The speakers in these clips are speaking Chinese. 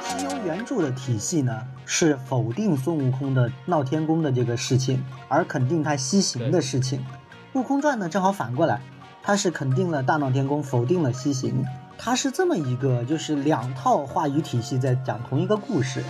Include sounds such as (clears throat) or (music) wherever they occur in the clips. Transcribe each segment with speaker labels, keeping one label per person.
Speaker 1: 西游原著的体系呢，是否定孙悟空的闹天宫的这个事情，而肯定他西行的事情。《悟空传》呢，正好反过来，它是肯定了大闹天宫，否定了西行。它是这么一个，就是两套话语体系在讲同一个故事。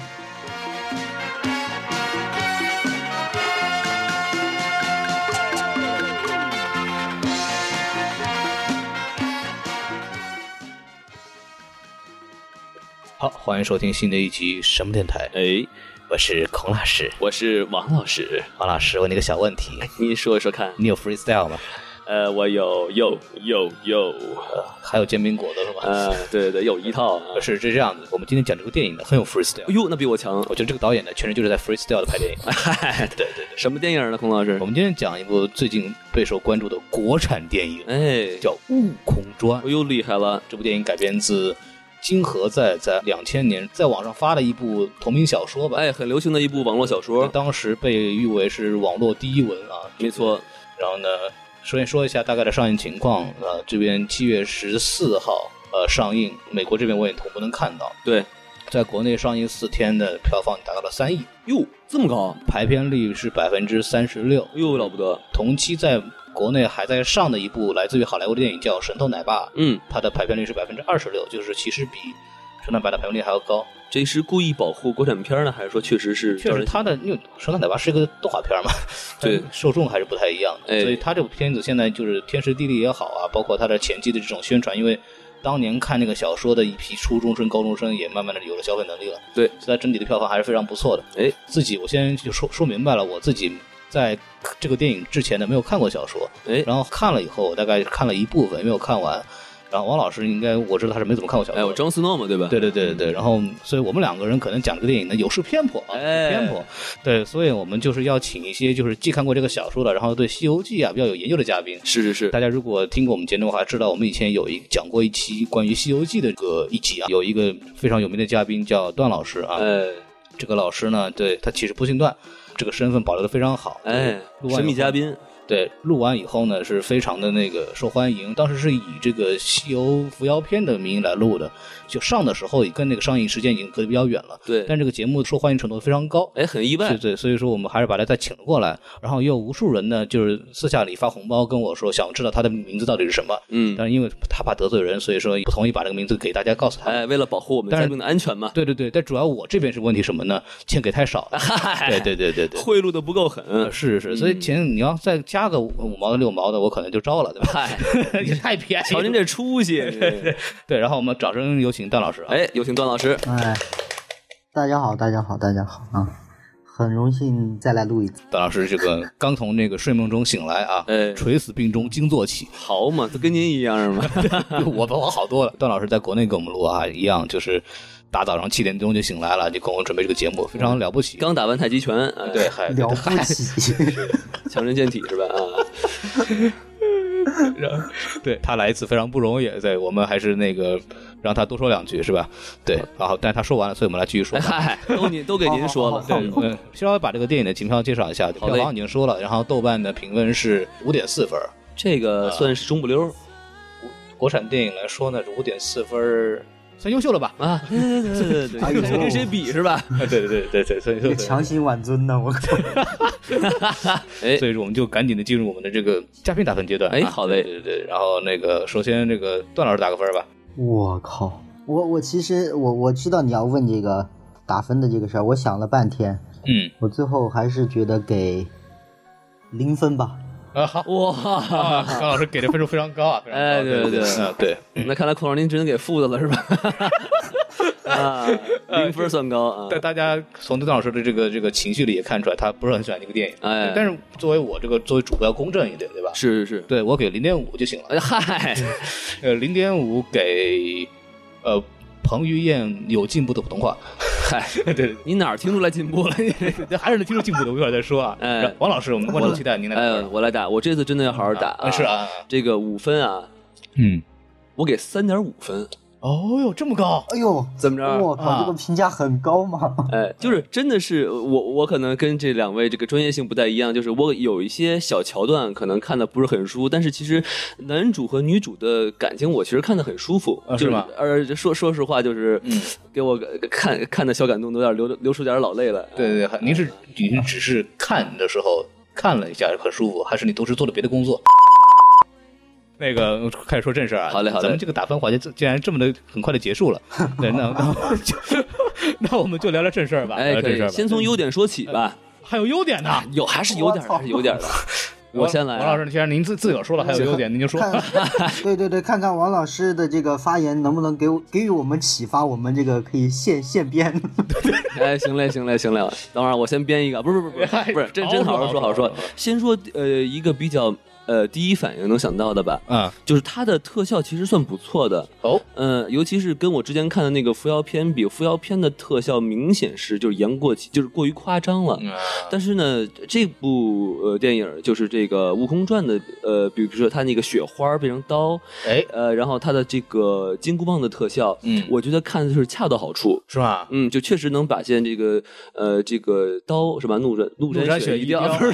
Speaker 2: 好，欢迎收听新的一集什么电台？
Speaker 3: 哎，
Speaker 2: 我是孔老师。
Speaker 3: 我是王老师，
Speaker 2: 王老师，问你个小问题，
Speaker 3: 您说说看。
Speaker 2: 你有 freestyle 吗？
Speaker 3: 呃，我有有有有，
Speaker 2: 呃还有煎饼果子是吧？
Speaker 3: 呃，对对对，有一套。啊
Speaker 2: 不是，这是这样子。我们今天讲这个电影呢，很有 freestyle。
Speaker 3: 哎呦，那比我强
Speaker 2: 我。觉得这个导演呢，确实就是在 freestyle 的拍电影。
Speaker 3: 嗨，对对对，什么电影呢，孔老师
Speaker 2: 我？们今天讲一部最近备受关注的国产电影，
Speaker 3: 哎，
Speaker 2: 叫《悟空传
Speaker 3: 哎》。呦，厉害了。
Speaker 2: 这部电影改编自金河在在两千年在网上发了一部同名小说吧。
Speaker 3: 哎，很流行的一部网络小说。
Speaker 2: 当时被誉为是网络第一文啊，
Speaker 3: 没错，
Speaker 2: 然后呢，首先说一下大概的上映情况啊、呃这边七月十四号呃上映，美国这边我也同步能看到，
Speaker 3: 对。
Speaker 2: 在国内上映四天的票房达到了三亿，
Speaker 3: 哟，这么高？
Speaker 2: 排片率是百分之三十六。
Speaker 3: 哎呦，了不得。
Speaker 2: 同期在国内还在上的一部来自于好莱坞的电影叫《神偷奶爸》，
Speaker 3: 嗯，
Speaker 2: 它的排片率是百分之二十六，就是其实比《神偷奶爸》的排片率还要高。
Speaker 3: 这是故意保护国产片呢，还是说确实是
Speaker 2: 确
Speaker 3: 叫
Speaker 2: 实，
Speaker 3: 人
Speaker 2: 它的因为《神偷奶爸》是一个动画片
Speaker 3: (laughs)
Speaker 2: 嘛，
Speaker 3: 对
Speaker 2: 但受众还是不太一样的，
Speaker 3: 哎
Speaker 2: 所以它这部片子现在就是天时地利也好啊，包括它的前期的这种宣传，因为当年看那个小说的一批初中生、高中生也慢慢的有了消费能力了，
Speaker 3: 对
Speaker 2: 所以它整体的票房还是非常不错的。
Speaker 3: 哎，
Speaker 2: 自己我先就说说明白了，我自己在这个电影之前呢没有看过小说，
Speaker 3: 哎
Speaker 2: 然后看了以后，我大概看了一部分，没有看完。然后王老师应该我知道他是没怎么看过小说的，
Speaker 3: 哎，我张思诺嘛， (laughs) 对吧？
Speaker 2: 对对对对
Speaker 3: 嗯
Speaker 2: 对，然后所以我们两个人可能讲这个电影呢有失偏颇啊，
Speaker 3: 哎
Speaker 2: 偏颇。对，所以我们就是要请一些就是既看过这个小说的，然后对《西游记啊》比较有研究的嘉宾。
Speaker 3: 是是是。
Speaker 2: 大家如果听过我们节目的话，知道我们以前有一讲过一期关于《西游记》的这个一集啊，有一个非常有名的嘉宾叫段老师啊。
Speaker 3: 哎
Speaker 2: 这个老师呢，对他其实不姓段，这个身份保留的非常好。
Speaker 3: 哎，
Speaker 2: 录
Speaker 3: 神
Speaker 2: 完以
Speaker 3: 秘
Speaker 2: 后
Speaker 3: 嘉宾，
Speaker 2: 对，录完以后呢，是非常的那个受欢迎。当时是以这个《西游伏妖篇》的名义来录的，就上的时候也跟那个上映时间已经隔得比较远了，
Speaker 3: 对。
Speaker 2: 但这个节目受欢迎程度非常高。
Speaker 3: 哎，很意
Speaker 2: 对
Speaker 3: 外。
Speaker 2: 对，所以说我们还是把他再请了过来，然后也有无数人呢，就是私下里发红包跟我说，想知道他的名字到底是什么。
Speaker 3: 嗯，
Speaker 2: 但是因为他怕得罪人，所以说不同意把这个名字给大家告诉他。
Speaker 3: 哎，为了保护我们
Speaker 2: 但是
Speaker 3: 嘉宾的安全嘛。
Speaker 2: 对对对，但主要我这边是问题什么呢？钱给太少了。
Speaker 3: 哎
Speaker 2: 对对对对对。
Speaker 3: 贿赂的不够狠。
Speaker 2: 呃是是，所以
Speaker 3: 嗯
Speaker 2: 钱你要再加个五五毛的六毛的，我可能就招了，对吧？
Speaker 3: 嗨，
Speaker 2: (laughs) 也太便宜了。
Speaker 3: 瞧您这出息！
Speaker 2: (laughs) 对，然后我们掌声有请段老师啊。
Speaker 3: 哎，有请段老师。
Speaker 1: 哎，大家好，大家好，大家好啊！很荣幸再来录一次。
Speaker 2: 段老师这个刚从那个睡梦中醒来啊，
Speaker 3: 哎
Speaker 2: 垂死病中惊坐
Speaker 3: (laughs)
Speaker 2: 起，
Speaker 3: 好嘛，都跟您一
Speaker 2: (laughs)
Speaker 3: 样嘛。
Speaker 2: 我比我好多了。段老师在国内跟我们录啊，一样就是大早上七点钟就醒来了，就跟我们准备这个节目，非常了不起。
Speaker 3: 刚打完太极拳，哎
Speaker 2: 对，，还
Speaker 1: 了不
Speaker 3: (laughs)
Speaker 1: 起，
Speaker 3: 强身健体是吧？啊，
Speaker 2: 对他来一次非常不容易，对我们还是那个让他多说两句是吧？对，然后但是他说完了，所以我们来继续说
Speaker 3: 嗯哎。嗨，都您都给您说
Speaker 1: 好
Speaker 3: 了。
Speaker 1: 好
Speaker 3: 对
Speaker 2: 对，嗯，稍微把这个电影的情票介绍一下，
Speaker 3: 好
Speaker 2: 票
Speaker 3: 嘞
Speaker 2: 房已经说了，然后豆瓣的评分是五点四分，
Speaker 3: 这个算是中不溜
Speaker 2: 国产电影来说呢，是五点四分儿，算优秀了吧？
Speaker 3: 啊。对对 (laughs) 对对
Speaker 1: 哎呦
Speaker 3: 对，谁跟谁比是 (laughs) 吧？
Speaker 2: 啊对对对对对，所以说
Speaker 1: 这，强行挽尊呢，我靠！
Speaker 3: 哎
Speaker 2: 所以说我们就赶紧的进入我们的这个嘉宾打分阶段啊。
Speaker 3: 哎好嘞
Speaker 2: 对对对。然后那个，首先这个段老师打个分儿吧。
Speaker 1: 我靠！我我其实我我知道你要问这个打分的这个事儿，我想了半天，
Speaker 2: 嗯，
Speaker 1: 我最后还是觉得给零分吧。
Speaker 2: 啊，好啊，
Speaker 3: 哇，
Speaker 2: 康老师给的分数非常高啊，非常高
Speaker 3: 哎对
Speaker 2: 对
Speaker 3: 对对
Speaker 2: 啊对，
Speaker 3: 那看来孔老师您只能给负的了是 (laughs) 吧？啊，零分算高啊。
Speaker 2: 但大家从邓老师的这个这个情绪里也看出来，他不是很喜欢这个电影。
Speaker 3: 哎
Speaker 2: 但是作为我这个作为主播要公正一点，对吧？
Speaker 3: 是是是，
Speaker 2: 对我给零点五就行了。
Speaker 3: 哎嗨，
Speaker 2: 呃，零点五给呃彭于晏有进步的普通话。
Speaker 3: 嗨，
Speaker 2: 对 (laughs) 对
Speaker 3: 你哪儿听出来进步了？ (laughs) 你这
Speaker 2: (laughs) 对，还是能听出进步的，我一会儿再说啊。
Speaker 3: 哎
Speaker 2: 然后王老师，我们观众期待您来打分
Speaker 3: 哎，我来打，我这次真的要好好打
Speaker 2: 啊是啊，
Speaker 3: 这个五分啊，
Speaker 2: 嗯，
Speaker 3: 我给三点五分，
Speaker 2: 哦哟，这么高，
Speaker 1: 哎呦，
Speaker 3: 怎么着？啊
Speaker 1: 我靠，这个评价很高嘛！
Speaker 3: 哎，就是真的是我，我可能跟这两位这个专业性不太一样，就是我有一些小桥段可能看的不是很舒，但是其实男主和女主的感情我其实看的很舒服，
Speaker 2: 啊
Speaker 3: 就是
Speaker 2: 吗？
Speaker 3: 而说说实话，就是
Speaker 2: 嗯
Speaker 3: 给我看看的小感动都有点流流出点老泪来。
Speaker 2: 对对对，还您是您是只是看的时候看了一下很舒服，还是你同时做了别的工作？那个开始说正事儿啊，
Speaker 3: 好嘞好嘞
Speaker 2: 咱们这个打分环节这竟然这么的很快的结
Speaker 3: (laughs)
Speaker 2: 束了，对，那 (laughs) 那我们就那我们就聊聊正事儿吧，
Speaker 3: 哎，
Speaker 2: 聊聊
Speaker 3: 可
Speaker 2: 正啊事儿
Speaker 3: 以
Speaker 2: 吧，嗯
Speaker 3: 先从优点说起吧，
Speaker 2: 还有优点呢。
Speaker 3: 有还是有点儿的，还是有
Speaker 2: (laughs)
Speaker 3: 点儿的。我先来啊，
Speaker 2: 王老师，既然您自自个儿说了还有优点，您就说。 (laughs)
Speaker 1: 看，对对对，看看王老师的这个发言能不能给我给予我们启发，我们这个可以现现
Speaker 3: (laughs)
Speaker 1: 编。
Speaker 3: 哎，行嘞，行嘞，
Speaker 2: (laughs)
Speaker 3: 行嘞，等会儿我先编一个，不是，不是，不
Speaker 2: 哎
Speaker 3: 是，不是，真真
Speaker 2: 好好
Speaker 3: 好好说，
Speaker 2: 好
Speaker 3: 好
Speaker 2: 说
Speaker 3: 说
Speaker 2: 好。
Speaker 3: 先说呃，一个比较呃第一反应能想到的吧，
Speaker 2: 啊，
Speaker 3: 就是它的特效其实算不错的，
Speaker 2: 哦，
Speaker 3: 嗯、尤其是跟我之前看的那个《扶摇篇》比，《扶摇篇》的特效明显是就是言过其，就是过于夸张了。
Speaker 2: 嗯
Speaker 3: 但是呢，这部呃电影就是这个《悟空传》的呃，比如说它那个雪花变成刀，
Speaker 2: 哎，
Speaker 3: 呃，然后它的这个金箍棒的特效，
Speaker 2: 嗯
Speaker 3: 我觉得看的就是恰到好处。
Speaker 2: 是吧？
Speaker 3: 嗯，就确实能把现这个呃这个刀什么怒斩怒
Speaker 2: 怒斩
Speaker 3: 斩
Speaker 2: 雪
Speaker 3: 一
Speaker 2: 一
Speaker 3: 雕，
Speaker 2: 雕
Speaker 3: 不是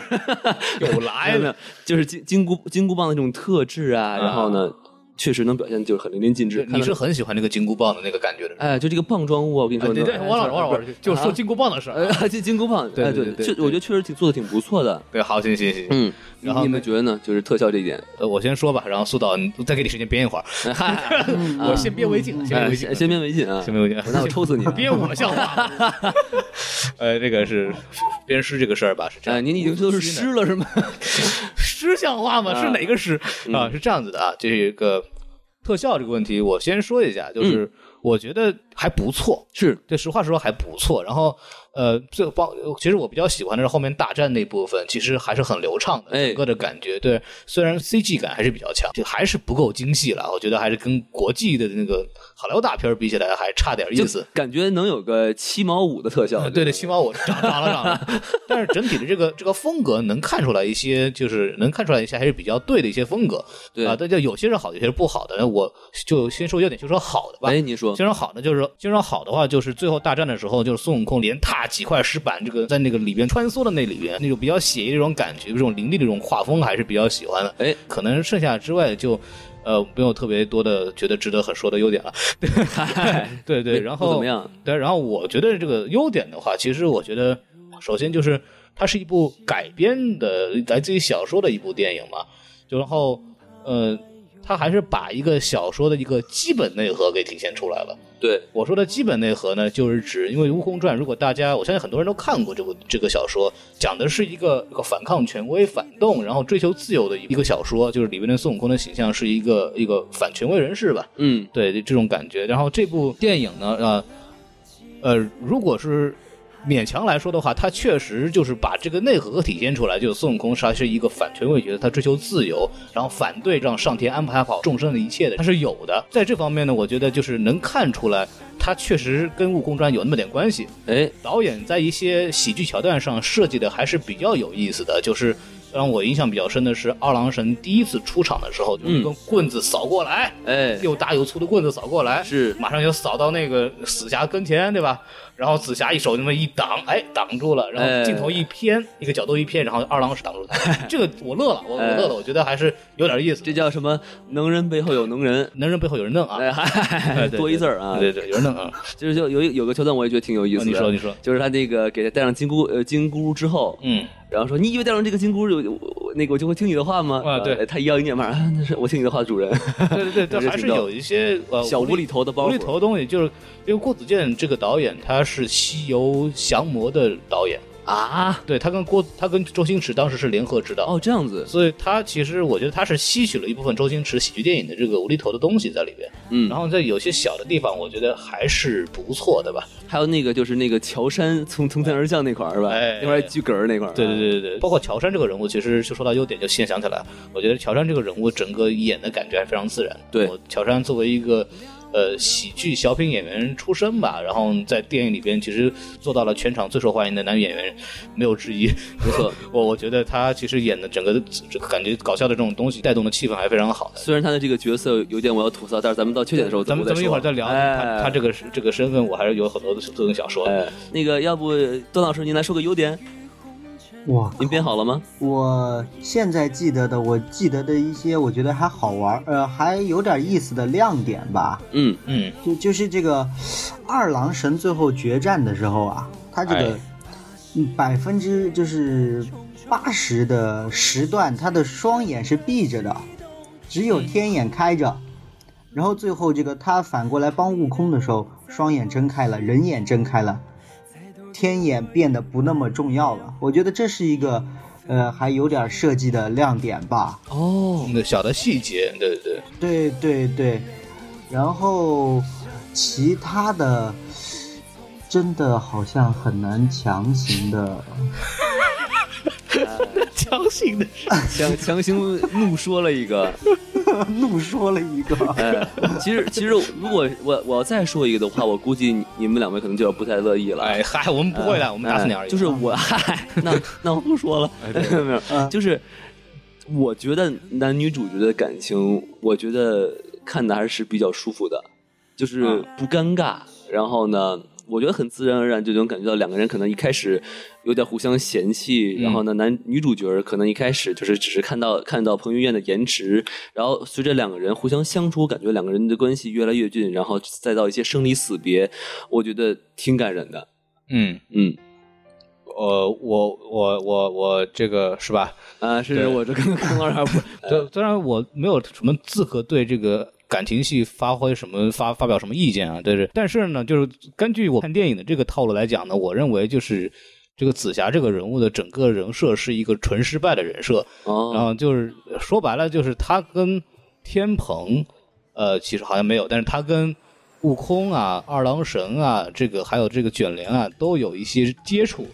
Speaker 3: (laughs)
Speaker 2: 有
Speaker 3: 还
Speaker 2: 来
Speaker 3: 有呢
Speaker 2: 了，，
Speaker 3: 就是金金箍金箍棒的这种特质啊，然后呢，确实能表现就是很淋漓尽致。看
Speaker 2: 你
Speaker 3: 到
Speaker 2: 是很喜欢那个金箍棒的那个感觉的，是吧
Speaker 3: 哎，就这个棒状物啊，我跟你说，
Speaker 2: 啊对对，
Speaker 3: 能
Speaker 2: 王老师，王老
Speaker 3: 不
Speaker 2: 师
Speaker 3: 是
Speaker 2: 就说
Speaker 3: 啊
Speaker 2: 金箍棒的事儿。
Speaker 3: (laughs) 呃，这金箍棒，
Speaker 2: 对
Speaker 3: 哎
Speaker 2: 对
Speaker 3: 对
Speaker 2: 对
Speaker 3: 确
Speaker 2: 对
Speaker 3: 我觉得确实挺做的挺不错的。
Speaker 2: 对，好，行行行，
Speaker 3: 嗯，
Speaker 2: 然后
Speaker 3: 你们
Speaker 2: 呢
Speaker 3: 觉得呢？就是特效这一点，
Speaker 2: 呃，我先说吧，然后苏导，你再给你时间编一
Speaker 3: (laughs)
Speaker 2: 会儿，
Speaker 3: 哎嗨，
Speaker 2: (laughs) 我先编为敬，先编
Speaker 3: 哎
Speaker 2: 为敬，
Speaker 3: 先先编为敬啊，
Speaker 2: 先编为敬，
Speaker 3: 那我抽
Speaker 2: (laughs)
Speaker 3: 死你啊！
Speaker 2: 编我像
Speaker 3: (laughs)
Speaker 2: 话吗。呃，这个是编诗这个事儿吧，是这
Speaker 3: 哎，
Speaker 2: 样。
Speaker 3: 您已经都是湿了
Speaker 2: (laughs)
Speaker 3: 是吗？
Speaker 2: 诗像话吗？是哪个诗
Speaker 3: 嗯
Speaker 2: 啊？是这样子的啊，这是一个特效这个问题，我先说一下，
Speaker 3: 嗯
Speaker 2: 就是我觉得还不错，
Speaker 3: 是，
Speaker 2: 这实话实说还不错。然后呃，最帮其实我比较喜欢的是后面大战那部分，其实还是很流畅的，
Speaker 3: 哎
Speaker 2: 整个的感觉对。虽然 CG 感还是比较强，就还是不够精细了。我觉得还是跟国际的那个好莱坞大片儿比起来还差点意
Speaker 3: 就
Speaker 2: 思。
Speaker 3: 感觉能有个七毛五的特效
Speaker 2: 呃，，对对，起码我涨涨了涨了，但是整体的这个这个风格能看出来一些，就是能看出来一些还是比较对的一些风格。
Speaker 3: 对
Speaker 2: 啊，但就有些是好的，有些是不好的。那我就先说优点，就说好的吧。
Speaker 3: 哎，您说
Speaker 2: (laughs) 先说好的，就是先说好的话，就是最后大战的时候，就是孙悟空连踏几块石板，这个在那个里边穿梭的那里边，那种比较写意的这种感觉，这种凌厉的这种画风还是比较喜欢的。
Speaker 3: 哎，
Speaker 2: 可能剩下之外就。呃，没有特别多的觉得值得很说的优点了。
Speaker 3: (laughs)
Speaker 2: 对对，
Speaker 3: 没
Speaker 2: 然
Speaker 3: 哎不
Speaker 2: 后
Speaker 3: 怎么样？
Speaker 2: 对，然后我觉得这个优点的话，其实我觉得首先就是它是一部改编的来自于小说的一部电影嘛，就然后呃，它还是把一个小说的一个基本内核给体现出来了。
Speaker 3: 对，
Speaker 2: 我说的基本内核呢，就是指，因为《悟空传》，如果大家，我相信很多人都看过这部这个小说，讲的是一个一个反抗权威、反动，然后追求自由的一个小说，就是里面的孙悟空的形象是一个一个反权威人士吧，
Speaker 3: 嗯，
Speaker 2: 对这种感觉。然后这部电影呢，呃，呃，如果是勉强来说的话，它确实就是把这个内核体现出来，就是孙悟空他是一个反权威角色，他追求自由，然后反对让上天安排好众生的一切的，他是有的。在这方面呢，我觉得就是能看出来，他确实跟《悟空传》有那么点关系。
Speaker 3: 哎，
Speaker 2: 导演在一些喜剧桥段上设计的还是比较有意思的，就是让我印象比较深的是二郎神第一次出场的时候，就是
Speaker 3: 嗯
Speaker 2: 跟棍子扫过来，
Speaker 3: 哎，
Speaker 2: 又大又粗的棍子扫过来，
Speaker 3: 是
Speaker 2: 马上就扫到那个紫霞跟前，对吧？然后紫霞一手那么一挡，哎，挡住了，然
Speaker 3: 哎
Speaker 2: 后镜头一偏，一个角度一偏，然后二郎是挡住
Speaker 3: (laughs)
Speaker 2: 了。这个我乐了，我我
Speaker 3: 哎
Speaker 2: 乐了，我觉得还是有点意思。
Speaker 3: 这叫什么？能人背后有能人。
Speaker 2: 能人背后有人弄啊，
Speaker 3: 哎，嗨，
Speaker 2: 哎对
Speaker 3: 多一字儿啊！
Speaker 2: 对对，有人弄
Speaker 3: (laughs)
Speaker 2: 啊。
Speaker 3: 就是就有一有个桥段，我也觉得挺有意思
Speaker 2: 哦
Speaker 3: 的。
Speaker 2: 你说你说
Speaker 3: 就是他那个给他戴上金箍呃金箍之后，
Speaker 2: 嗯，
Speaker 3: 然后说你以为戴上这个金箍就我我那个我就会听你的话吗？
Speaker 2: 啊对
Speaker 3: 呃他一摇一念马上啊那是我听你的话，主人。
Speaker 2: 对 (laughs)
Speaker 3: (laughs)
Speaker 2: 对对，
Speaker 3: 我觉得
Speaker 2: 这还是
Speaker 3: 挺逗
Speaker 2: 有一些呃
Speaker 3: 小无厘头的包
Speaker 2: 无厘
Speaker 3: 袱。
Speaker 2: 头的东西，就是因为郭子健这个导演他是《西游降魔》的导演，
Speaker 3: 啊，
Speaker 2: 对他跟郭他跟周星驰当时是联合执导，
Speaker 3: 哦，这样子，
Speaker 2: 所以他其实我觉得他是吸取了一部分周星驰喜剧电影的这个无厘头的东西在里边，
Speaker 3: 嗯
Speaker 2: 然后在有些小的地方，我觉得还是不错的吧。
Speaker 3: 还有那个就是那个乔杉从从天而降那块儿是吧？
Speaker 2: 哎
Speaker 3: 那块儿巨哏儿那啊块儿，
Speaker 2: 对对对对对，呃包括乔杉这个人物，其实就说到优点，就先想起来了，我觉得乔杉这个人物整个演的感觉还非常自然。
Speaker 3: 对
Speaker 2: 我乔杉作为一个呃喜剧小品演员出身吧，然后在电影里边其实做到了全场最受欢迎的男演员，没有之一。 (laughs)
Speaker 3: 不错。
Speaker 2: 我我觉得他其实演的整个的这个感觉搞笑的这种东西带动的气氛还非常好的。
Speaker 3: 虽然他的这个角色有点我要吐槽，但是咱们到缺点的时候
Speaker 2: 咱们咱们一会儿再聊他他这
Speaker 3: 个。
Speaker 2: 个是这个身份，我还是有很多的东西想说的。
Speaker 3: 哎，那个，要不段老师您来说个优点，
Speaker 1: 哇，
Speaker 3: 您编好了吗？
Speaker 1: 我现在记得的，我记得的一些，我觉得还好玩儿，呃，还有点意思的亮点吧。
Speaker 3: 嗯，
Speaker 2: 嗯，
Speaker 1: 就就是这个二郎神最后决战的时候啊，他这个嗯百分之就是八十的时段，他的双眼是闭着的，只有天眼开着。然后最后这个他反过来帮悟空的时候，双眼睁开了，人眼睁开了，天眼变得不那么重要了。我觉得这是一个，呃，还有点设计的亮点吧。
Speaker 3: 哦，
Speaker 2: 那小的细节，对对
Speaker 1: 对
Speaker 2: 对，
Speaker 3: (laughs)
Speaker 1: 对对，然后其他的真的好像很难强行的，
Speaker 2: 强行的
Speaker 3: 强强行怒说了一个，
Speaker 1: (laughs) 怒说了一 (laughs) 个，
Speaker 3: 哎，其实其实如果我我要再说一个的话，我估计你你们两位可能就要不太乐意了。
Speaker 2: 哎嗨，我们不会的，我们打死你而已。
Speaker 3: 哎就是我，嗨，嗯 (laughs) 那那我不说了， (laughs) 没有，
Speaker 1: 嗯
Speaker 3: 就是我觉得男女主角的感情，我觉得看的还是比较舒服的，就是不尴尬。然后呢，我觉得很自然而然就能感觉到两个人可能一开始有点互相嫌弃，
Speaker 2: 嗯
Speaker 3: 然后呢，男女主角可能一开始就是只是看到看到彭于晏的颜值，然后随着两个人互相相处，我感觉两个人的关系越来越近，然后再到一些生离死别，我觉得挺感人的。
Speaker 2: 嗯，
Speaker 3: 嗯，
Speaker 2: 呃，我我我我这个是吧？
Speaker 3: 啊，
Speaker 2: 对
Speaker 3: 是我这跟跟二点不，
Speaker 2: 虽虽然我没有什么资格对这个感情戏发挥什么发发表什么意见啊，但是但是呢，就是根据我看电影的这个套路来讲呢，我认为就是这个紫霞这个人物的整个人设是一个纯失败的人设， (laughs) 然
Speaker 3: 哦，
Speaker 2: 后就是呃说白了，就是他跟天蓬，呃，其实好像没有，但是他跟悟空啊、二郎神啊，这个还有这个卷帘啊，都有一些接触，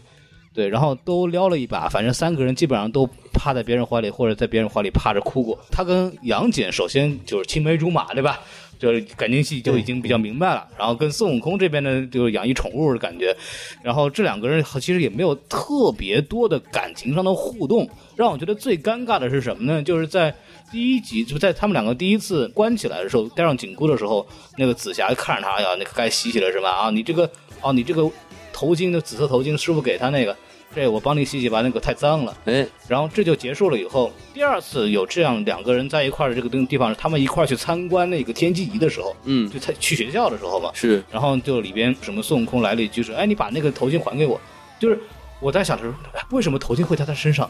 Speaker 2: 对，然后都撩了一把，反正三个人基本上都趴在别人怀里，或者在别人怀里趴着哭过。他跟杨戬首先就是青梅竹马，对吧？就是感情戏就已经比较明白了，然后跟孙悟空这边呢，就是养一宠物的感觉，然后这两个人其实也没有特别多的感情上的互动，让我觉得最尴尬的是什么呢？就是在第一集，就在他们两个第一次关起来的时候，戴上紧箍的时候，那个紫霞看着他，哎呀，那个该洗洗了是吧？啊，你这个，哦，你这个头巾的紫色头巾，师傅给他那个，这我帮你洗洗吧，那个太脏了。
Speaker 3: 哎，
Speaker 2: 然后这就结束了以后，第二次有这样两个人在一块儿的这个地地方，他们一块儿去参观那个天机仪的时候，
Speaker 3: 嗯，
Speaker 2: 就在去学校的时候嘛，
Speaker 3: 是，
Speaker 2: 然后就里边什么孙悟空来了一句说：“哎，你把那个头巾还给我。”就是我在想的时候，哎为什么头巾会在他身上？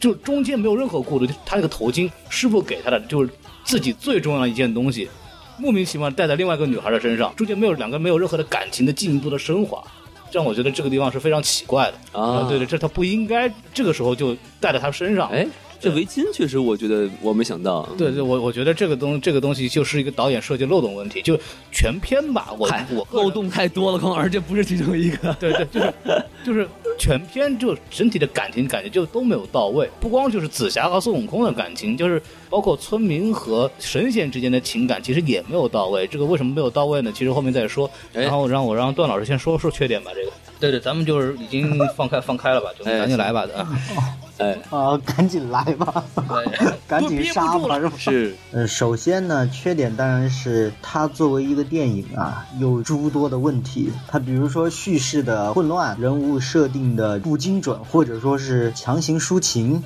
Speaker 2: 就中间没有任何顾虑，就他那个头巾师傅给他的，就是自己最重要的一件东西，莫名其妙戴在另外一个女孩的身上，中间没有两个没有任何的感情的进一步的升华。让我觉得这个地方是非常奇怪的
Speaker 3: 啊
Speaker 2: 对对，这他不应该这个时候就戴在他身上。
Speaker 3: 哎，这围巾确实我觉得我没想到，
Speaker 2: 对对，我我觉得这个东这个东西就是一个导演设计漏洞问题，就全片吧，我
Speaker 3: 嗨，
Speaker 2: 我个人
Speaker 3: 漏洞太多了，而且不是其中一
Speaker 2: (laughs)
Speaker 3: 个，
Speaker 2: 对对，就是就是全片就整体的感情感觉就都没有到位，不光就是紫霞和孙悟空的感情，就是包括村民和神仙之间的情感，其实也没有到位。这个为什么没有到位呢？其实后面再说。
Speaker 3: 哎
Speaker 2: 然后让我让段老师先说说缺点吧。这个，对对，咱们就是已经放开放开了吧， (laughs) 就
Speaker 3: 哎
Speaker 2: 赶紧来吧。啊
Speaker 3: 哎，
Speaker 1: 呃，赶紧来吧， (laughs) 赶紧杀吧，是吧？
Speaker 3: 是，
Speaker 2: (laughs)
Speaker 1: 呃，首先呢，缺点当然是它作为一个电影啊，有诸多的问题。它比如说叙事的混乱、人物设定的不精准，或者说是强行抒情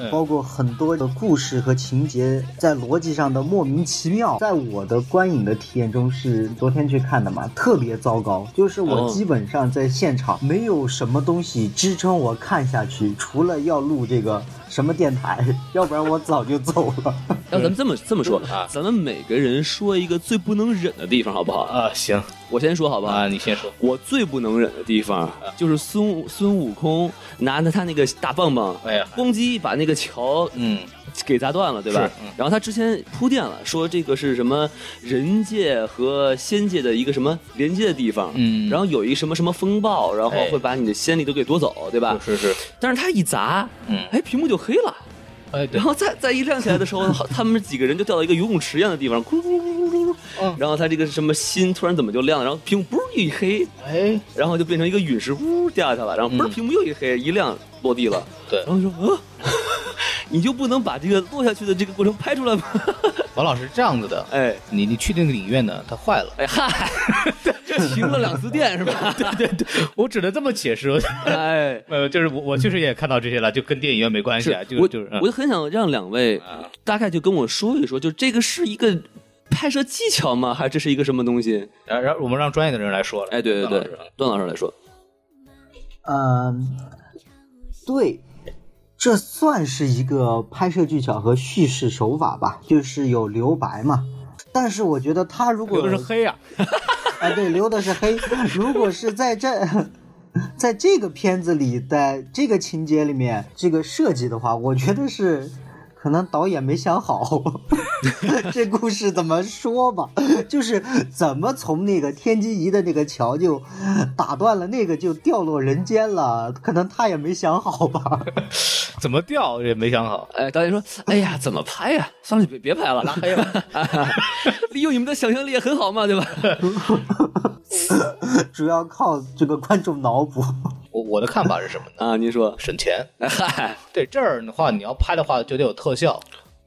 Speaker 2: 嗯，
Speaker 1: 包括很多的故事和情节在逻辑上的莫名其妙。在我的观影的体验中，是昨天去看的嘛，特别糟糕。就是
Speaker 3: 哦
Speaker 1: 我基本上在现场没有什么东西支撑我看下去，除了要录这个什么电台， (laughs) 要不然我早就走了。
Speaker 3: 要咱们这么这么说
Speaker 2: 啊，
Speaker 3: 咱们每个人说一个最不能忍的地方，好不好？
Speaker 2: 啊，行，
Speaker 3: 我先说好不好？
Speaker 2: 啊，你先说。
Speaker 3: 我最不能忍的地方就是孙悟孙悟空拿着他那个大棒棒，
Speaker 2: 哎呀
Speaker 3: 咣叽把那个桥
Speaker 2: 嗯，
Speaker 3: (laughs) 给砸断了，对吧
Speaker 2: 是？嗯
Speaker 3: 然后他之前铺垫了，说这个是什么人界和仙界的一个什么连接的地方，
Speaker 2: 嗯
Speaker 3: 然后有一什么什么风暴，然后
Speaker 2: 哎
Speaker 3: 会把你的仙力都给夺走，对吧？
Speaker 2: 是是，
Speaker 3: 但是他一砸，
Speaker 2: 啊嗯
Speaker 3: 哎，屏幕就黑了。
Speaker 2: 哎，对
Speaker 3: 然，后再再一亮起来的
Speaker 2: (laughs)
Speaker 3: 时候，好他们几个人就掉到一个游泳池一样的地方，咕噜咕噜咕噜咕噜咕
Speaker 2: 嗯
Speaker 3: 噜，然后他这个什么心突然怎么就亮了，然后屏幕嘣一黑，
Speaker 2: 哎，
Speaker 3: 然后就变成一个陨石呜掉下去了，然后嘣
Speaker 2: 嗯
Speaker 3: 屏幕又一黑一亮落地了，
Speaker 2: 对
Speaker 3: 然后就说啊， (laughs) 你就不能把这个落下去的这个过程拍出来吗？
Speaker 2: 王老师是这样子的，
Speaker 3: 哎
Speaker 2: 你你去那个影院呢，它坏了，
Speaker 3: 哎嗨， (laughs) 停了两次电是吧？对对对，
Speaker 2: 我只能这么解释。
Speaker 3: 哎。
Speaker 2: 呃，就是我我确实也看到这些了，就跟电影院没关系啊，就
Speaker 3: 我
Speaker 2: 就是
Speaker 3: 我很想让两位
Speaker 2: 啊
Speaker 3: 大概就跟我说一说，就这个是一个拍摄技巧吗？还是这是一个什么东西？
Speaker 2: 呃然然后我们让专业的人来说了。
Speaker 3: 哎，对对
Speaker 2: 段老师
Speaker 3: 对，段老师来说，
Speaker 1: 嗯，对，这算是一个拍摄技巧和叙事手法吧，就是有留白嘛。但是我觉得他如果
Speaker 2: 有的是黑啊，
Speaker 1: 啊，对，留的是黑。如果是在这，在这个片子里，在这个情节里面，这个设计的话，我觉得是可能导演没想好， (laughs) 这故事怎么说吧，就是怎么从那个天机仪的那个桥就打断了，那个就掉落人间了，可能他也没想好吧。 (laughs)
Speaker 2: 怎么掉也没想好。
Speaker 3: 哎，导演说，哎呀，怎么拍呀？算了，别别拍了， (laughs) 拉黑吧。利用你们的想象力也很好嘛，对吧？
Speaker 1: 主要靠这个观众脑补。
Speaker 2: 我我的看法是什么呢？ (laughs)
Speaker 3: 啊，您说，
Speaker 2: 省钱。
Speaker 3: (laughs) 嗨，
Speaker 2: 对这儿的话，你要拍的话就得有特效，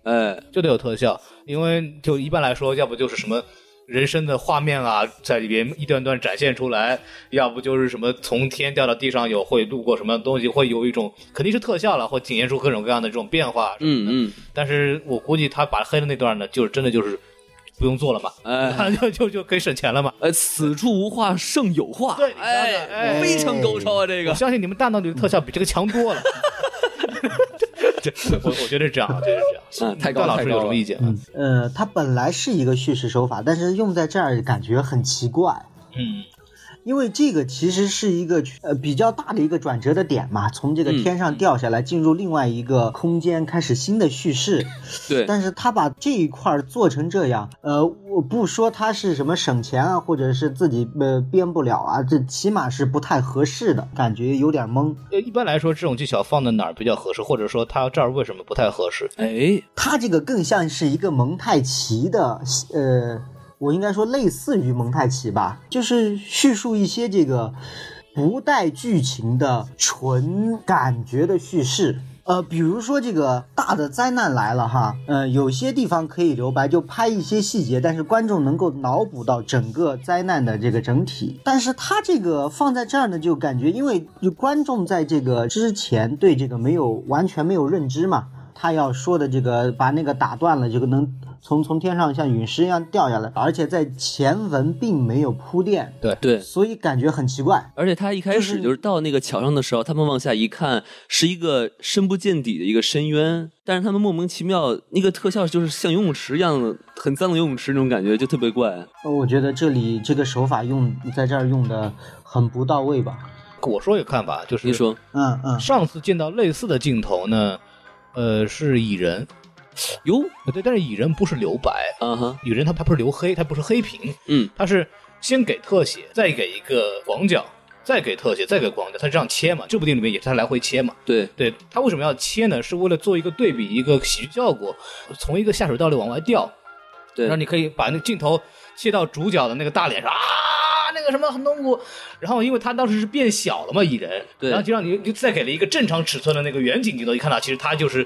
Speaker 3: 哎，
Speaker 2: 就得有特效，因为就一般来说，要不就是什么。人生的画面啊，在里边一段段展现出来，要不就是什么从天掉到地上有，会路过什么东西，会有一种肯定是特效了，会体现出各种各样的这种变化。
Speaker 3: 嗯嗯，
Speaker 2: 但是我估计他把黑的那段呢，就是真的就是不用做了
Speaker 3: (laughs)
Speaker 2: 嘛，
Speaker 3: 哎。
Speaker 2: 就就就可以省钱了嘛。
Speaker 3: 呃，此处无话胜有话，
Speaker 2: 对你瞧瞧
Speaker 3: 哎，
Speaker 2: 哎
Speaker 3: 非常高超啊！这
Speaker 2: 我
Speaker 3: 个，
Speaker 2: 相信你们大脑里的特效比这个强多
Speaker 3: (laughs)
Speaker 2: 了。这这我我觉得是这样，我觉得是这样。
Speaker 3: (laughs) 嗯，太高
Speaker 2: 段
Speaker 3: 了，
Speaker 2: 老
Speaker 3: 太
Speaker 2: 师
Speaker 3: 高
Speaker 2: 有
Speaker 3: 了
Speaker 2: 什么意见啊吗？
Speaker 1: 嗯，呃，它本来是一个叙事手法，但是用在这儿感觉很奇怪。
Speaker 2: 嗯，
Speaker 1: 因为这个其实是一个呃比较大的一个转折的点嘛，从这个
Speaker 3: 嗯
Speaker 1: 天上掉下来，进入另外一个空间，开始新的叙事。
Speaker 3: 对，
Speaker 1: 但是他把这一块儿做成这样，呃，我不说他是什么省钱啊，或者是自己呃编不了啊，这起码是不太合适的，感觉有点懵。
Speaker 2: 呃一般来说，这种技巧放在哪儿比较合适，或者说它这儿为什么不太合适？
Speaker 3: 哎，
Speaker 1: 他这个更像是一个蒙太奇的，呃，我应该说类似于蒙太奇吧，就是叙述一些这个不带剧情的纯感觉的叙事。呃，比如说这个大的灾难来了哈，呃，有些地方可以留白，就拍一些细节，但是观众能够脑补到整个灾难的这个整体。但是他这个放在这儿呢，就感觉因为就观众在这个之前对这个没有完全没有认知嘛，他要说的这个把那个打断了，这个能从从天上像陨石一样掉下来，而且在前文并没有铺垫，
Speaker 3: 对，
Speaker 1: 所以感觉很奇怪。
Speaker 3: 而且他一开始就是到那个桥上的时候，他们往下一看，是一个深不见底的一个深渊，但是他们莫名其妙那个特效就是像游泳池一样的，很脏的游泳池那种感觉，就特别怪。
Speaker 1: 呃我觉得这里这个手法用在这儿用的很不到位吧。
Speaker 2: 我说一个看法，就是
Speaker 3: 您说，
Speaker 1: 嗯嗯，
Speaker 2: 上次见到类似的镜头呢，呃，是蚁人，
Speaker 3: 哟，
Speaker 2: 呃对，但是蚁人不是留白，
Speaker 3: 啊哈，
Speaker 2: 蚁人他他不是留黑，他不是黑屏，
Speaker 3: 嗯，
Speaker 2: 他是先给特写，再给一个广角，再给特写，再给广角，他这样切嘛，这部电影里面也是他来回切嘛。
Speaker 3: 对，
Speaker 2: 对他为什么要切呢？是为了做一个对比，一个喜剧效果，从一个下水道里往外掉，
Speaker 3: 对，
Speaker 2: 然后你可以把那个镜头切到主角的那个大脸上啊，那个什么很痛苦。然后因为他当时是变小了嘛，蚁人，
Speaker 3: 对
Speaker 2: 然后就让你就再给了一个正常尺寸的那个远景镜头，一看到其实他就是。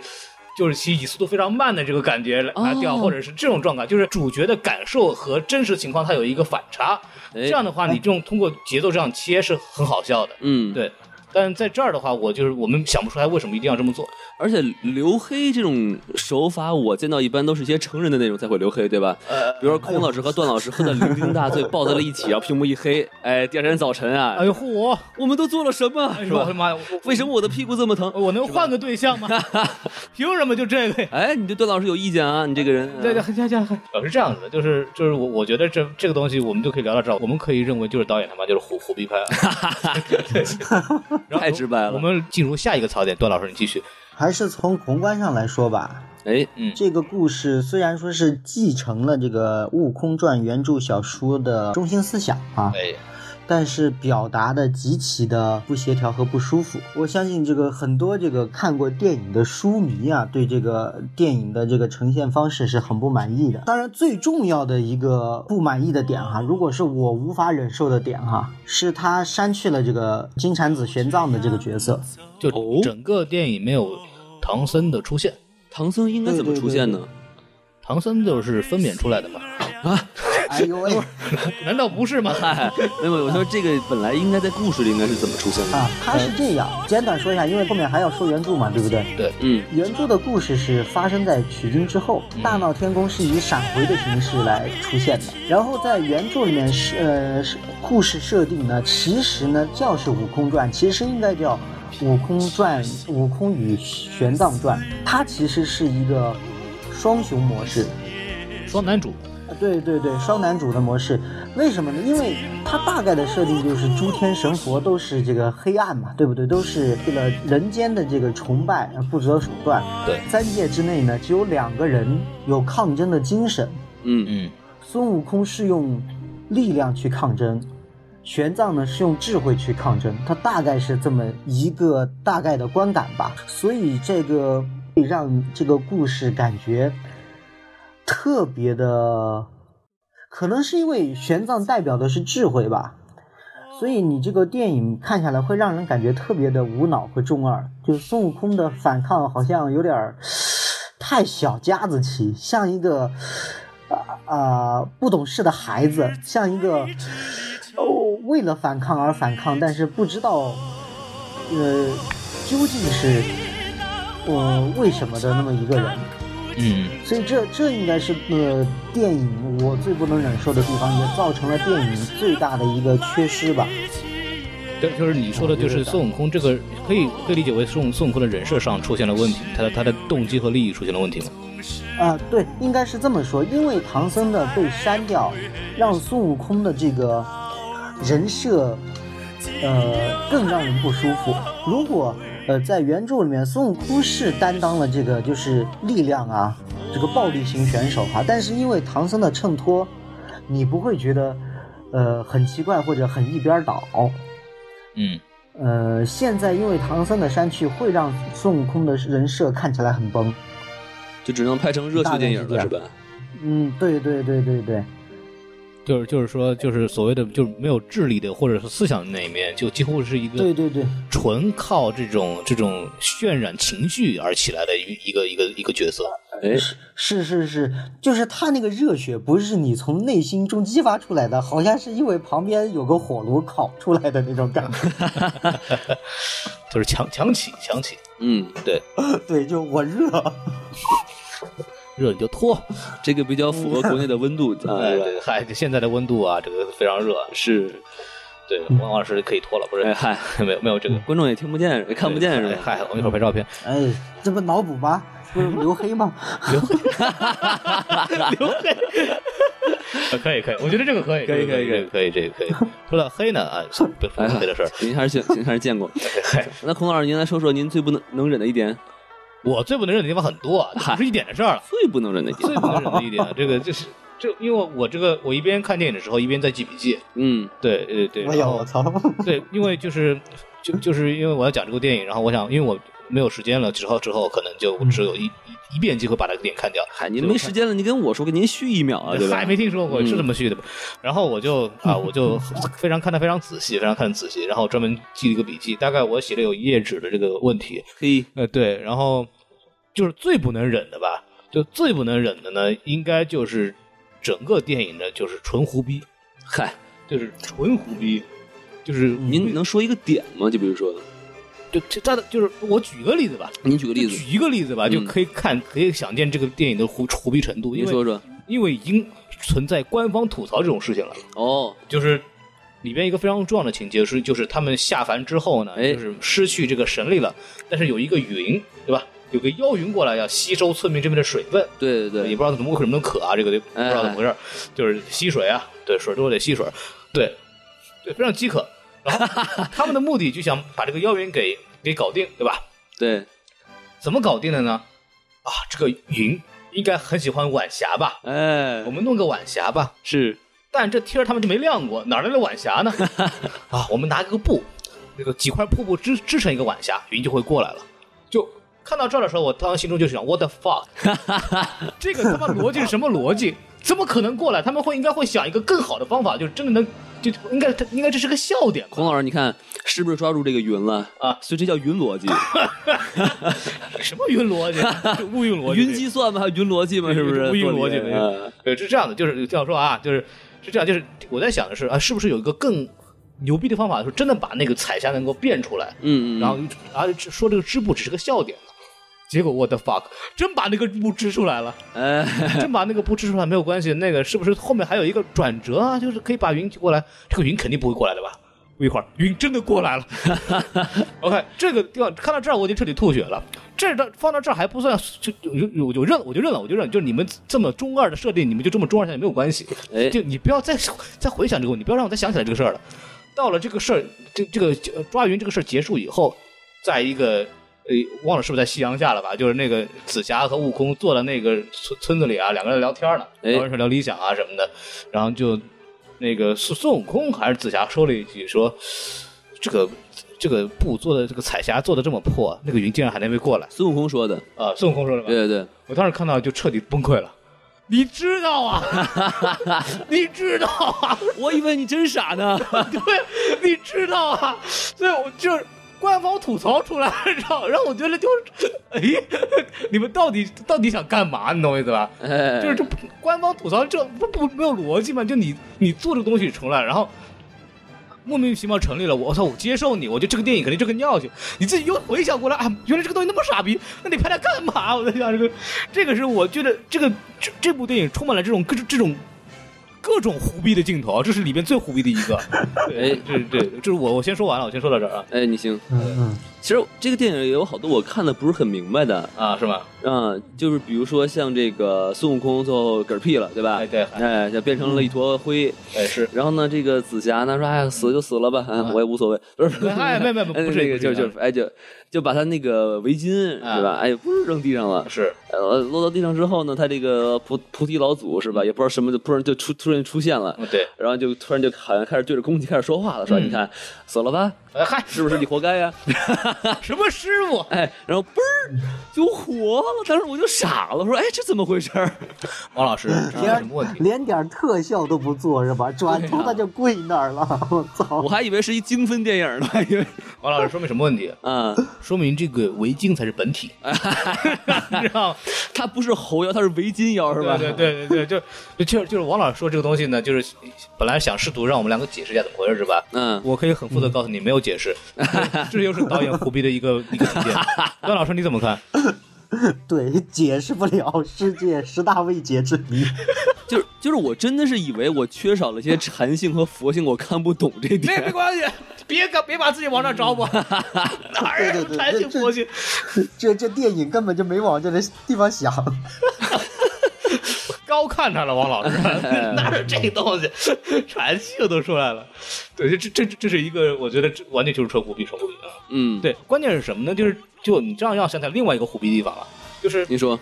Speaker 2: 就是其实以速度非常慢的这个感觉来来掉，
Speaker 3: 哦
Speaker 2: 或者是这种状态，就是主角的感受和真实情况它有一个反差。
Speaker 3: 哎
Speaker 2: 这样的话，你这种通过节奏这样切是很好笑的。
Speaker 3: 嗯，
Speaker 2: 对，但在这儿的话，我就是我们想不出来为什么一定要这么做。
Speaker 3: 而且留黑这种手法，我见到一般都是一些成人的那种才会留黑，对吧？
Speaker 2: 呃，
Speaker 3: 比如说孔老师和段老师喝的酩
Speaker 2: (laughs)
Speaker 3: 酊大醉，抱在了一起，然后屏幕一黑，哎，第二天早晨啊，
Speaker 2: 哎呦嚯我，
Speaker 3: 我们都做了什么？
Speaker 2: 哎
Speaker 3: 是
Speaker 2: 呦我的
Speaker 3: 吧？
Speaker 2: 妈呀，我
Speaker 3: 为什么我的屁股这么疼？
Speaker 2: 我能换个对 (laughs) 象吗？凭什么就这个呀？
Speaker 3: 哎，你对段老师有意见啊？你这个人，
Speaker 2: 对对，很像像很，呃是这样子的，就是就是我我觉得这这个东西我们就可以聊到这儿，我们可以认为就是导演他妈就是胡胡逼
Speaker 3: (laughs)
Speaker 2: 拍、啊，对然后
Speaker 3: 太直白了
Speaker 2: 我们进入下一个槽点，段老师你继续。
Speaker 1: 还是从宏观上来说吧，
Speaker 3: 哎，
Speaker 1: 这个故事虽然说是继承了这个《悟空传》原著小说的中心思想啊，
Speaker 2: 哎，
Speaker 1: 但是表达的极其的不协调和不舒服。我相信这个很多这个看过电影的书迷啊，对这个电影的这个呈现方式是很不满意的。当然，最重要的一个不满意的点哈、如果是我无法忍受的点哈、是他删去了这个金蝉子玄奘的这个角色。
Speaker 2: 就
Speaker 3: 哦
Speaker 2: 整个电影没有唐僧的出现，
Speaker 3: 唐僧应该怎么出现呢？
Speaker 2: 唐僧就是分娩出来的嘛，
Speaker 1: 哎呦喂！
Speaker 2: 难道不是吗？
Speaker 3: 嗨，哎没有，我说这个本来应该在故事里应该是怎么出现的？
Speaker 1: 啊，他是这样，简短说一下，因为后面还要说原著嘛，对不对？
Speaker 2: 对，
Speaker 3: 嗯，
Speaker 1: 原著的故事是发生在取经之后，大闹天宫是以闪回的形式来出现的。然后在原著里面是呃是故事设定呢，其实呢叫是《悟空传》，其实应该叫《悟空传》《悟空与玄奘传》，它其实是一个双雄模式。
Speaker 2: 双男主，
Speaker 1: 对对对，双男主的模式，为什么呢？因为它大概的设定就是诸天神佛都是这个黑暗嘛，对不对？都是这个人间的这个崇拜，呃不择手段。
Speaker 2: 对，
Speaker 1: 三界之内呢，只有两个人有抗争的精神。
Speaker 3: 嗯，
Speaker 2: 嗯，
Speaker 1: 孙悟空是用力量去抗争，玄奘呢是用智慧去抗争，他大概是这么一个大概的观感吧。所以这个会让这个故事感觉特别的，可能是因为玄奘代表的是智慧吧。所以你这个电影看下来会让人感觉特别的无脑和中二，就是孙悟空的反抗好像有点儿太小家子气，像一个啊、呃不懂事的孩子，像一个哦为了反抗而反抗，但是不知道呃究竟是我、呃为什么的那么一个人。
Speaker 2: 嗯，
Speaker 1: 所以这这应该是呃电影我最不能忍受的地方，也造成了电影最大的一个缺失吧。
Speaker 2: 对，就是你说的，就是孙悟空这个可以可以理解为孙孙悟空的人设上出现了问题，他的他的动机和利益出现了问题吗？
Speaker 1: 啊，对，应该是这么说，因为唐僧的被删掉，让孙悟空的这个人设，呃，更让人不舒服。如果呃在原著里面，孙悟空是担当了这个就是力量啊，这个暴力型选手哈、但是因为唐僧的衬托，你不会觉得呃很奇怪或者很一边倒。
Speaker 2: 嗯，
Speaker 1: 呃，现在因为唐僧的删去，会让孙悟空的人设看起来很崩。
Speaker 3: 就只能拍成热血电影了，是吧？
Speaker 1: 嗯，对对对对对。
Speaker 2: 就是就是说，就是所谓的就是没有智力的或者是思想的那一面，就几乎是一个
Speaker 1: 对对对，
Speaker 2: 纯靠这种这种渲染情绪而起来的一一个一个一个角色。
Speaker 3: 哎，
Speaker 1: 是是是，就是他那个热血不是你从内心中激发出来的，好像是因为旁边有个火炉烤出来的那种感觉。 (laughs)
Speaker 2: 就是强强起强起，
Speaker 3: 嗯，
Speaker 2: 对，
Speaker 1: 对，就我热。
Speaker 2: 热你就脱，
Speaker 3: 这个比较符合国内的温度啊，
Speaker 2: (laughs) 哎，
Speaker 3: 是吧
Speaker 2: 对，嗨，现在的温度啊，这个非常热，
Speaker 3: 是，
Speaker 2: 对，王老师可以脱了，不是
Speaker 3: 哎？嗨，
Speaker 2: (laughs) 没有没有这个
Speaker 3: 观众也听不见，也看不见是
Speaker 2: 哎
Speaker 3: 吧？
Speaker 2: 嗨，我们一会儿拍照片，
Speaker 1: 哎，这不脑补吗？不是刘黑吗？
Speaker 2: 啊可以可以，我觉得这个可以，
Speaker 3: 可以
Speaker 2: 这个
Speaker 3: 可以
Speaker 2: 可以，这个可以。 (laughs) 除了黑呢，啊，不不黑的事儿，
Speaker 3: 您哎还是见， (laughs) 您还是见过。
Speaker 2: 哎
Speaker 3: 那孔老师，您来说说您最不能能忍的一点，
Speaker 2: 我最不能忍的地方很多，啊，这不是一点的事 (laughs) 儿了。
Speaker 3: 最不能忍的一点，
Speaker 2: 最不能忍的一点，这个就是这，因为我这个我一边看电影的时候一边在记笔记，
Speaker 3: 嗯，
Speaker 2: 对对对，
Speaker 1: 我
Speaker 2: 然
Speaker 1: 有，
Speaker 2: 后
Speaker 1: 哎我操！
Speaker 2: 对，因为就是就就是因为我要讲这部电影，然后我想，因为我没有时间了，之后之后可能就只有一、一一遍机会把这个电影看掉。哎
Speaker 3: 嗨，您没时间了，你跟我说，给您续一秒啊，对吧
Speaker 2: 还？没听说过
Speaker 3: 嗯
Speaker 2: 是这么续的吧？然后我就啊，我就非常看的非常仔细，非常看得仔细，然后专门记了一个笔记，大概我写了有一页纸的这个问题。
Speaker 3: 嘿，
Speaker 2: 呃，对，然后就是最不能忍的吧，就最不能忍的呢，应该就是整个电影的就是纯胡逼，
Speaker 3: (laughs) 嗨，嗯
Speaker 2: 就是纯胡逼，就是
Speaker 3: 您能说一个点吗？就比如说，
Speaker 2: 就这他的就是我举个例子吧，
Speaker 3: 您举个例
Speaker 2: 就
Speaker 3: 子，
Speaker 2: 举一个例子吧，
Speaker 3: 嗯
Speaker 2: 就可以看可以想见这个电影的胡胡逼程度，因
Speaker 3: 您
Speaker 2: 为
Speaker 3: 说说。
Speaker 2: 因为已经存在官方吐槽这种事情了，
Speaker 3: 哦，
Speaker 2: 就是。里边一个非常重要的情节是，就是他们下凡之后呢，
Speaker 3: 哎
Speaker 2: 就是失去这个神力了，但是有一个云，对吧？有个妖云过来要吸收村民这边的水分，
Speaker 3: 对对对，哎
Speaker 2: 也不知道怎么为什么能渴啊，这个就不知道怎么回事儿，就是吸水啊，对，水都得吸水，对，对，非常饥渴。然
Speaker 3: (laughs)
Speaker 2: 后他们的目的就想把这个妖云给给搞定，对吧？
Speaker 3: 对，
Speaker 2: 怎么搞定的呢？啊，这个云应该很喜欢晚霞吧？
Speaker 3: 哎，
Speaker 2: 我们弄个晚霞吧。
Speaker 3: 是
Speaker 2: 但这天儿他们就没亮过，哪来的晚
Speaker 3: (laughs)
Speaker 2: 霞呢？啊，我们拿个布，那个几块瀑布支支成一个晚霞，云就会过来了。就看到这儿的时候，我当时心中就想，what the
Speaker 3: (laughs)
Speaker 2: fuck，这个他妈逻辑是什么逻辑？怎么可能过来？他们会应该会想一个更好的方法，就是真的能，就应该他应该这是个笑点
Speaker 3: (laughs)
Speaker 2: 吧
Speaker 3: 孔老师，你看是不是抓住这个云了
Speaker 2: 啊
Speaker 3: 所以这叫云
Speaker 2: (laughs)
Speaker 3: 逻辑，
Speaker 2: 什么云
Speaker 3: (laughs)
Speaker 2: 逻辑？这乌云逻辑，
Speaker 3: 云计算吗？还有云逻辑吗？是不是？
Speaker 2: 乌云
Speaker 3: 做
Speaker 2: 逻
Speaker 3: 理
Speaker 2: 辑
Speaker 3: 嗯
Speaker 2: 对，呃是这样的，就是这样说啊，就是是这样，就是我在想的是啊，是不是有一个更牛逼的方法，就是真的把那个彩霞能够变出来，
Speaker 3: 嗯嗯，
Speaker 2: 然后啊说这个织布只是个笑点了。结果我的 fuck，真把那个布织出来了，
Speaker 3: 哎，
Speaker 2: (laughs) 真把那个布织出来没有关系，那个是不是后面还有一个转折啊？就是可以把云过来，这个云肯定不会过来的吧？不一会儿云真的过来了。OK，这个地方看到这儿我就彻底吐血了。这儿的放到这儿还不算，就有有有认我就认了，我就认了，就是你们这么中二的设定，你们就这么中二下去没有关系。
Speaker 3: 哎
Speaker 2: 就你不要再再回想这个问题，不要让我再想起来这个事儿了。到了这个事儿，这这个呃抓云这个事儿结束以后，在一个呃忘了是不是在夕阳下了吧，就是那个紫霞和悟空坐在那个村村子里啊，两个人聊天呢，
Speaker 3: 哎
Speaker 2: 聊人说聊理想啊什么的，然后就那个孙孙悟空还是紫霞说了一句说，这个这个布做的这个彩霞做的这么破，那个云竟然还能没过来
Speaker 3: 孙悟空说的，
Speaker 2: 啊、孙悟空说了吧？
Speaker 3: 对对
Speaker 2: 我当时看到就彻底崩溃了。你知道 (laughs) 啊，你知道 (laughs) 啊，
Speaker 3: 对，我以为你真傻呢，
Speaker 2: 对，你知道啊，所以我就是官方吐槽出来，让让我觉得就是，哎，你们到底到底想干嘛？你懂我意思吧？
Speaker 3: (laughs) 哎，
Speaker 2: 就是这不官方吐槽这不不没有逻辑吗？就你你做这个东西出来，然后莫名其妙成立了，我操，我接受你，我觉得这个电影肯定这个尿性，你自己又回想过来啊，原来这个东西那么傻逼，那你拍它干嘛？我在想这个， (laughs) 这个是我觉得这个这这部电影充满了这种各种这种。各种胡逼的镜头，这是里边最胡逼的一 (laughs) 个。对，这这这是我我先说完了，我先说到这儿啊
Speaker 3: 哎，你行。
Speaker 1: 嗯
Speaker 3: 其实这个电影也有好多我看的不是很明白的，
Speaker 2: 啊，是吗？
Speaker 3: 嗯，就是比如说像这个孙悟空最后嗝屁了，对吧？
Speaker 2: 哎对
Speaker 3: 哎，就变成了一坨灰。
Speaker 2: 哎是，
Speaker 3: 然后呢，这个紫霞呢说：“哎，死就死了吧，哎，我也无所谓。”不是，
Speaker 2: 啊哎没没
Speaker 3: (laughs)
Speaker 2: 没不是
Speaker 3: 这
Speaker 2: 不
Speaker 3: 个，
Speaker 2: 是
Speaker 3: 就
Speaker 2: 这
Speaker 3: 就
Speaker 2: 样
Speaker 3: 是哎，就就把他那个围巾是
Speaker 2: 啊
Speaker 3: 吧？哎，不是扔地上了，
Speaker 2: 是
Speaker 3: 呃，落到地上之后呢，他这个菩菩提老祖是吧？也不知道什么，就突然就出突然出现了，
Speaker 2: 嗯对。
Speaker 3: 然后就突然就好像开始对着空气开始说话了，说：“你看，死了
Speaker 2: 哎
Speaker 3: 吧？
Speaker 2: 嗨，
Speaker 3: 是不是你活该呀、
Speaker 2: 什么师傅？
Speaker 3: 哎，然后嘣儿就活了，当时我就傻了，我说：“哎，这怎么回事儿？”
Speaker 2: 王老师，这是什么问题？
Speaker 1: 连点特效都不做是吧？转头他就跪那儿了， (laughs) 我操
Speaker 3: 我！还以为是一精分电影呢，还以为
Speaker 2: 王老师说明什么问题？
Speaker 3: 啊，
Speaker 2: 说明这个围巾才是本 (laughs) 体，你知道吗？
Speaker 3: 他不是猴腰，他是围巾腰是吧？
Speaker 2: 对对对对，就就就是就是王老师说这个东西呢，就是本来想试图让我们两个解释一下怎么回事，是吧？
Speaker 3: 嗯，
Speaker 2: 我可以很负责告诉你，没有解 (laughs) 释，这又是导演胡逼的一个 (laughs) 一个体现。段老师你怎么看？
Speaker 1: 对， (laughs) 解释不了世界十大未解之谜。 (laughs)
Speaker 3: 就是就是，我真的是以为我缺少了一些禅性和佛性，我看不懂这
Speaker 2: (laughs) 没
Speaker 3: 点
Speaker 2: 没。关系，别搞别把自己往那找我， (laughs) 哪儿有弹性佛性？
Speaker 1: 这这电影根本就没往这个地方想。
Speaker 2: 高看他了，王老师， (laughs) 哪有这东西？ (laughs) 传性都出来了，对，这这这这是一个，我觉得这完全就是吹胡逼，吹胡逼啊！
Speaker 3: 嗯，，
Speaker 2: 对，关键是什么呢？就是就你这样要想起来另外一个虎逼地方了，就是
Speaker 3: 您说，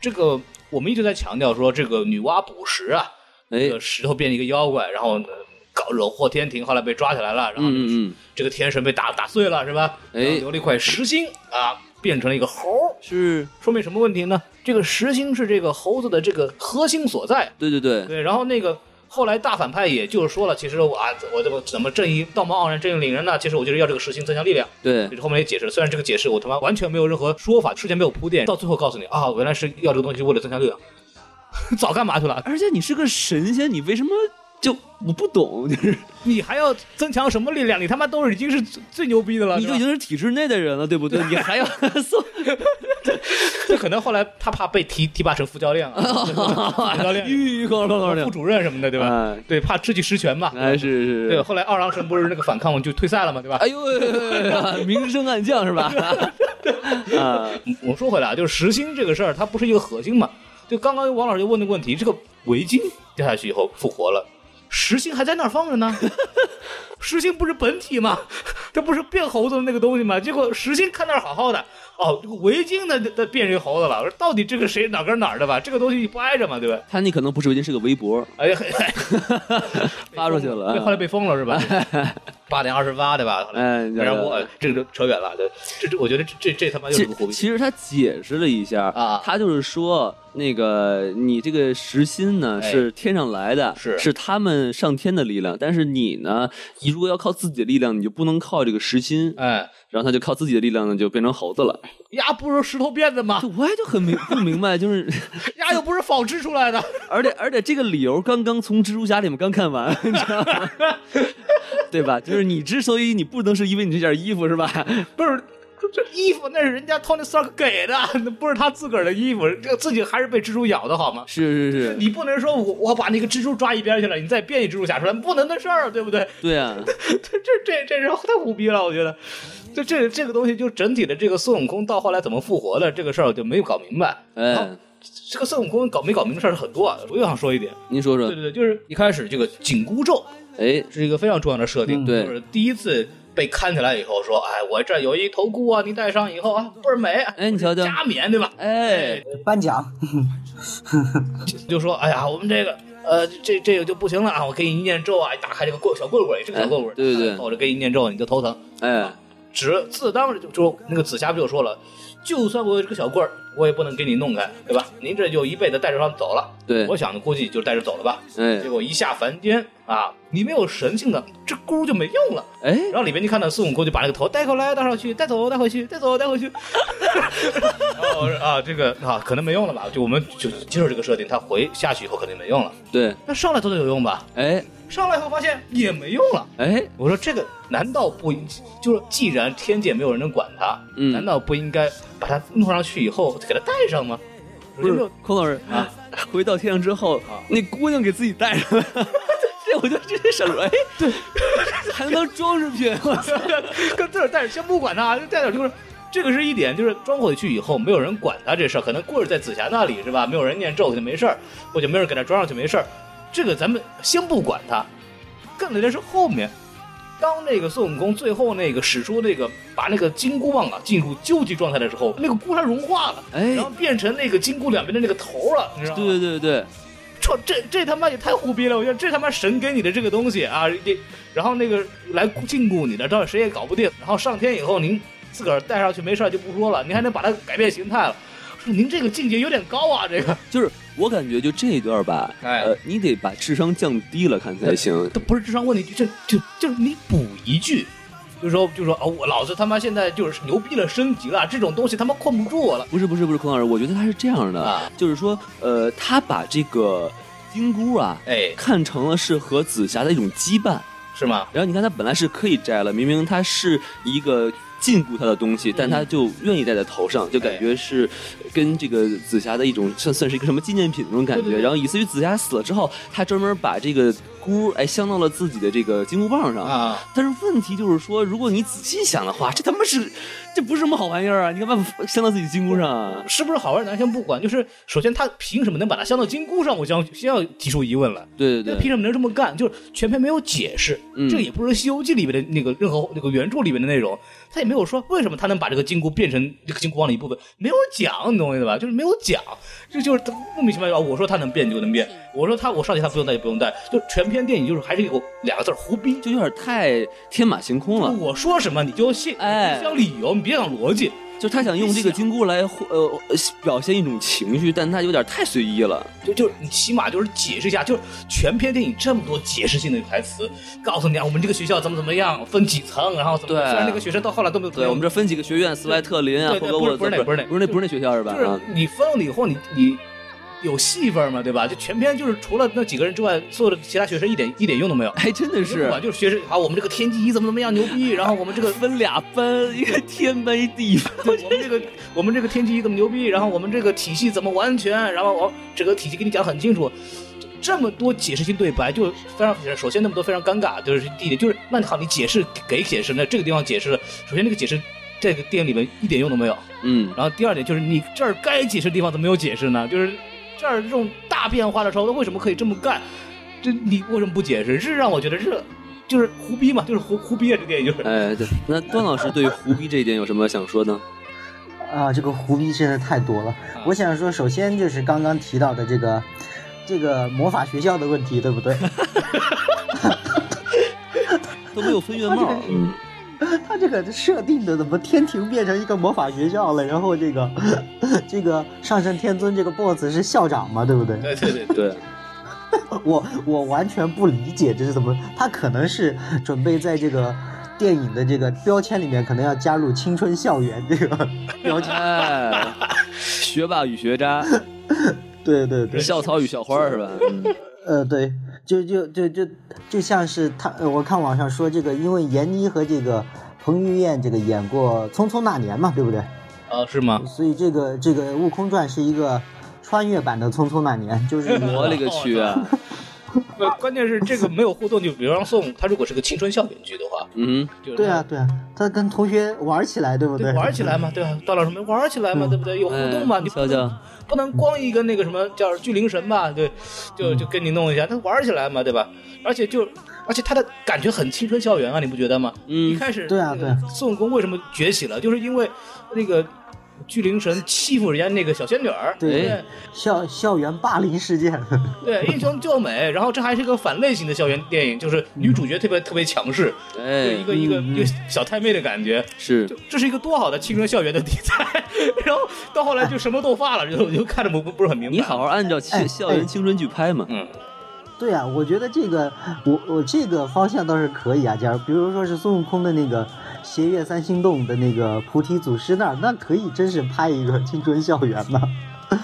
Speaker 2: 这个我们一直在强调说这个女娲补石啊，
Speaker 3: 哎
Speaker 2: 这，个石头变成一个妖怪，然后呢搞惹祸天庭，后来被抓起来了，然后
Speaker 3: 嗯嗯嗯
Speaker 2: 这个天神被打打碎了是吧？
Speaker 3: 哎
Speaker 2: 然后留了一块石心啊，变成了一个猴儿，
Speaker 3: 是，
Speaker 2: 说明什么问题呢？这个石心是这个猴子的这个核心所在，
Speaker 3: 对对对，
Speaker 2: 对，然后那个后来大反派也就是说了，其实我啊，我这个怎么正义道貌岸然正义凛然呢？其实我就是要这个实行增强力量。
Speaker 3: 对
Speaker 2: 就是后面也解释了，虽然这个解释我他妈完全没有任何说法，事先没有铺垫，到最后告诉你啊，原 (laughs) 来是要这个东西是为了增强力量，早干嘛去了？
Speaker 3: 而且你是个神仙，你为什么就我不懂，就是
Speaker 2: 你还要增强什么力量？你他妈都是已经是最最牛逼的了，
Speaker 3: 你就已
Speaker 2: 是吧
Speaker 3: 经是体制内的人了，对不对？你还要送
Speaker 2: (laughs) 这可能后来他怕被提提拔成副教练 (laughs) 啊，副
Speaker 3: (laughs)
Speaker 2: 教练、
Speaker 3: 吁哐啷哐
Speaker 2: 副
Speaker 3: 啷
Speaker 2: 主任什么的，对吧？
Speaker 3: 哎
Speaker 2: 对，怕肢体失权嘛。
Speaker 3: 哎，是是
Speaker 2: 对，
Speaker 3: 是，
Speaker 2: 后来二郎神不是那个反抗就退赛了嘛，对吧？
Speaker 3: 哎呦喂，喂喂
Speaker 2: (laughs)
Speaker 3: 喂明升暗降是吧？啊，
Speaker 2: 我说回来啊，就是时薪这个事儿，它不是一个核心嘛？就刚刚王老师就问那个问题，这个围巾掉下去以后复活了，时薪还在那儿放着
Speaker 3: (laughs)
Speaker 2: 呢。时薪不是本体吗？这不是变猴子的那个东西吗？结果时薪看那儿好好的，哦，这个围巾呢，它变成猴子了。我说到底这个谁哪跟哪儿的吧？这个东西不挨着嘛，对吧？
Speaker 3: 他那可能不是围巾，是个围脖，
Speaker 2: 哎呀，嘿
Speaker 3: (laughs)
Speaker 2: 嘿
Speaker 3: 发出去了。
Speaker 2: 被后来被封了
Speaker 3: (laughs)
Speaker 2: 是吧？八点二十八对吧？
Speaker 3: 哎，
Speaker 2: (laughs) 然后我哎这个就扯远了，对，这这我觉得这这这他妈又
Speaker 3: 其
Speaker 2: 是个胡逼
Speaker 3: 其实他解释了一下
Speaker 2: 啊
Speaker 3: 他就是说那个你这个时薪呢、
Speaker 2: 哎
Speaker 3: 是天上来的，
Speaker 2: 是
Speaker 3: 是他们上天的力量，但是你呢，你如果要靠自己的力量，你就不能靠这个时薪，
Speaker 2: 哎，
Speaker 3: 然后他就靠自己的力量呢，就变成猴子了。
Speaker 2: 呀，不是石头变的吗？
Speaker 3: 就我也就很明不明白，就是
Speaker 2: 呀，又不是纺织出来的。
Speaker 3: 而且而且这个理由刚刚从蜘蛛侠里面刚看完， (laughs) 你知道吗？对吧？就是你之所以你不能是因为你这件衣服是吧？
Speaker 2: (laughs) 不是，这这衣服那是人家 Tony Stark 给的，那不是他自个儿的衣服，这自己还是被蜘蛛咬的好吗？
Speaker 3: 是是是，
Speaker 2: 你不能说我我把那个蜘蛛抓一边去了，你再变一蜘蛛侠出来，不能的事儿，对不对？ (laughs)
Speaker 3: 对啊，
Speaker 2: 这这这这人太胡逼了，我觉得。就这这个东西，就整体的这个孙悟空到后来怎么复活的这个事儿，我就没有搞明白。好
Speaker 3: 哎，
Speaker 2: 这个孙悟空搞没搞明白事儿很多啊，我又想说一点，
Speaker 3: 您说
Speaker 2: 对
Speaker 3: 说，
Speaker 2: 对对，就是一开始这个紧箍咒，
Speaker 3: 哎，
Speaker 2: 是一个非常重要的设定，
Speaker 3: 嗯对
Speaker 2: 就是第一次被看起来以后说，哎，我这儿有一头箍啊，你戴上以后啊，倍儿美，
Speaker 3: 哎你瞧
Speaker 2: (laughs)
Speaker 3: 瞧
Speaker 2: 加冕对吧？
Speaker 3: 哎，
Speaker 1: 颁奖，
Speaker 2: 就说，哎呀，我们这个。呃，这这个就不行了啊！我给你念咒啊，一打开这个棍小棍棍，这个小棍棍，
Speaker 3: 哎对对对
Speaker 2: 然后我就给你念咒，你就头疼。
Speaker 3: 哎，
Speaker 2: 只自当时就说那个紫霞不就说了，就算我有这个小棍儿，我也不能给你弄开，对吧？您这就一辈子带着它走了。
Speaker 3: 对
Speaker 2: 我，想估计就是带着走了吧。
Speaker 3: 哎
Speaker 2: 结，果一下凡间啊，你没有神性了，这箍就没用了。
Speaker 3: 哎，
Speaker 2: 然后里面就看到孙悟空就把那个头带过来带上去，带走带回去，带走带回去。 (laughs) 然后我说啊，这个啊可能没用了吧？就我们就接受这个设定，他回下去以后肯定没用了。
Speaker 3: 对，
Speaker 2: 那上来总得有用吧？
Speaker 3: 哎，
Speaker 2: 上来以后发现也没用了。
Speaker 3: 哎，
Speaker 2: 我说这个难道不就是既然天界没有人能管他，
Speaker 3: 嗯
Speaker 2: 难道不应该把他弄上去以后给他带上吗？
Speaker 3: 不
Speaker 2: 有没
Speaker 3: 是
Speaker 2: 有，
Speaker 3: 孔老师啊，回到天上之后
Speaker 2: 啊，
Speaker 3: 那姑娘给自己戴上了， (laughs) 这我就直接想说，哎，对，还能当装饰
Speaker 2: (laughs)
Speaker 3: 品，我操，
Speaker 2: 跟自个儿带着，先不管他，就带点就是。这个是一点，就是装回去以后没有人管他这事儿，可能棍儿在紫霞那里是吧？没有人念咒可就没事儿，或者没有人给他装上去没事儿。这个咱们先不管他，更的是后面，当那个孙悟空最后那个使出那个把那个金箍棒啊进入究极状态的时候，那个箍它融化了，
Speaker 3: 哎
Speaker 2: 然，后变成那个金箍两边的那个头了，你知道吗？
Speaker 3: 对对对，
Speaker 2: 这这这他妈也太胡逼了！我觉得这他妈神给你的这个东西啊，你然后那个来禁锢你的，到底谁也搞不定。然后上天以后，您自个儿带上去没事儿就不说了，您还能把它改变形态了。说您这个境界有点高啊，这个
Speaker 3: 就是我感觉就这一段吧，
Speaker 2: 哎
Speaker 3: 呃，你得把智商降低了看才行，
Speaker 2: 都不是智商问题，就就就是你补一句，就说就说啊、我老子他妈现在就是牛逼了，升级了，这种东西他妈控不住我了。
Speaker 3: 不是不是不是，孔老师，我觉得他是这样的，
Speaker 2: 啊
Speaker 3: 就是说，呃，他把这个金箍啊。
Speaker 2: 哎，
Speaker 3: 看成了是和紫霞的一种羁绊，
Speaker 2: 是吗？
Speaker 3: 然后你看他本来是可以摘了，明明他是一个禁锢他的东
Speaker 2: 嗯
Speaker 3: 西，但他就愿意戴在头上，就感觉是跟这个紫霞的一种算算是一个什么纪念品那种感觉。
Speaker 2: 对对对
Speaker 3: 然后以至于紫霞死了之后，他专门把这个箍哎镶到了自己的这个金箍棒上。
Speaker 2: 啊，
Speaker 3: 但是问题就是说，如果你仔细想的话，这他妈是这不是什么好玩意儿啊！你干嘛镶到自己金箍上啊？
Speaker 2: 是不是好玩儿咱先不管，就是首先他凭什么能把它镶到金箍上，我将先要提出疑问来。
Speaker 3: 对对
Speaker 2: 那凭
Speaker 3: 对，
Speaker 2: 什么能这么干？就是全篇没有解释，
Speaker 3: 嗯
Speaker 2: 这个也不是《西游记》里面的那个任何那个原著里面的内容，他也没有说为什么他能把这个金箍变成这个金箍棒的一部分，没有讲，你懂我意思吧？就是没有讲，这就是他莫名其妙。哦我说他能变就能变，
Speaker 3: 嗯
Speaker 2: 我说他我上去他不用带就不用带，就全篇电影就是还是有两个字儿胡逼，
Speaker 3: 就有点太天马行空了。
Speaker 2: 我说什么你就信，
Speaker 3: 嗯哎
Speaker 2: 你别想理由，你别想逻辑，
Speaker 3: 就他想用这个金箍来呃表现一种情绪，但他有点太随意了。
Speaker 2: 就就你起码就是解释一下，就是全篇电影这么多解释性的台词，告诉你啊，我们这个学校怎么怎么样，分几层，然后怎么，
Speaker 3: 对
Speaker 2: 虽然那个学生到后来都没有，
Speaker 3: 对我们这分几个学院，斯莱特林啊，
Speaker 2: 对对
Speaker 3: 霍格沃
Speaker 2: 不是
Speaker 3: 兹，
Speaker 2: 不是那
Speaker 3: 啊不是那不是那学校是吧？
Speaker 2: 就是
Speaker 3: 啊
Speaker 2: 你分了以后，你你有戏份吗？对吧？就全篇就是除了那几个人之外，所有的其他学生一点一点用都没有。
Speaker 3: 哎，真的
Speaker 2: 不
Speaker 3: 是
Speaker 2: 管就是学生好，我们这个天机一怎么怎么样牛逼，然后我们这个
Speaker 3: 分俩班，一个天班，一地班。
Speaker 2: 对 (laughs) 我们这个我们这个天气怎么牛逼，然后我们这个体系怎么完全，然后我整个体系给你讲得很清楚，这这么多解释性对白，就非常首先那么多非常尴尬，就是第一点就是那好，你解释给解释，那这个地方解释了，首先这个解释。这个电影里面一点用都没有。
Speaker 3: 嗯，
Speaker 2: 然后第二点就是，你这儿该解释的地方怎么没有解释呢？就是这儿这种大变化的时候，它为什么可以这么干？这你为什么不解释？是让我觉得这就是胡逼嘛，就是胡胡逼啊！这电影就是。
Speaker 3: 哎，对，那段老师对于胡逼这一点有什么想说呢？
Speaker 1: 啊，这个胡逼真的太多了。我想说，首先就是刚刚提到的这个这个魔法学校的问题，对不对？ (laughs)
Speaker 3: 都没有分院帽，嗯，
Speaker 1: 他这个设定的怎么天庭变成一个魔法学校了？然后这个 (laughs) 这个上圣天尊这个 BOSS 是校长嘛，对不对？
Speaker 2: 呃对对对，
Speaker 3: 对，
Speaker 1: 我我完全不理解这是怎么，他可能是准备在这个电影的这个标签里面可能要加入青春校园这个 (laughs) 标签。
Speaker 3: 哎，学霸与学渣，
Speaker 1: 对对对，
Speaker 3: 校草与校花是吧？嗯
Speaker 1: 呃，对，就就就就就像是他，呃我看网上说这个，因为闫妮和这个彭于晏这个演过《匆匆那年》嘛，对不对？
Speaker 2: (laughs) 啊，是吗？
Speaker 1: 所以这个这个《悟空传》是一个穿越版的《匆匆那年》，
Speaker 2: (laughs)
Speaker 1: 就是一
Speaker 3: 我
Speaker 1: 个
Speaker 3: 勒个去啊！
Speaker 2: 呃，关键是这个没有互动，就比方说，他如果是个青春校园剧的话，
Speaker 3: 嗯，
Speaker 2: 就是
Speaker 1: 对啊，对啊，他跟同学玩起来，对不对？
Speaker 2: 对，
Speaker 1: 嗯
Speaker 2: 玩起来嘛，对吧？大老师们玩起来嘛，对不对？有互动嘛，
Speaker 3: 哎
Speaker 2: 你不
Speaker 3: 瞧瞧
Speaker 2: 能不能光一个那个什么叫巨灵神吧？对，
Speaker 3: 嗯
Speaker 2: 就就跟你弄一下，他玩起来嘛，对吧？而且就而且他的感觉很青春校园啊，你不觉得吗？一
Speaker 3: 嗯，
Speaker 2: 开始
Speaker 1: 对啊
Speaker 2: 那个
Speaker 1: 对啊
Speaker 2: 孙悟空为什么崛起了？就是因为那个巨灵神欺负人家那个小仙女儿，
Speaker 1: 对
Speaker 2: 不
Speaker 3: 哎
Speaker 2: 对
Speaker 1: (laughs) 校校园霸凌事件，
Speaker 2: 对，英雄救美。然后这还是个反类型的校园电影，就是
Speaker 1: 嗯
Speaker 2: 女主角特别特别强势，就
Speaker 3: 哎
Speaker 2: 一，个一个
Speaker 1: 嗯嗯
Speaker 2: 一个小太妹的感觉。
Speaker 3: 是
Speaker 2: 就这是一个多好的青春校园的题材， (laughs) 然后到后来就什么都发了，就就看着不不是很明白。
Speaker 3: 你好，好按照校
Speaker 1: 哎
Speaker 3: 校园青春剧拍嘛。
Speaker 2: 嗯，
Speaker 1: 对啊，我觉得这个我我这个方向倒是可以啊，假如比如说是孙悟空的那个邪月三星洞的那个菩提祖师那儿，那可以真是拍一个青春校园呢。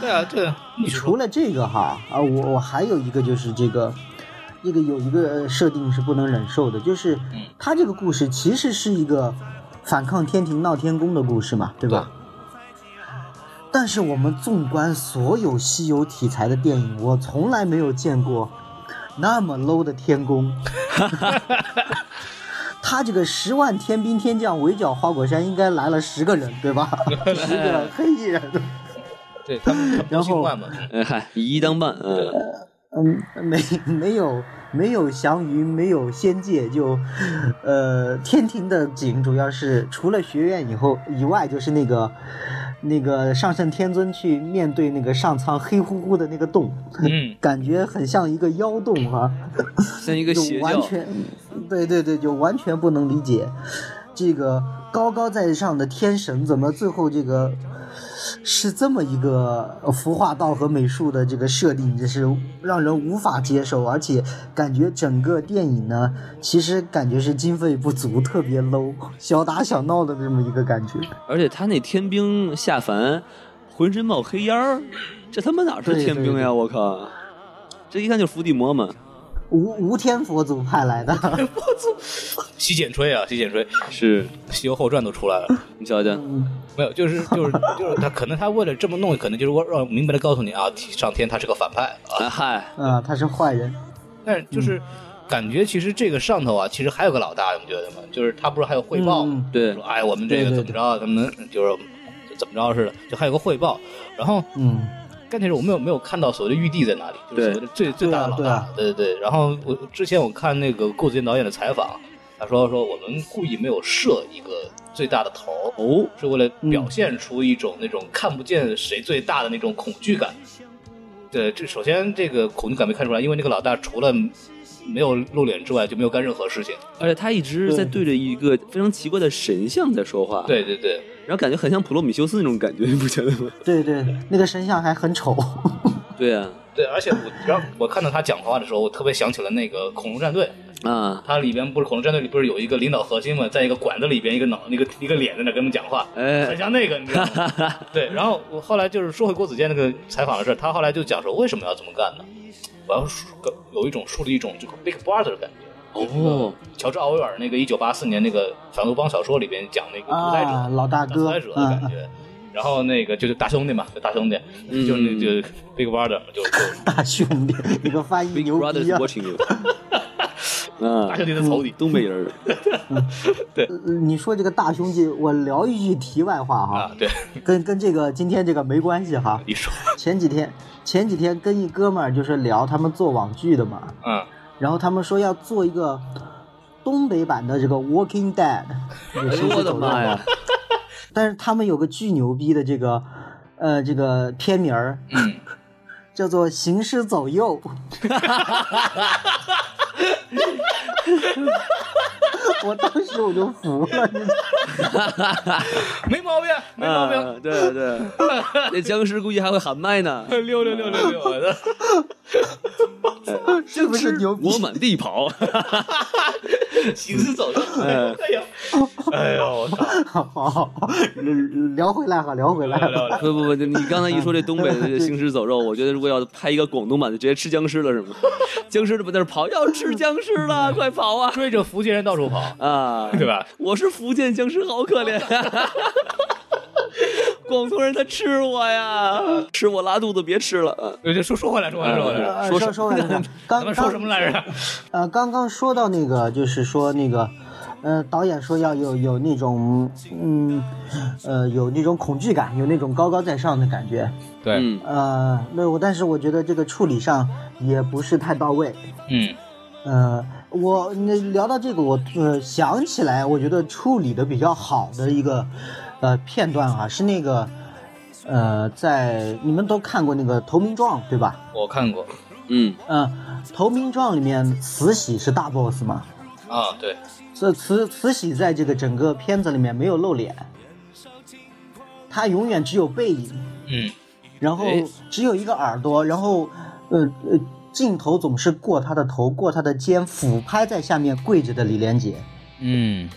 Speaker 2: 对啊，对啊，你
Speaker 1: 除了这个哈啊，我我还有一个就是这个，这个有一个呃设定是不能忍受的，就是他这个故事其实是一个反抗天庭闹天宫的故事嘛，对吧？但是我们纵观所有西游题材的电影，我从来没有见过那么 low 的天宫。他这个十万天兵天将围剿花果山，应该来了十个人，对吧？ (laughs) 十个黑衣人。
Speaker 2: 对他们他们
Speaker 1: 然
Speaker 2: 不
Speaker 1: 后
Speaker 2: 姓冠嘛，
Speaker 3: 哎嗨，以一当半，嗯，
Speaker 1: 嗯，没 (laughs) 没有没有祥云，没有仙界，就，呃，天庭的景主要是除了学院以后以外，就是那个那个上圣天尊去面对那个上苍黑乎乎的那个洞，
Speaker 2: 嗯，
Speaker 1: 感觉很像一个妖洞啊哈、
Speaker 3: 像一个邪
Speaker 1: 就完
Speaker 3: 教，
Speaker 1: 全，对对对，就完全不能理解这个高高在上的天神怎么最后这个是这么一个呃服化道和美术的这个设定，真是让人无法接受，而且感觉整个电影呢，其实感觉是经费不足，特别 low，小 (laughs) 打小闹的这么一个感觉。
Speaker 3: 而且他那天兵下凡，浑身冒黑烟儿，这他妈哪是
Speaker 1: 对
Speaker 3: 天兵
Speaker 1: 对
Speaker 3: 呀？
Speaker 1: 对
Speaker 3: 我靠，这一看就是伏地魔嘛。
Speaker 1: 无无天佛祖派来
Speaker 3: (laughs)
Speaker 1: 的，
Speaker 2: 洗剪吹啊，洗剪吹，《
Speaker 3: 是
Speaker 2: 西游后传》都出来了。
Speaker 3: 你瞧瞧，
Speaker 1: 嗯
Speaker 2: 没有，就是就是就是他可能他为了这么弄，可能就是我让我明白的告诉你啊，上天他是个反派啊，
Speaker 3: 哎嗨，
Speaker 1: 啊，他是坏人，
Speaker 2: 但是就是。感觉其实这个上头啊，其实还有个老大，你们觉得吗？就是他不是还有汇报
Speaker 1: 嗯
Speaker 2: 吗？
Speaker 3: 对
Speaker 2: 说，哎，我们这个
Speaker 1: 对
Speaker 2: 怎
Speaker 1: 对
Speaker 2: 么着啊，他们就是怎么着似的，就还有个汇报。然后
Speaker 1: 嗯，
Speaker 2: 关键是我没有没有看到所谓的玉帝在哪里，就是
Speaker 3: 对
Speaker 2: 所谓的最最大的老
Speaker 1: 对
Speaker 2: 大
Speaker 1: 啊，
Speaker 2: 对对对。然后我之前我看那个顾子健导演的采访，他说说我们故意没有设一个最大的头儿，
Speaker 3: 哦，
Speaker 2: 是为了表现出一种那种看不见谁最大的那种恐惧感。对，这首先这个恐惧感没看出来，因为那个老大除了没有露脸之外就没有干任何事情。
Speaker 3: 而且他一直在对着一个非常奇怪的神像在说话，，
Speaker 2: 对对对，
Speaker 3: 然后感觉很像普罗米修斯那种感觉，你不觉得吗？
Speaker 1: 对对，那个神像还很丑，
Speaker 3: 对啊，
Speaker 2: 对，而且我让我看到他讲话的时候，我特别想起了那个恐龙战队，
Speaker 3: 啊，
Speaker 2: 它里边不是恐龙战队里不是有一个领导核心嘛，在一个管子里边，一个脑那个一个脸在那跟他们讲话，很
Speaker 3: 哎，
Speaker 2: 像那个，你知道吗？对，然后我后来就是说回郭子健那个采访的事儿，他后来就讲说为什么要这么干呢？我要树有一种树立一种这个 Big Brother 的感觉。
Speaker 3: 哦，
Speaker 2: 乔治奥威尔那个一九八四年那个反乌邦小说里边讲那个独裁者，
Speaker 1: 啊，老大
Speaker 2: 独
Speaker 1: 哥
Speaker 2: 裁者，的感
Speaker 1: 嗯，
Speaker 2: 觉。然后那个就是大兄弟嘛，就大兄弟，
Speaker 3: 嗯
Speaker 2: 就是那就 Big Brother 嘛，就就
Speaker 1: (laughs) (laughs) 大兄弟，你个翻译
Speaker 3: Big
Speaker 1: 牛
Speaker 3: Brother
Speaker 1: 逼
Speaker 3: is
Speaker 1: 啊！
Speaker 3: watching you 啊。
Speaker 2: 大兄弟的
Speaker 1: (laughs)
Speaker 2: 仇敌。
Speaker 3: 东北人儿，
Speaker 1: 呃你说这个大兄弟，我聊一句题外话
Speaker 2: 啊
Speaker 1: 哈，，
Speaker 2: 对，
Speaker 1: 跟跟这个今天这个没关系哈。
Speaker 2: 你说，
Speaker 1: 前几天前几天跟一哥们儿就是聊他们做网剧的嘛，
Speaker 2: 嗯，
Speaker 1: 然后他们说要做一个东北版的这个《Walking Dead》，也是一个
Speaker 3: 我的
Speaker 1: 走
Speaker 3: 妈
Speaker 1: 量
Speaker 3: 呀
Speaker 1: 哎的。！但是他们有个巨牛逼的这个，呃，这个片名儿
Speaker 2: 嗯，
Speaker 1: (laughs) 叫做《行尸走肉》。 (laughs) 我当时我就服了，你知道
Speaker 2: 没毛病，没毛病。
Speaker 3: 啊，对对，那僵尸估计还会喊麦呢。
Speaker 2: 六六六六六，的 (laughs)
Speaker 1: 吗是不是牛逼
Speaker 3: 我？满地跑，
Speaker 2: 行尸走肉，哎呀，哎呦，我操！
Speaker 1: 好好好，聊回来哈，聊回来
Speaker 2: 聊。聊聊
Speaker 3: 不不不，你刚才一说这东北的行尸走肉，我觉得如果要拍一个广东版的，直接吃僵尸了是吗？僵尸不在那儿跑，要吃僵尸了，快跑啊！
Speaker 2: 追着福建人到处跑，
Speaker 3: 啊，
Speaker 2: 对吧？
Speaker 3: 我是福建僵尸，好可怜呀！ (laughs) 广东人他吃我呀，吃我拉肚子，别吃了。啊
Speaker 2: 就说说回来，说回来，说回来，
Speaker 1: 呃
Speaker 3: 说
Speaker 1: 说
Speaker 3: 什
Speaker 1: 说回
Speaker 2: (laughs)
Speaker 1: 来，刚
Speaker 2: 咱们说
Speaker 1: 刚
Speaker 2: 什么来着？
Speaker 1: 呃，刚刚说到那个，就是说那个，呃，导演说要有有那种，嗯，呃，有那种恐惧感，有那种高高在上的感觉。
Speaker 2: 对，
Speaker 3: 嗯，
Speaker 1: 呃，那我但是我觉得这个处理上也不是太到位。
Speaker 2: 嗯，
Speaker 1: 呃，我那聊到这个，我呃想起来，我觉得处理的比较好的一个呃片段啊，是那个呃，在你们都看过那个《投名状》对吧？
Speaker 2: 我看过
Speaker 3: 嗯，
Speaker 1: 嗯、投名状》里面慈禧是大 boss 嘛？
Speaker 2: 啊，对，
Speaker 1: 这慈慈禧在这个整个片子里面没有露脸，她永远只有背影，
Speaker 2: 嗯，
Speaker 1: 然后
Speaker 3: 哎
Speaker 1: 只有一个耳朵，然后呃呃，镜头总是过她的头，过她的肩，俯拍在下面跪着的李连杰。
Speaker 2: 嗯，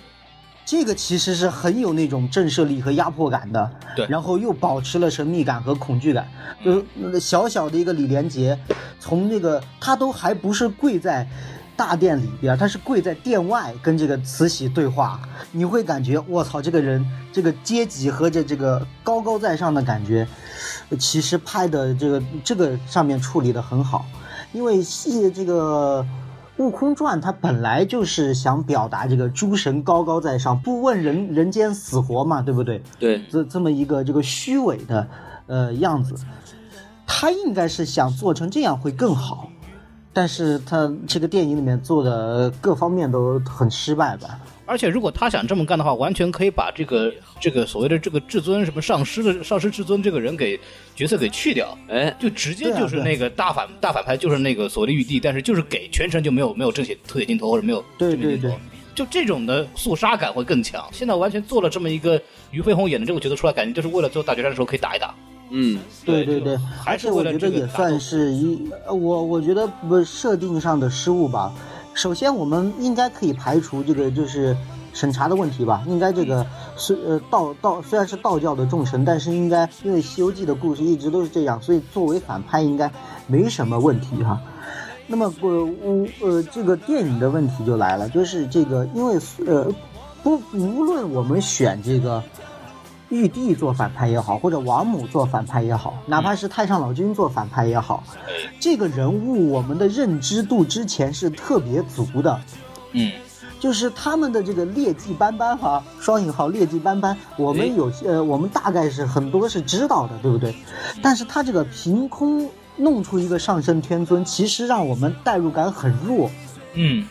Speaker 1: 这个其实是很有那种震慑力和压迫感的，
Speaker 2: 对
Speaker 1: 然后又保持了神秘感和恐惧感，就是那小小的一个李连杰，从那个他都还不是跪在大殿里边，他是跪在殿外跟这个慈禧对话，你会感觉我操，这个人这个阶级和这这个高高在上的感觉，呃其实拍的这个这个上面处理的很好，因为戏这个《悟空传》它本来就是想表达这个诸神高高在上，不问人人间死活嘛，对不对？
Speaker 3: 对，
Speaker 1: 这这么一个这个虚伪的呃样子，他应该是想做成这样会更好，但是他这个电影里面做的各方面都很失败吧？
Speaker 2: 而且，如果他想这么干的话，完全可以把这个这个所谓的这个至尊什么上师的上师至尊这个人给角色给去掉，
Speaker 3: 哎，
Speaker 2: 就直接
Speaker 1: 对啊
Speaker 2: 就是那个大反、大反派，就是那个所谓的玉帝，但是就是给全程就没有没有正写特写镜头或者没有
Speaker 1: 对
Speaker 2: 正面镜
Speaker 1: 对
Speaker 2: 头
Speaker 1: 对
Speaker 2: 就这种的肃杀感会更强。现在完全做了这么一个俞飞鸿演的这个角色出来，感觉就是为了做大决战的时候可以打一打。
Speaker 3: 嗯，
Speaker 1: 对
Speaker 2: 对
Speaker 1: 对对
Speaker 2: 就，还
Speaker 1: 而
Speaker 2: 是
Speaker 1: 且我
Speaker 2: 为了
Speaker 1: 觉得
Speaker 2: 这个
Speaker 1: 也
Speaker 2: 打斗
Speaker 1: 算是一，呃我我觉得不设定上的失误吧。首先，我们应该可以排除这个就是审查的问题吧。应该这个虽呃道道虽然是道教的众神，但是应该因为《西游记》的故事一直都是这样，所以作为反派应该没什么问题哈。那么不我呃这个电影的问题就来了，就是这个因为呃不无论我们选这个玉帝做反派也好，或者王母做反派也好，哪怕是太上老君做反派也好，这个人物我们的认知度之前是特别足的，
Speaker 2: 嗯，
Speaker 1: 就是他们的这个劣迹斑斑哈、双引号劣迹斑斑，我们有些呃，我们大概是很多是知道的，对不对？但是他这个凭空弄出一个上升天尊，其实让我们代入感很弱。
Speaker 2: 嗯，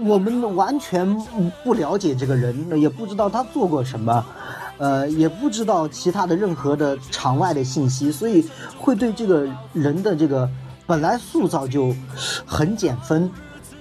Speaker 1: 我们完全不了解这个人，也不知道他做过什么，呃，也不知道其他的任何的场外的信息，所以会对这个人的这个本来塑造就很减分。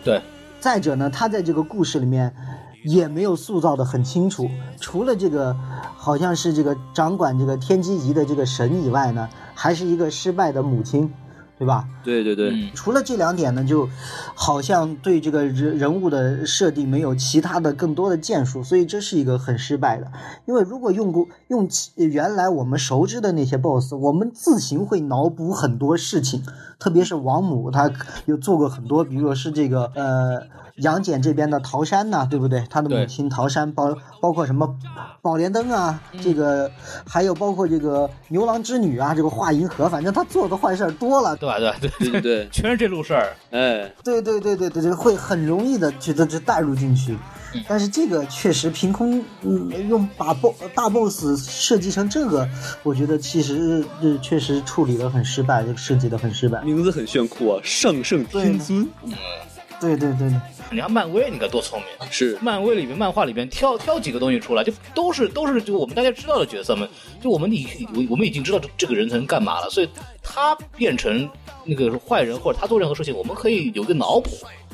Speaker 2: 对，
Speaker 1: 再者呢，他在这个故事里面也没有塑造的很清楚，除了这个好像是这个掌管这个天机仪的这个神以外呢，还是一个失败的母亲。对吧？
Speaker 3: 对对对，
Speaker 2: 嗯
Speaker 1: 除了这两点呢，就好像对这个人人物的设定没有其他的更多的建树，所以这是一个很失败的。因为如果用过用其原来我们熟知的那些 BOSS，我们自行会脑补很多事情，特别是王母，她有做过很多，比如说是这个呃杨戬这边的桃山呐、对不对？他的母
Speaker 2: 对
Speaker 1: 亲桃山，包包括什么宝莲灯啊，这个还有包括这个牛郎织女啊，这个华银河，反正他做的坏事儿多了，
Speaker 2: 对吧？对吧？对 (laughs)
Speaker 3: 对对 (laughs) 对，
Speaker 2: 全是这路事儿。
Speaker 3: 哎，
Speaker 1: 对对对对对对，会很容易的觉得这带入进去。但是这个确实凭空，嗯，用把 BO 大 boss 设计成这个，我觉得其实这确实处理的很失败，这个设计的很失败。
Speaker 3: 名字很炫酷啊，上圣天尊
Speaker 1: 对对对对，
Speaker 2: 你看漫威，你看多聪明。
Speaker 3: 是
Speaker 2: 漫威里面、漫画里面挑挑几个东西出来，就都是都是就我们大家知道的角色们，就我们已我我们已经知道这这个人能干嘛了，所以他变成那个坏人或者他做任何事情，我们可以有个脑补，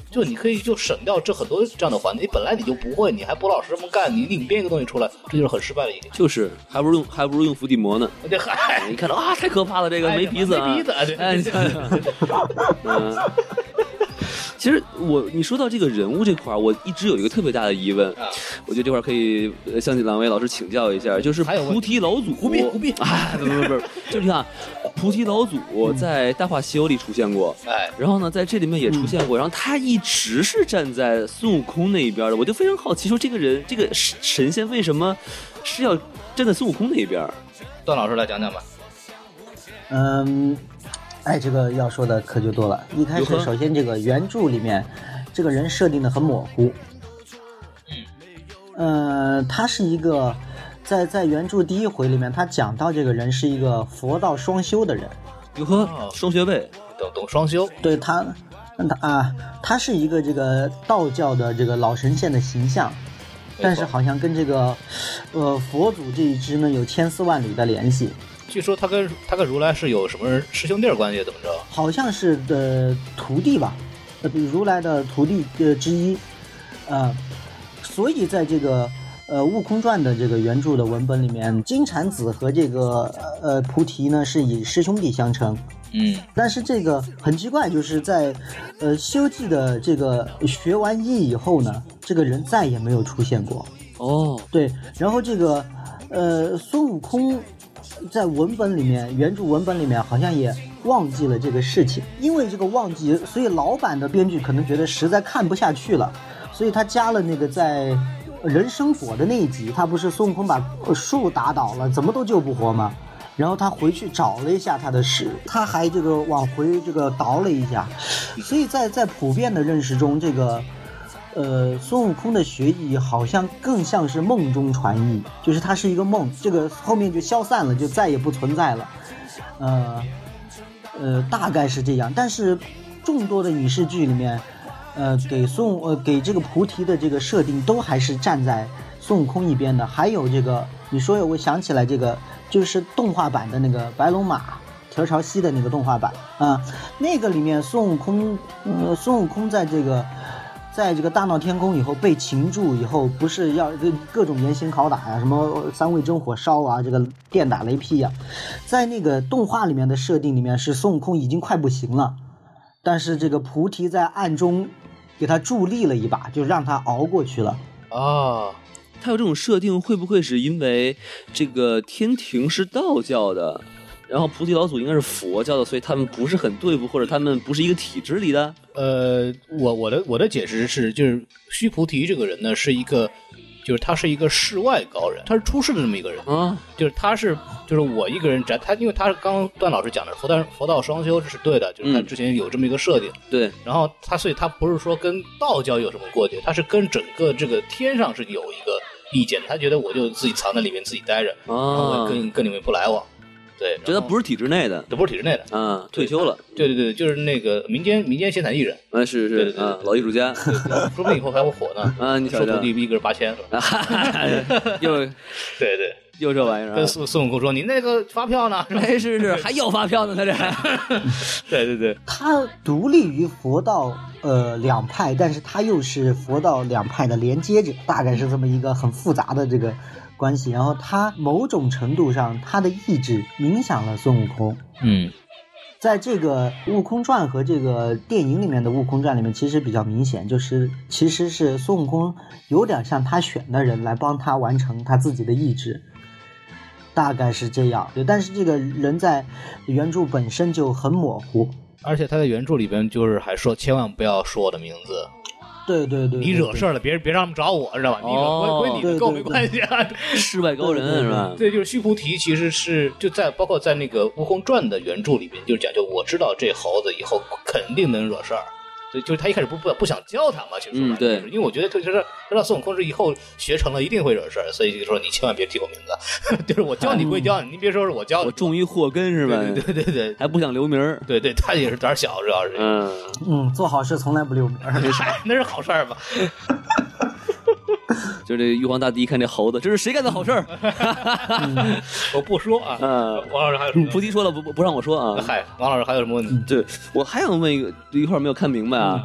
Speaker 2: 就你可以就省掉这很多这样的环节，你本来你就不会，你还不老实这么干，你你编一个东西出来，这就是很失败的一点。 (laughs)
Speaker 3: 就是，还不如用还不如用伏地魔呢。
Speaker 2: 对，嗨，
Speaker 3: 你看到啊，太可怕了，这个
Speaker 2: 哎
Speaker 3: 没鼻子啊，
Speaker 2: 没鼻子啊对
Speaker 3: 哎，你看看，嗯。 (laughs) 其实我你说到这个人物这块儿，我一直有一个特别大的疑问，
Speaker 2: 啊
Speaker 3: 我觉得这块儿可以呃向两位老师请教一下，就是
Speaker 2: 还有问
Speaker 3: 菩提老祖，
Speaker 2: 胡逼胡
Speaker 3: (laughs)
Speaker 2: 逼
Speaker 3: 啊，不不不，就是你看，菩提老祖
Speaker 2: 嗯
Speaker 3: 在《大话西游》里出现过，
Speaker 2: 哎，
Speaker 3: 然后呢，在这里面也出现
Speaker 2: 嗯
Speaker 3: 过，然后他一直是站在孙悟空那一边的，我就非常好奇，说这个人这个神神仙为什么是要站在孙悟空那一边儿？
Speaker 2: 段老师来讲讲吧。
Speaker 1: 嗯，哎，这个要说的可就多了。一开
Speaker 3: 如
Speaker 1: 始
Speaker 3: 何
Speaker 1: 首先这个原著里面，这个人设定的很模糊。嗯，呃，他是一个在在原著第一回里面，他讲到这个人是一个佛道双修的人。
Speaker 3: 哟呵
Speaker 2: 哦，
Speaker 3: 双学位，
Speaker 2: 懂懂双修，
Speaker 1: 对他，他啊，他是一个这个道教的这个老神仙的形象，但是好像跟这个，呃，佛祖这一支呢有千丝万缕的联系，
Speaker 2: 据说他跟他跟如来是有什么师兄弟儿关系，怎么着？
Speaker 1: 好像是呃徒弟吧，呃，如来的徒弟呃之一，呃，所以在这个呃《悟空传》的这个原著的文本里面，金蝉子和这个呃菩提呢是以师兄弟相称，
Speaker 2: 嗯，
Speaker 1: 但是这个很奇怪，就是在呃《西游记》的这个学完医以后呢，这个人再也没有出现过。
Speaker 3: 哦，
Speaker 1: 对，然后这个呃孙悟空在文本里面，原著文本里面好像也忘记了这个事情，因为这个忘记，所以老版的编剧可能觉得实在看不下去了，所以他加了那个在。人参果的那一集，他不是孙悟空把呃树打倒了，怎么都救不活吗？然后他回去找了一下他的屎，他还这个往回这个倒了一下，所以在在普遍的认识中，这个呃孙悟空的学艺好像更像是梦中传艺，就是他是一个梦，这个后面就消散了，就再也不存在了，呃呃大概是这样，但是众多的影视剧里面。呃，给孙悟呃给这个菩提的这个设定都还是站在孙悟空一边的。还有这个，你说我想起来这个，就是动画版的那个白龙马调朝西的那个动画版啊、那个里面孙悟空，呃，孙悟空在这个。在这个大闹天宫以后被擒住以后，不是要各各种严刑拷打呀、什么三味真火烧啊，这个电打雷劈呀、在那个动画里面的设定里面是孙悟空已经快不行了，但是这个菩提在暗中给他助力了一把，就让他熬过去了。
Speaker 2: 啊，
Speaker 3: 他有这种设定，会不会是因为这个天庭是道教的，然后菩提老祖应该是佛教的，所以他们不是很对付，或者他们不是一个体制里的？
Speaker 2: 呃，我我的我的解释是，就是须菩提这个人呢，是一个，就是他是一个世外高人，他是出世的这么一个人，
Speaker 3: 啊，
Speaker 2: 就是他是就是我一个人宅，他因为他是刚刚段老师讲的佛道佛道双修这是对的，就是他
Speaker 3: 嗯
Speaker 2: 之前有这么一个设定，
Speaker 3: 对，
Speaker 2: 然后他所以他不是说跟道教有什么过节，他是跟整个这个天上是有一个意见，他觉得我就自己藏在里面自己待着，然后
Speaker 3: 啊
Speaker 2: 我，跟跟你们不来往，对，
Speaker 3: 觉得
Speaker 2: 是
Speaker 3: 不是体制内的，
Speaker 2: 这不是体制内的，
Speaker 3: 啊，退休了，
Speaker 2: 对对对，就是那个民间民间闲散艺人。
Speaker 3: 啊，是
Speaker 2: 对
Speaker 3: 是
Speaker 2: 对对
Speaker 3: 啊，老艺术
Speaker 2: (laughs)
Speaker 3: 家，
Speaker 2: 说不定以后还会火呢。
Speaker 3: 啊你瞧瞧
Speaker 2: 收徒弟一个人八千是吧？
Speaker 3: 啊哈哈又
Speaker 2: 对对，
Speaker 3: 又这玩意儿
Speaker 2: 跟
Speaker 3: 啊，
Speaker 2: 孙孙悟空说你那个发票呢？是吧
Speaker 3: 哎，是 (laughs) 是，还要发票呢，他这，
Speaker 2: 对对对，
Speaker 1: 他独立于佛道呃两派，但是他又是佛道两派的连接者，大概是这么一个很复杂的这个关系。然后他某种程度上，他的意志影响了孙悟空。
Speaker 2: 嗯，
Speaker 1: 在这个《悟空传》和这个电影里面的《悟空传》里面，其实比较明显，就是其实是孙悟空有点像他选的人来帮他完成他自己的意志，大概是这样。对，但是这个人在原著本身就很模糊。
Speaker 2: 而且他在原著里边就是还说，千万不要说我的名字，
Speaker 1: 对对对，
Speaker 2: 你惹事
Speaker 1: 儿，
Speaker 2: 儿了，别人别让他们找我，知道吧？你惹
Speaker 3: 哦
Speaker 2: 归归你
Speaker 1: 对对
Speaker 2: 的，跟我没
Speaker 1: 对
Speaker 2: 关系啊。
Speaker 3: 世外高人是吧？
Speaker 2: 对，就是须菩提其实是就在包括在那个《悟空传》的原著里边，就讲究我知道这猴子以后肯定能惹事儿，所以就是他一开始不不不想教他嘛，其实说白了
Speaker 3: 嗯对
Speaker 2: 就是因为我觉得特别是知道孙悟空是以后学成了一定会惹事儿，所以就说你千万别提我名字， (laughs) 就是我教你归教你，您别说是我教你，
Speaker 3: 嗯我中一祸根是吧？
Speaker 2: 对对对对对
Speaker 3: 还不想留名儿。
Speaker 2: 对对，他也是胆儿小，主要是、
Speaker 3: 嗯，
Speaker 1: 嗯，做好事从来不留名儿。
Speaker 2: 哎那是好事儿吧？
Speaker 3: 就这玉皇大帝一看这猴子，这是谁干的
Speaker 2: (laughs)
Speaker 3: 好事儿？
Speaker 2: 我不说啊，
Speaker 3: (laughs) 嗯
Speaker 2: 王老师还有什么？
Speaker 3: 菩提说了不不不让我说啊。
Speaker 2: 嗨，王老师还有什么问题？
Speaker 3: 对，我还想问一个，一会儿没有看明白啊，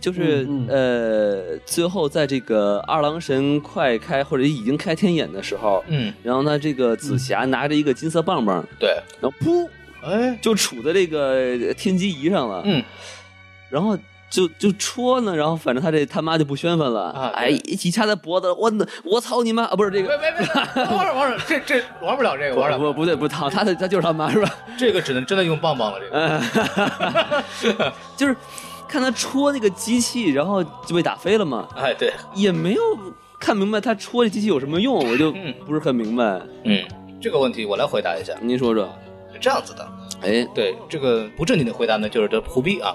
Speaker 3: 就是、
Speaker 1: 嗯
Speaker 3: 呃，最后在这个二郎神快开或者已经开天眼的时候，
Speaker 2: 嗯，
Speaker 3: 然后呢，这个紫霞拿着一个金色棒棒，
Speaker 2: 对，
Speaker 3: 然后噗
Speaker 2: 哎，
Speaker 3: 就杵在这个天机仪上了，
Speaker 2: 嗯，
Speaker 3: 然后。就就戳呢，然后反正他这他妈就不宣愤了，
Speaker 2: 啊对
Speaker 3: 哎，一起掐他脖子，我我操你妈啊！不是这
Speaker 2: 别
Speaker 3: 个，
Speaker 2: 别别，王老师王老师，这这玩不了这个，玩不了。
Speaker 3: 不不对不，他他他就是他妈是吧？
Speaker 2: 这个只能真的用棒棒了，这个。
Speaker 3: 嗯， (laughs) 就是看他戳那个机器，然后就被打飞了嘛，
Speaker 2: 哎，对，
Speaker 3: 也没有看明白他戳这机器有什么用，我就
Speaker 2: 嗯
Speaker 3: 不是很明白。
Speaker 2: 嗯，这个问题我来回答一下，
Speaker 3: 您说说，
Speaker 2: 是这样子的。
Speaker 3: 哎，
Speaker 2: 对，这个不正经的回答呢，就是这胡逼 (laughs) 啊，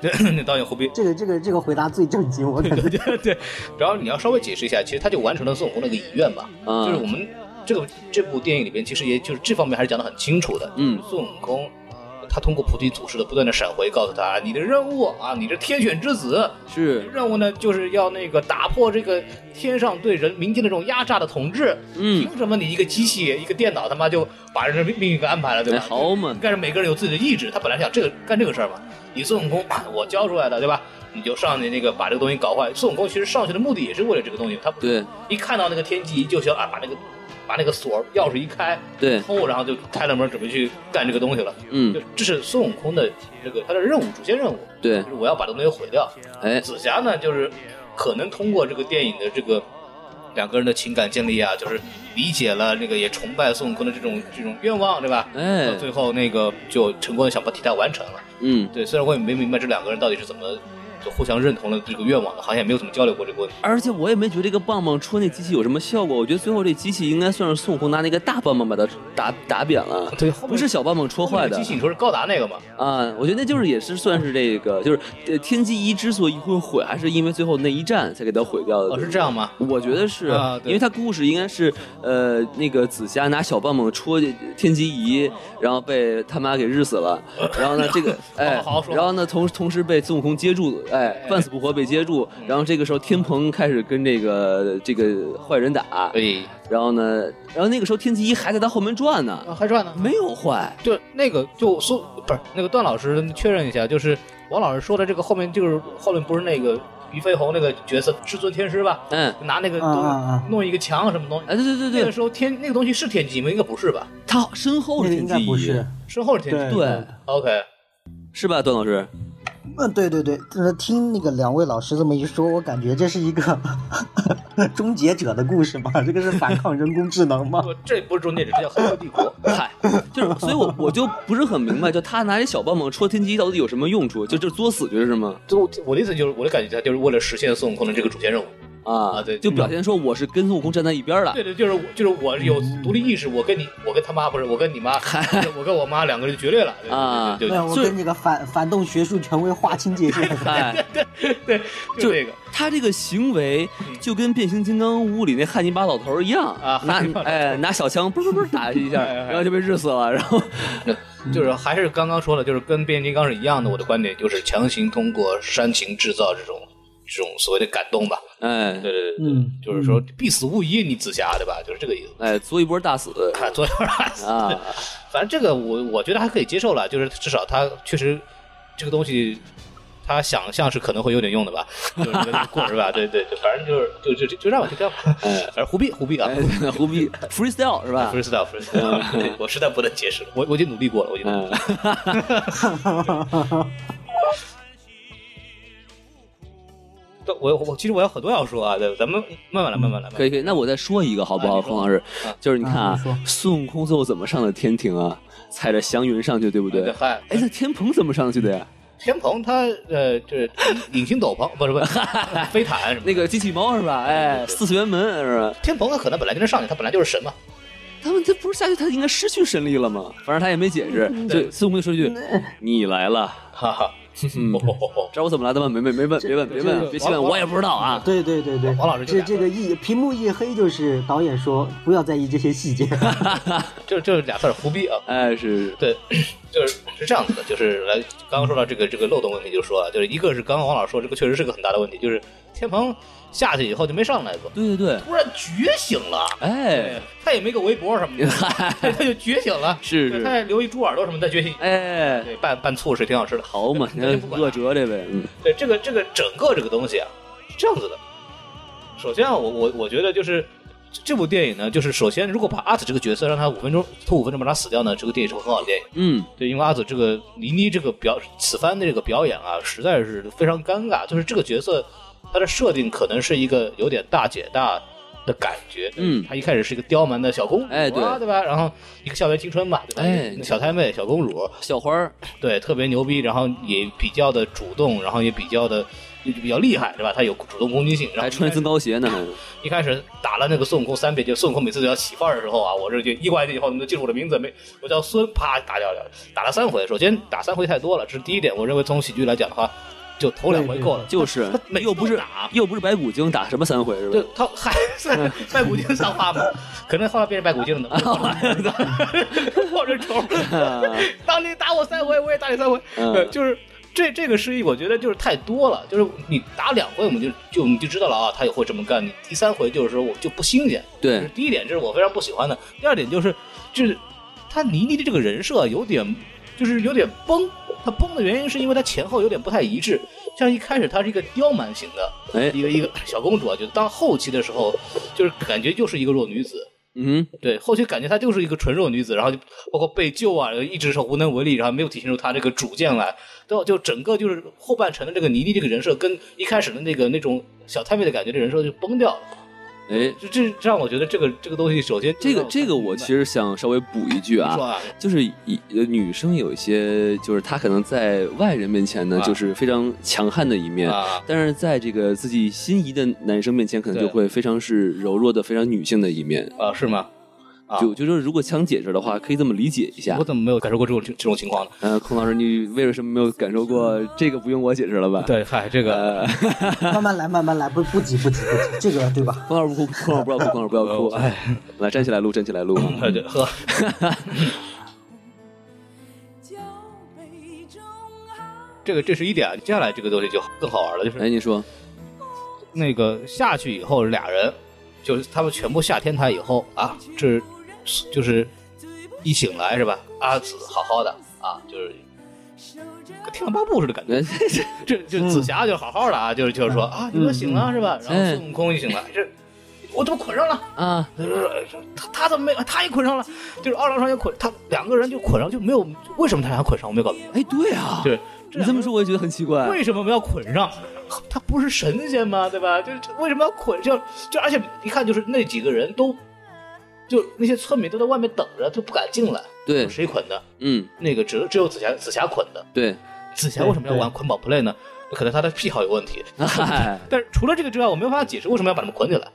Speaker 2: 对，那导演胡逼。 (laughs)
Speaker 1: 这个这个这个回答最正经，我感觉。
Speaker 2: 对对，然后你要稍微解释一下，其实他就完成了孙悟空那个遗愿嘛，
Speaker 3: 嗯
Speaker 2: 就是我们这个这部电影里边，其实也就是这方面还是讲的很清楚的。
Speaker 3: 嗯
Speaker 2: 孙悟空他通过菩提祖师的不断的闪回，告诉他你的任务啊，你这天选之子，
Speaker 3: 是，
Speaker 2: 任务呢，就是要那个打破这个天上对人民间的这种压榨的统治。
Speaker 3: 嗯，
Speaker 2: 凭什么你一个机器一个电脑他妈就把人的命运给安排了，对
Speaker 3: 哎，
Speaker 2: 吧？
Speaker 3: 好嘛，
Speaker 2: 但是每个人有自己的意志，他本来想这个干这个事儿嘛。你孙悟空，啊我教出来的，对吧？你就上去那个把这个东西搞坏。孙悟空其实上去的目的也是为了这个东西，他不
Speaker 3: 对
Speaker 2: 一看到那个天机就想啊，把那个把那个锁钥匙一开，
Speaker 3: 对，
Speaker 2: 偷，然后就开了门准备去干这个东西了。
Speaker 3: 嗯
Speaker 2: 就这是孙悟空的这个他的任务，主线任务
Speaker 3: 对
Speaker 2: 就，是我要把这个东西毁掉。
Speaker 3: 哎，
Speaker 2: 紫霞呢，就是可能通过这个电影的这个两个人的情感建立啊，就是理解了那个也崇拜孙悟空的这种这种愿望，对吧？
Speaker 3: 哎
Speaker 2: 到最后那个就成功的想把替代完成了。
Speaker 3: 嗯，
Speaker 2: 对，虽然我也没明白这两个人到底是怎么就互相认同了这个愿望啊的，好像也没有怎么交流过这个问题。
Speaker 3: 而且我也没觉得这个棒棒戳那机器有什么效果，我觉得最后这机器应该算是孙悟空拿那个大棒棒把它打打扁了，
Speaker 2: 对，后面
Speaker 3: 不是小棒棒戳
Speaker 2: 后面
Speaker 3: 坏的
Speaker 2: 机器，你说是高达那个吗？
Speaker 3: 啊，我觉得那就是也是算是这个，就是呃天机一之所以会毁，还是因为最后那一战才给它毁掉的。
Speaker 2: 哦，是这样吗？
Speaker 3: 我觉得是、
Speaker 2: 啊对
Speaker 3: 因为他故事应该是，呃，那个紫霞拿小棒棒戳天机仪，然后被他妈给日死了。然后呢，这个
Speaker 2: (laughs)
Speaker 3: 哎，
Speaker 2: 好好说
Speaker 3: 然后呢，同同时被孙悟空接住，哎，半死不活被接住。
Speaker 2: 嗯
Speaker 3: 然后这个时候天蓬开始跟这个这个坏人打，
Speaker 2: 哎，
Speaker 3: 然后呢，然后那个时候天机仪还在他后面转呢，
Speaker 2: 啊，还转呢。
Speaker 3: 没有坏。
Speaker 2: 就那个就苏不是那个段老师确认一下，就是王老师说的这个后面就是后面不是那个俞飞鸿那个角色至尊天师吧？
Speaker 3: 嗯，
Speaker 2: 拿那个
Speaker 1: 啊啊
Speaker 2: 东
Speaker 1: 啊呃
Speaker 2: 弄一个墙什么东西
Speaker 3: 哎，。对对
Speaker 2: 那
Speaker 3: 对
Speaker 2: 个
Speaker 3: 对，
Speaker 2: 时候天那个东西是天机吗？应该不是吧？
Speaker 3: 他身后
Speaker 1: 那 (laughs)
Speaker 3: 是
Speaker 1: 个应
Speaker 3: 天机
Speaker 1: 该不
Speaker 3: 仪，
Speaker 1: 是，
Speaker 2: 身后是天
Speaker 1: 对
Speaker 2: 机。
Speaker 3: 对，
Speaker 2: OK，
Speaker 3: 是吧，段老师？ (laughs)
Speaker 1: 嗯，对对对，呃听那个两位老师这么一说，我感觉这是一个 (laughs) 终结者的故事嘛，这个是反抗人工智能嘛？
Speaker 2: 不，这不是终结者，这叫黑客帝
Speaker 1: (laughs)
Speaker 2: 国。
Speaker 3: 嗨，就是，所以我我就不是很明白，就他拿这小棒棒戳天机到底有什么用处？就就作死去是吗？
Speaker 2: 就我我的意思就是，我的感觉他就是为了实现孙悟空的这个主线任务。
Speaker 1: (laughs)
Speaker 3: 啊
Speaker 2: 啊对
Speaker 3: 就表现说我是跟孙悟空站在一边儿的。
Speaker 2: 对对，就是我就是我有独立意识，我跟你，我跟他妈不是，我跟
Speaker 1: (laughs)
Speaker 2: 你妈， (laughs) 我跟我妈两个人就决裂了。对
Speaker 3: 啊
Speaker 2: 对
Speaker 1: 没有，
Speaker 2: 对
Speaker 1: 我
Speaker 3: 所以
Speaker 1: 跟这个反反动学术权威划清界
Speaker 3: (laughs)
Speaker 1: 限。
Speaker 3: 哎，
Speaker 2: 对对，就
Speaker 3: 就
Speaker 2: 这个。
Speaker 3: 他这个行为就跟变形金刚屋里那汉尼拔老头儿一样，
Speaker 2: 嗯啊
Speaker 3: 拿
Speaker 2: 汉尼拔老头
Speaker 3: 哎拿小枪嘣嘣嘣打一下，
Speaker 2: 哎哎哎
Speaker 3: 然后就被日死了。
Speaker 2: (laughs)
Speaker 3: 然后
Speaker 1: 嗯
Speaker 2: 就是还是刚刚说的，就是跟变形金刚是一样的。我的观点就是强行通过煽情制造这种这种所谓的感动吧。
Speaker 3: 哎
Speaker 2: 对对对，
Speaker 1: 嗯，
Speaker 2: 就是说必死无疑，你紫霞对吧？就是这个意思。
Speaker 3: 哎，作一波大死
Speaker 2: 啊， (laughs) 昨天晚上
Speaker 3: 啊！
Speaker 2: 反正这个我我觉得还可以接受了，就是至少他确实这个东西他想象是可能会有点用的吧，就是那个故事吧， (laughs) 对对，就反正就是就就就就这样吧，就这样吧，反正胡逼胡逼啊。啊
Speaker 3: 哎，胡逼 freestyle 是吧？
Speaker 2: freestyle freestyle，我 (laughs) 实在不能解释了，我我已经努力过了，我已经努力
Speaker 3: 嗯
Speaker 2: 过了。，但我我其实我有很多要说啊，对，咱们慢慢来，慢慢来。慢慢来
Speaker 3: 嗯可以可以，那我再说一个好不好，
Speaker 2: 啊你说
Speaker 3: 冯老师
Speaker 2: 啊？
Speaker 3: 就是你看
Speaker 1: 啊
Speaker 3: 啊
Speaker 1: 你说，
Speaker 3: 孙悟空最后怎么上的天庭啊？踩着祥云上去，对不对？
Speaker 2: 嗨，
Speaker 3: 哎，那天蓬怎么上去的呀？
Speaker 2: 天蓬他呃，就是隐形斗篷，不是不
Speaker 3: (laughs)
Speaker 2: 是飞毯什么的。
Speaker 3: 那个机器猫是吧？哎，
Speaker 2: 对对对
Speaker 3: 四次元门是吧？
Speaker 2: 天蓬他可能本来就能上去，他本来就是神嘛。
Speaker 3: 他们这不是下去，他应该失去神力了吗？反正他也没解释，
Speaker 1: 嗯
Speaker 2: 对
Speaker 3: 就孙悟空就说一句：“你来
Speaker 2: (laughs)
Speaker 3: 了。
Speaker 2: 哈哈，
Speaker 3: 嗯
Speaker 2: 哦哦哦
Speaker 3: 知道我怎么来的吗？没没没问，别问，别
Speaker 1: 这
Speaker 3: 问，
Speaker 1: 个
Speaker 3: 别细问，
Speaker 2: 王
Speaker 3: 我也不知道啊。
Speaker 1: 对对对对，
Speaker 2: 王老师就
Speaker 1: 这
Speaker 2: 两
Speaker 1: 这个
Speaker 2: 个
Speaker 1: 一屏幕一黑，就是导演说不要在意这些细节。
Speaker 2: 就就是俩字儿胡逼啊。
Speaker 3: 哎，是
Speaker 2: 对，就是是这样子的，就是来刚刚说到这个这个漏洞问题，就说啊，就是一个是刚刚王老师说这个确实是个很大的问题，就是天蓬下去以后就没上来过，
Speaker 3: 对对对，
Speaker 2: 突然觉醒了，
Speaker 3: 哎，
Speaker 2: 他也没个围脖什
Speaker 3: (laughs)
Speaker 2: 么的，他就觉醒了，
Speaker 3: 是
Speaker 2: 他
Speaker 3: 是，
Speaker 2: 还留一猪耳朵什么的
Speaker 3: (laughs)
Speaker 2: 觉醒，
Speaker 3: 哎，
Speaker 2: 对，拌拌醋是挺好吃的。
Speaker 3: 好嘛，
Speaker 2: 对
Speaker 3: 你
Speaker 2: 这
Speaker 3: 看
Speaker 2: 就不管了
Speaker 3: 恶哲这位，嗯，
Speaker 2: 对这个这个整个这个东西啊，是这样子的。首先啊，我我我觉得就是这这部电影呢，就是首先如果把阿紫这个角色让他五分钟拖五分钟把他死掉呢，这个电影是个很好的电影。
Speaker 3: 嗯，
Speaker 2: 对，因为阿紫这个倪妮这个表此番的这个表演啊，实在是非常尴尬。就是这个角色，她的设定可能是一个有点大姐大的感觉。
Speaker 3: 嗯
Speaker 2: 她一开始是一个刁蛮的小公主、啊，
Speaker 3: 哎对
Speaker 2: 对吧？然后一个校园青春嘛，对吧？
Speaker 3: 哎
Speaker 2: 一个小太妹、小公主，
Speaker 3: 小花儿，
Speaker 2: 对，特别牛逼，然后也比较的主动，然后也比较的也比较厉害，对吧？她有主动攻击性，然后
Speaker 3: 还穿
Speaker 2: 一开
Speaker 3: 增高鞋呢，还
Speaker 2: 一开始打了那个孙悟空三遍，就孙悟空每次都要起范儿的时候啊，我这就一过来以后，你们记住我的名字没？我叫孙，啪打掉了，打了三回。首先打三回太多了，这是第一点。我认为从喜剧来讲的话，就头两回够了。
Speaker 3: 就是
Speaker 2: 他每次
Speaker 3: 又不是
Speaker 2: 都打，
Speaker 3: 又不是白骨精，打什么三回是
Speaker 2: 就
Speaker 3: 吧？
Speaker 2: 他还是卖骨精上话嘛，可能后来变成卖骨精了呢。我这仇，
Speaker 3: 啊
Speaker 2: 当你打我三回，我也打你三回。(laughs)
Speaker 3: 嗯
Speaker 2: 对，就是这这个失忆，我觉得就是太多了。就是你打两回，我们就就你就知道了啊，他也会这么干。你第三回就是说我就不新鲜。这是
Speaker 3: 对，
Speaker 2: 第一点，这是我非常不喜欢的。第二点就是，就是他倪妮的这个人设有点，就是有点崩。他崩的原因是因为他前后有点不太一致。像一开始她是一个刁蛮型的
Speaker 3: 哎，
Speaker 2: 一个一个小公主啊，就是到后期的时候，就是感觉就是一个弱女子。
Speaker 3: 嗯，
Speaker 2: 对，后期感觉她就是一个纯弱女子，然后就包括被救啊，一直是无能为力，然后没有体现出她这个主见来。到就整个就是后半程的这个倪妮这个人设跟一开始的那个那种小太妹的感觉，这人设就崩掉了。
Speaker 3: 哎，
Speaker 2: 这这这让我觉得这个这个东西，首先
Speaker 3: 这个这个我其实想稍微补一句
Speaker 2: 你
Speaker 3: 啊
Speaker 2: 说。啊，
Speaker 3: 就是以呃女生有一些，就是她可能在外人面前呢，
Speaker 2: 啊
Speaker 3: 就是非常强悍的一面，
Speaker 2: 啊，
Speaker 3: 但是在这个自己心仪的男生面前，可能
Speaker 2: 对
Speaker 3: 就会非常是柔弱的、非常女性的一面。
Speaker 2: 啊是吗？啊
Speaker 3: 就就说如果强解释的话，可以这么理解一下
Speaker 2: 我。怎么没有感受过这种这种情况呢？
Speaker 3: 呃，孔老师，你为什么没有感受过？这个不用我解释了吧？，
Speaker 2: (laughs) 对，嗨，这个
Speaker 3: 呃，
Speaker 1: 慢慢来，慢慢来，不不急不急不急，这个对
Speaker 2: (laughs)
Speaker 1: 吧？
Speaker 3: 孔老师不哭，孔老师不要哭，孔老师不要哭，哎，来站起来录，站起来录。啊
Speaker 2: 呃， (laughs) 对，呵，
Speaker 4: 交杯中好。
Speaker 2: 这个这是一点，接下来这个东西就更好玩了，就是
Speaker 3: 哎，你说，
Speaker 2: 那个下去以后，俩人就是他们全部下天台以后啊，这就是一醒来是吧？阿紫好好的啊，就是跟天龙八部似的感觉。
Speaker 3: 哎，嗯
Speaker 2: 这就紫霞就好好的啊，就是就是说啊，你都醒了是吧？然后孙悟空一醒来，这我怎么捆上了？
Speaker 3: 啊，
Speaker 2: 他他怎么没有？他也捆上了，就是二郎神也捆，他两个人就捆上，就没有为什么他俩捆上？我没有搞明白。
Speaker 3: 哎，对啊，
Speaker 2: 对，
Speaker 3: 你这么说我也觉得很奇怪。
Speaker 2: 为什么要捆上？他不是神仙吗？对吧？就是这为什么要捆上？就而且一看就是那几个人都，就那些村民都在外面等着，就不敢进来。
Speaker 3: 对，
Speaker 2: 谁捆的？
Speaker 3: 嗯，
Speaker 2: 那个只只有紫霞紫霞捆的。
Speaker 3: 对，
Speaker 2: 紫霞为什么要玩捆绑 play 呢？可能她的癖好有问题。
Speaker 3: 哎，
Speaker 2: 但是除了这个之外，我没有办法解释为什么要把他们捆起来。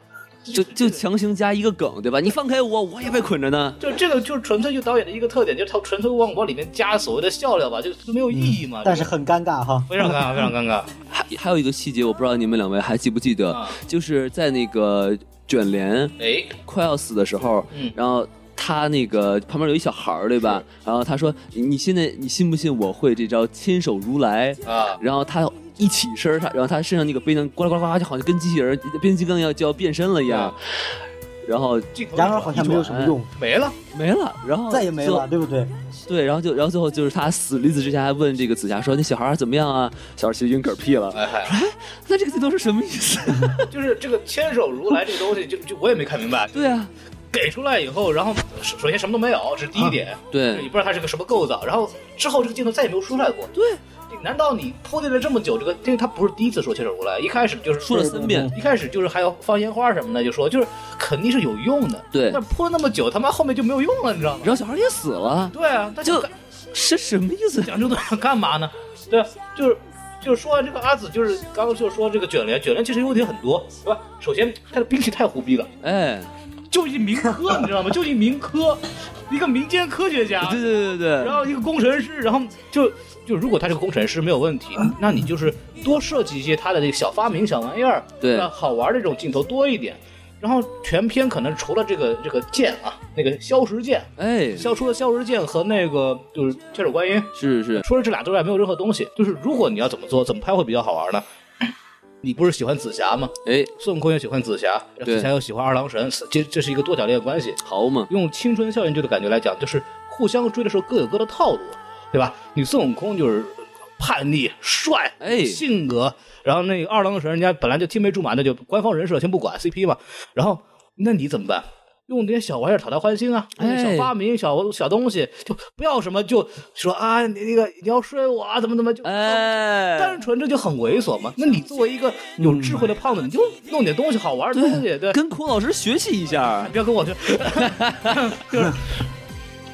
Speaker 3: 就就强行加一个梗，对吧？你放开我，我也被捆着呢。
Speaker 2: 就这个就是纯粹就导演的一个特点，就是他纯粹往往里面加所谓的笑料吧，就是没有意义嘛。
Speaker 1: 嗯但是
Speaker 2: 这个
Speaker 1: 很尴尬哈。
Speaker 2: 非常尴尬，非常尴尬。
Speaker 3: 还还有一个细节，我不知道你们两位还记不记得，
Speaker 2: 啊
Speaker 3: 就是在那个卷帘
Speaker 2: 哎，
Speaker 3: 快要死的时候，
Speaker 2: 嗯
Speaker 3: 然后。他那个旁边有一小孩儿，对吧？然后他说：“你你现在你信不信我会这招千手如来？”
Speaker 2: 啊，
Speaker 3: 然后他一起身儿，他然后他身上那个背囊呱啦呱啦呱啦，就好像跟机器人变形金刚要就要变身了一样。然后
Speaker 2: 镜头一转
Speaker 1: 然而好像没有什么用，
Speaker 2: 没了，
Speaker 3: 没了，然
Speaker 2: 哎
Speaker 3: 后
Speaker 1: 再也没
Speaker 3: 最后
Speaker 1: 了，对不对？
Speaker 3: 对，然后就然后最后就是他死李子之前还问这个紫霞说：“那小孩儿怎么样啊？”小孩儿其实晕嗝屁了。
Speaker 2: 哎嗨。
Speaker 3: 那这个镜头是什么意思？
Speaker 2: 就是这个牵手如来这个东西，就就我也没看明白。
Speaker 3: (laughs) 对啊，
Speaker 2: 给出来以后，然后首首先什么都没有，这是第一点，
Speaker 1: 嗯
Speaker 2: 就你
Speaker 3: 对
Speaker 2: 不知道它是个什么构造。然后之后这个镜头再也没有出来过。
Speaker 3: 对，
Speaker 2: 难道你铺垫了这么久，这个因为他不是第一次说牵手如来，一开始就是
Speaker 3: 说了三遍。
Speaker 2: 一开始就是还要放烟花什么的，就说就是肯定是有用的。
Speaker 3: 对
Speaker 2: 但铺了那么久，他妈后面就没有用了，你知道吗
Speaker 3: 然？后小孩儿也死了，
Speaker 2: 对啊，他
Speaker 3: 就这什么意思？
Speaker 2: 讲这么多想干嘛呢？对啊，就是就是说完这个阿紫，就是刚刚就说这个卷帘，卷帘其实优点很多，对吧？首先他的兵器太胡逼了，
Speaker 3: 哎，
Speaker 2: 就一民科，你知道吗？就一民科，一个民间科学
Speaker 3: (laughs)
Speaker 2: 家，
Speaker 3: 对对对对
Speaker 2: 然
Speaker 3: 对，
Speaker 2: 后一个工程师，然后就就如果他是个工程师没有问题，那你就是多设计一些他的这个小发明、小玩意儿，
Speaker 3: 对
Speaker 2: 那好玩这种镜头多一点。然后全片可能除了这个这个剑啊，那个消石剑，
Speaker 3: 哎，
Speaker 2: 消除了消石剑和那个就是千手观音，
Speaker 3: 是是，
Speaker 2: 除了这俩之外没有任何东西。就是如果你要怎么做，怎么拍会比较好玩呢？你不是喜欢紫霞吗？
Speaker 3: 哎，
Speaker 2: 孙悟空也喜欢紫霞，然后
Speaker 3: 对
Speaker 2: 紫霞又喜欢二郎神，这这是一个多角恋关系。
Speaker 3: 好嘛，
Speaker 2: 用青春校园剧的感觉来讲，就是互相追的时候各有各的套路，对吧？你孙悟空就是叛逆、帅、
Speaker 3: 哎
Speaker 2: 性格，然后那个二郎神人家本来就青梅竹马，那就官方人设先不管 CP 嘛。然后那你怎么办？用这些小玩意儿讨他欢心啊，
Speaker 3: 哎
Speaker 2: 用小发明、小小东西，就不要什么就说啊，你那个你要睡我啊，怎么怎么就。
Speaker 3: 哎，
Speaker 2: 单纯这就很猥琐嘛？那你作为一个有智慧的胖子，你就弄点东西好玩的东西，对，
Speaker 3: 跟孔老师学习一下
Speaker 2: 不，要跟我去， (laughs) 就是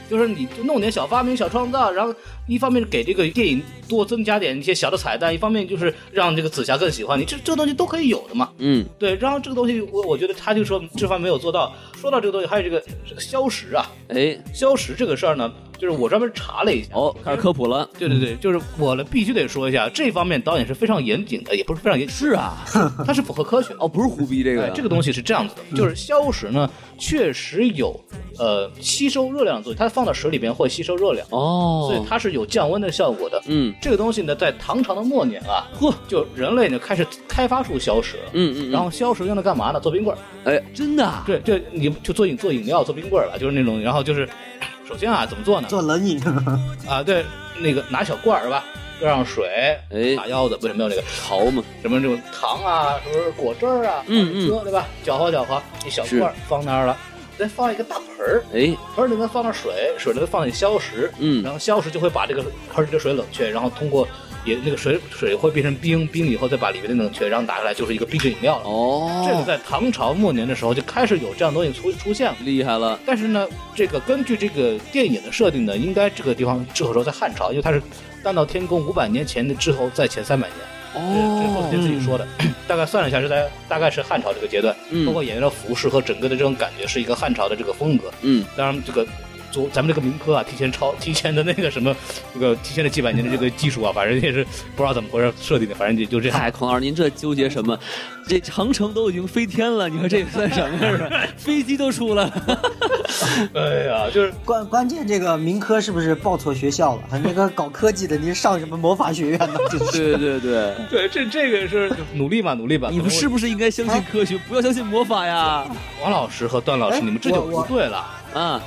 Speaker 2: 就是你就弄点小发明、小创造，然后一方面给这个电影多增加点一些小的彩蛋，一方面就是让这个紫霞更喜欢你，这这个东西都可以有的嘛。
Speaker 3: 嗯，
Speaker 2: 对，然后这个东西我我觉得他就说这方面没有做到。说到这个东西，还有这个这个消食啊，
Speaker 3: 哎，
Speaker 2: 消食这个事儿呢，就是我专门查了一下。
Speaker 3: 哦，开始科普了，
Speaker 2: 对对对，就是我呢必须得说一下，这方面导演是非常严谨的，也不是非常严谨，
Speaker 3: 是啊，
Speaker 2: 它是符合科学的。
Speaker 3: (laughs) 哦，不是胡逼这
Speaker 2: 哎
Speaker 3: 个，，嗯
Speaker 2: 这个东西是这样子的，就是硝石呢，确实有呃吸收热量的作用，它放到水里边会吸收热量，所以
Speaker 3: 哦，
Speaker 2: 它是有降温的效果的。
Speaker 3: 嗯
Speaker 2: 这个东西呢，在唐朝的末年啊，嚯，就人类呢开始开发出硝石。
Speaker 3: 嗯嗯，
Speaker 2: 然后硝石用来干嘛呢？做冰棍儿，
Speaker 3: 哎，真的啊，
Speaker 2: 对，就你就做饮做饮料，做冰棍儿吧，就是那种。然后就是，首先啊，怎么做呢？
Speaker 1: 做冷饮，
Speaker 2: 啊，对，那个拿小罐儿是吧，搁上水，
Speaker 3: 哎
Speaker 2: 打腰子，不是没有那个
Speaker 3: 好嘛，
Speaker 2: 什么这种糖啊，什么果汁儿啊，
Speaker 3: 嗯嗯
Speaker 2: 喝对吧？搅和搅和，一小
Speaker 3: 是
Speaker 2: 罐儿放那儿了，再放一个大盆儿，
Speaker 3: 哎，
Speaker 2: 盆儿里面放点水，水里面放点消食，
Speaker 3: 嗯
Speaker 2: 然后消食就会把这个盆里的水冷却，然后通过也那个水水会变成冰，冰以后再把里面的冷却，然后拿出来就是一个冰镇饮料了。这个
Speaker 3: 哦，
Speaker 2: 在唐朝末年的时候就开始有这样东西出出现了。
Speaker 3: 厉害了，
Speaker 2: 但是呢，这个根据这个电影的设定呢，应该这个地方这个时候在汉朝，因为它是丹道天宫五百年前的之后在前三百年。对，这是后
Speaker 3: 哦
Speaker 2: 天，自己说的， (clears throat) 大概算了一下是在大概是汉朝这个阶段，
Speaker 3: 嗯
Speaker 2: 包括演员的服饰和整个的这种感觉是一个汉朝的这个风格。
Speaker 3: 嗯，
Speaker 2: 当然，这个昨咱们这个民科啊，提前超提前的那个什么，这个提前了几百年的这个技术啊，反正也是不知道怎么回事设定的，反正也就这样。
Speaker 3: 嗨，孔老师，您这纠结什么？这长城都已经飞天了，你说这算什么
Speaker 2: (laughs)
Speaker 3: 呀？飞机都出了，
Speaker 2: 哎呀，就是
Speaker 1: 关关键这个民科是不是报错学校了？那个搞科技的，你上什么魔法学院
Speaker 3: (laughs)
Speaker 1: 呢？真是。
Speaker 3: 对对对，
Speaker 2: 对这这个是努力吧，努力吧。
Speaker 3: 你们是不是应该相信科学，不要相信魔法呀？
Speaker 2: 王老师和段老师，
Speaker 1: 哎
Speaker 2: 你们这就
Speaker 1: 我
Speaker 2: 不
Speaker 1: 我
Speaker 2: 对了，
Speaker 3: 啊，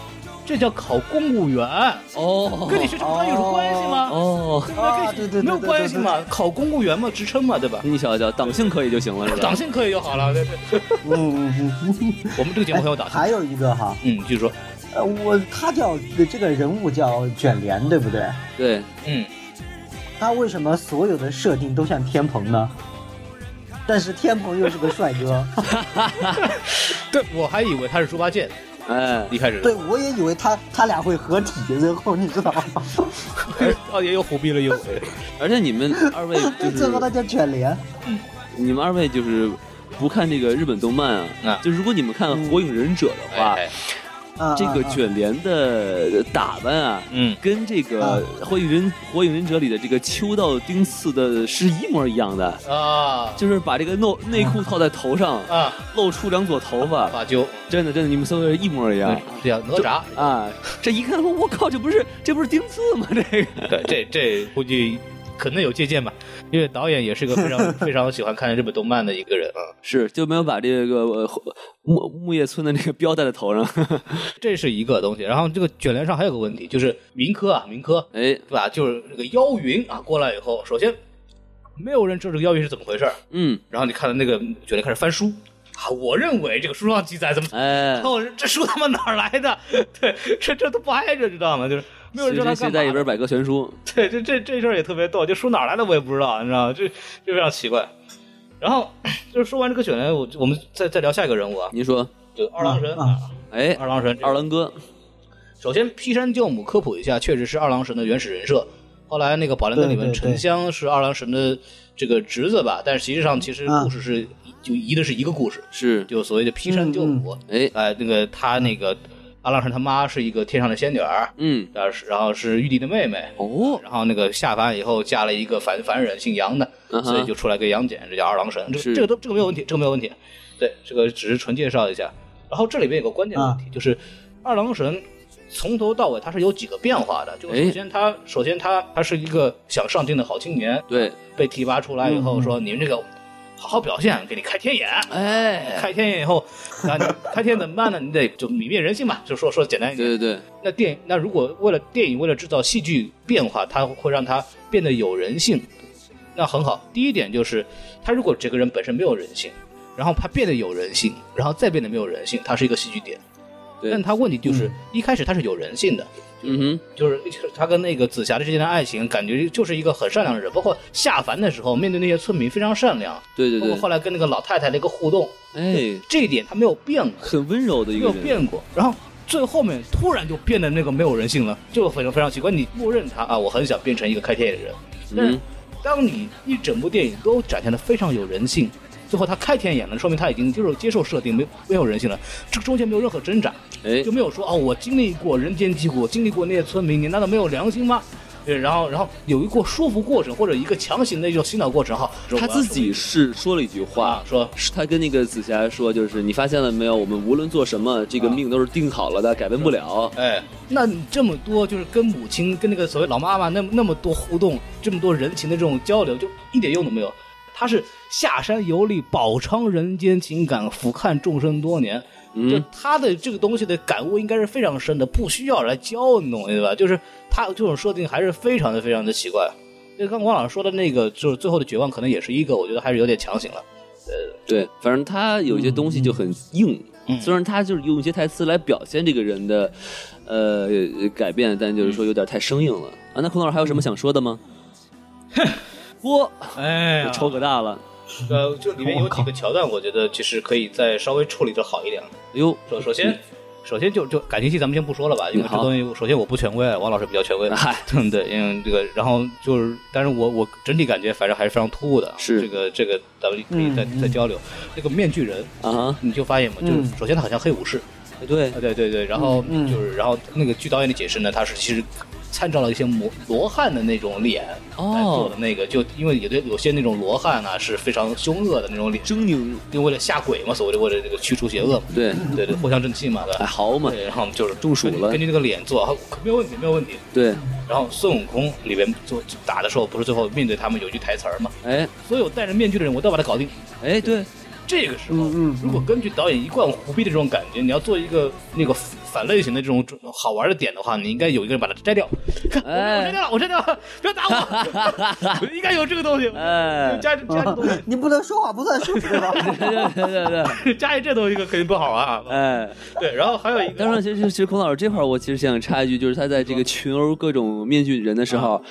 Speaker 2: 这叫考公务员，
Speaker 3: 哦，
Speaker 2: 跟你学什么专业有什么关系吗？
Speaker 3: 哦，
Speaker 2: 对不对？
Speaker 1: 啊
Speaker 2: 跟
Speaker 1: 对
Speaker 2: 你
Speaker 1: 对对
Speaker 2: 没有
Speaker 1: 对对
Speaker 2: 关系
Speaker 1: 对
Speaker 2: 嘛，考公务员嘛，职称嘛，对吧？
Speaker 3: 你瞧瞧，党性可以就行了，是吧？
Speaker 2: 党性可以就好了，对对。
Speaker 1: 嗯嗯嗯。
Speaker 2: 我们这个节目很有打算。
Speaker 1: (laughs) 还有一个哈，
Speaker 2: 嗯，继续说。
Speaker 1: 呃，我他叫这个人物叫卷帘，对不对？
Speaker 3: 对，
Speaker 2: 嗯，
Speaker 1: 他为什么所有的设定都像天蓬呢？但是天蓬又是个帅
Speaker 3: (laughs)
Speaker 1: 哥，
Speaker 2: 对，我还以为他是猪八戒呢
Speaker 3: 哎，
Speaker 2: 一开始。 (laughs)
Speaker 1: 对我也以为他他俩会合体，然后你知道吗？ (laughs)
Speaker 2: 哦，也又胡逼了一回。
Speaker 3: 而且你们二位
Speaker 1: (laughs)
Speaker 3: 就
Speaker 1: 最后他
Speaker 3: 是
Speaker 1: 叫卷帘，
Speaker 3: 你们二位就是不看这个日本动漫啊
Speaker 2: 啊，
Speaker 3: 就如果你们看《火影忍者》的话，
Speaker 2: 哎哎
Speaker 1: 啊，
Speaker 3: 这个
Speaker 1: 啊
Speaker 3: 卷帘的打扮啊。
Speaker 2: 嗯，
Speaker 3: 跟这个《火影忍火影忍者》里的这个秋道丁次的是一模一样的，
Speaker 2: 啊
Speaker 3: 就是把这个内内裤套在头上，
Speaker 2: 啊，
Speaker 3: 露出两撮头发，
Speaker 2: 法灸，
Speaker 3: 真的真的，你们搜的是一模一样
Speaker 2: 这叫哪吒。
Speaker 3: 啊！这一看，我我靠，这不是这不是丁次吗？这个 (laughs)
Speaker 2: 对，这这估计可能有借鉴吧，因为导演也是个非常非常喜欢看日本动漫的一个人啊。
Speaker 3: 是就没有把这个呃后木木叶村的那个标戴在头上。 (laughs)
Speaker 2: 这是一个东西。然后这个卷帘上还有个问题，就是民科啊，民科，
Speaker 3: 哎，
Speaker 2: 对吧？就是这个妖云啊，过来以后，首先没有人知道这个妖云是怎么回事儿
Speaker 3: 嗯，
Speaker 2: 然后你看到那个卷帘开始翻书啊，我认为这个书上记载怎么。
Speaker 3: 哎，
Speaker 2: 哦，这书他妈哪儿来的？ (laughs) 对，这这都不挨着，知道吗？就是没有人
Speaker 3: 谁
Speaker 2: 知道他
Speaker 3: 谁
Speaker 2: 干
Speaker 3: 谁
Speaker 2: 嘛
Speaker 3: 带一
Speaker 2: 的
Speaker 3: 本百科全书？
Speaker 2: 对，这这这事儿也特别逗，就书哪儿来的我也不知道，你知道吗？这这非常奇怪。然后就是说完这个选人，我我们再再聊下一个人物啊，
Speaker 3: 您说，
Speaker 2: 就二郎神
Speaker 1: 啊啊
Speaker 3: 哎，
Speaker 2: 二郎神，
Speaker 3: 二郎哥，
Speaker 2: 首先劈山救母科普一下，确实是二郎神的原始人设。后来那个《宝莲灯》里面
Speaker 1: 对对对
Speaker 2: 沉香是二郎神的这个侄子吧，但是实际上其实
Speaker 1: 啊
Speaker 2: 故事是、就移的是一个故事，
Speaker 3: 是，
Speaker 2: 就所谓的劈
Speaker 1: 嗯
Speaker 2: 山救母。
Speaker 3: 哎，
Speaker 2: 哎，那个他那个二郎神他妈是一个天上的仙女儿，
Speaker 3: 嗯，
Speaker 2: 然后是然后是玉帝的妹妹，
Speaker 3: 哦，
Speaker 2: 然后那个下凡以后嫁了一个凡凡人，姓杨的，
Speaker 3: 嗯哼
Speaker 2: 所以就出来个杨戬，这叫二郎神。这
Speaker 3: 是
Speaker 2: 个这个都这个没有问题，这个没有问题。对，这个只是纯介绍一下。然后这里边有个关键的问题，就是二郎神从头到尾他是有几个变化的。就是
Speaker 3: 哎
Speaker 2: 首先他首先他他是一个想上进的好青年，
Speaker 3: 对，
Speaker 2: 被提拔出来以后
Speaker 1: 嗯
Speaker 2: 说你们这个好好表现，给你开天眼。(laughs)
Speaker 3: 哎，
Speaker 2: 开天眼以后，啊，你开天怎么办呢？你得就泯灭人性嘛，就说说简单一点。
Speaker 3: 对对对，
Speaker 2: 那电影，那如果为了电影为了制造戏剧变化，它会让它变得有人性，那很好。第一点就是，他如果这个人本身没有人性，然后他变得有人性，然后再变得没有人性，它是一个戏剧点。
Speaker 3: 对
Speaker 2: 但他问题就是、
Speaker 1: 嗯
Speaker 2: 一开始他是有人性的，
Speaker 3: 嗯哼，
Speaker 2: 就是 (laughs) 他跟那个紫霞之间的爱情，感觉就是一个很善良的人。包括下凡的时候，面对那些村民非常善良，
Speaker 3: 对对
Speaker 2: 包括后
Speaker 3: 对，
Speaker 2: 来跟那个老太太的一个互动，
Speaker 3: 哎，
Speaker 2: 这一点他没有变过。
Speaker 3: 很温柔的一
Speaker 2: 没
Speaker 3: 个
Speaker 2: 有
Speaker 3: 人，
Speaker 2: 变过，然后最后面突然就变得那个没有人性了，就非常非常奇怪。你默认他啊，我很想变成一个开天眼的人，但是
Speaker 3: 嗯，
Speaker 2: 当你一整部电影都展现的非常有人性，最后他开天眼了，说明他已经接受接受设定，没没有人性了。这个中间没有任何挣扎，
Speaker 3: 哎
Speaker 2: 就，没有说哦，我经历过人间疾苦，我经历过那些村民，你难道没有良心吗？对，然后然后有一个说服过程或者一个强行的一种洗脑过程哈，
Speaker 3: 他自己是说了一句话
Speaker 2: 啊。说
Speaker 3: 是他跟那个紫霞说，就是你发现了没有，我们无论做什么，这个
Speaker 2: 啊
Speaker 3: 命都是定好了的，改变不了。
Speaker 2: 哎，那你这么多就是跟母亲、跟那个所谓老妈妈那么那么多互动，这么多人情的这种交流，就一点用都没有。他是下山游历，饱尝人间情感，俯瞰众生多年。就
Speaker 3: 嗯，
Speaker 2: 他的这个东西的感悟应该是非常深的，不需要来教你，懂对吧？就是他这种设定还是非常的非常的奇怪。就刚王老师说的那个，就是最后的绝望，可能也是一个，我觉得还是有点强行了。
Speaker 3: 对，反正他有一些东西就很硬，
Speaker 2: 嗯
Speaker 3: 虽然他就是用一些台词来表现这个人的呃改变，但就是
Speaker 2: 嗯
Speaker 3: 说有点太生硬了啊。那孔老师还有什么想说
Speaker 2: (laughs)
Speaker 3: 的吗？嚯，
Speaker 2: 哎
Speaker 3: 仇可大了！
Speaker 2: 呃，就里面有几个桥段，我觉得其实可以再稍微处理的好一点。
Speaker 3: 哎呦，
Speaker 2: 首首先，首先就就感情戏咱们先不说了吧，因为这
Speaker 3: 好
Speaker 2: 东西首先我不权威，王老师比较权威，嗯
Speaker 3: 嗨，
Speaker 2: 对对，因为这个，然后就是，但是我我整体感觉反正还是非常突兀的，啊
Speaker 3: 是
Speaker 2: 这个这个咱们可以再、
Speaker 1: 嗯
Speaker 2: 再交流。这个面具人，
Speaker 3: 啊，
Speaker 2: 你就发现嘛，就
Speaker 1: 嗯
Speaker 2: 是首先他很像黑武士，
Speaker 3: 对
Speaker 2: 啊，对对对，然后
Speaker 1: 嗯嗯
Speaker 2: 就是然后那个据导演的解释呢，他是其实参照了一些罗罗汉的那种脸来做
Speaker 3: 哦
Speaker 2: 的，那个，就因为有的有些那种罗汉啊是非常凶恶的那种脸，
Speaker 3: 狰狞，
Speaker 2: 因为为了吓鬼嘛，所谓的为了这个驱除邪恶嘛，
Speaker 3: 对，
Speaker 2: 对对，藿香正气嘛，对吧
Speaker 3: 哎，？豪嘛，
Speaker 2: 对，然后就是
Speaker 3: 中暑了
Speaker 2: 根据那个脸做，啊没有问题，没有问题。
Speaker 3: 对，
Speaker 2: 然后孙悟空里边做打的时候，不是最后面对他们有一句台词儿嘛？
Speaker 3: 哎
Speaker 2: 所有戴着面具的人，我都要把他搞定。
Speaker 3: 哎，对，
Speaker 2: 这个时候，
Speaker 1: 嗯嗯嗯
Speaker 2: 如果根据导演一贯胡逼的这种感觉，你要做一个那个反类型的这种好玩的点的话，你应该有一个人把它摘掉。 (laughs) 看我摘
Speaker 3: 哎
Speaker 2: 掉了，我摘掉了，不要打
Speaker 3: (laughs)
Speaker 2: 我！应该有这个东西，
Speaker 3: 哎，
Speaker 2: (laughs) 加加这东西，
Speaker 1: 你不能说话不算数，对吧？ (laughs)
Speaker 3: 对对对对， (laughs)
Speaker 2: 加一这东西肯定不好玩啊。
Speaker 3: 哎。
Speaker 2: 对，然后还有一个
Speaker 3: 当然，其实其实孔老师这块儿，我其实想插一句，就是他在这个群殴各种面具人的时候，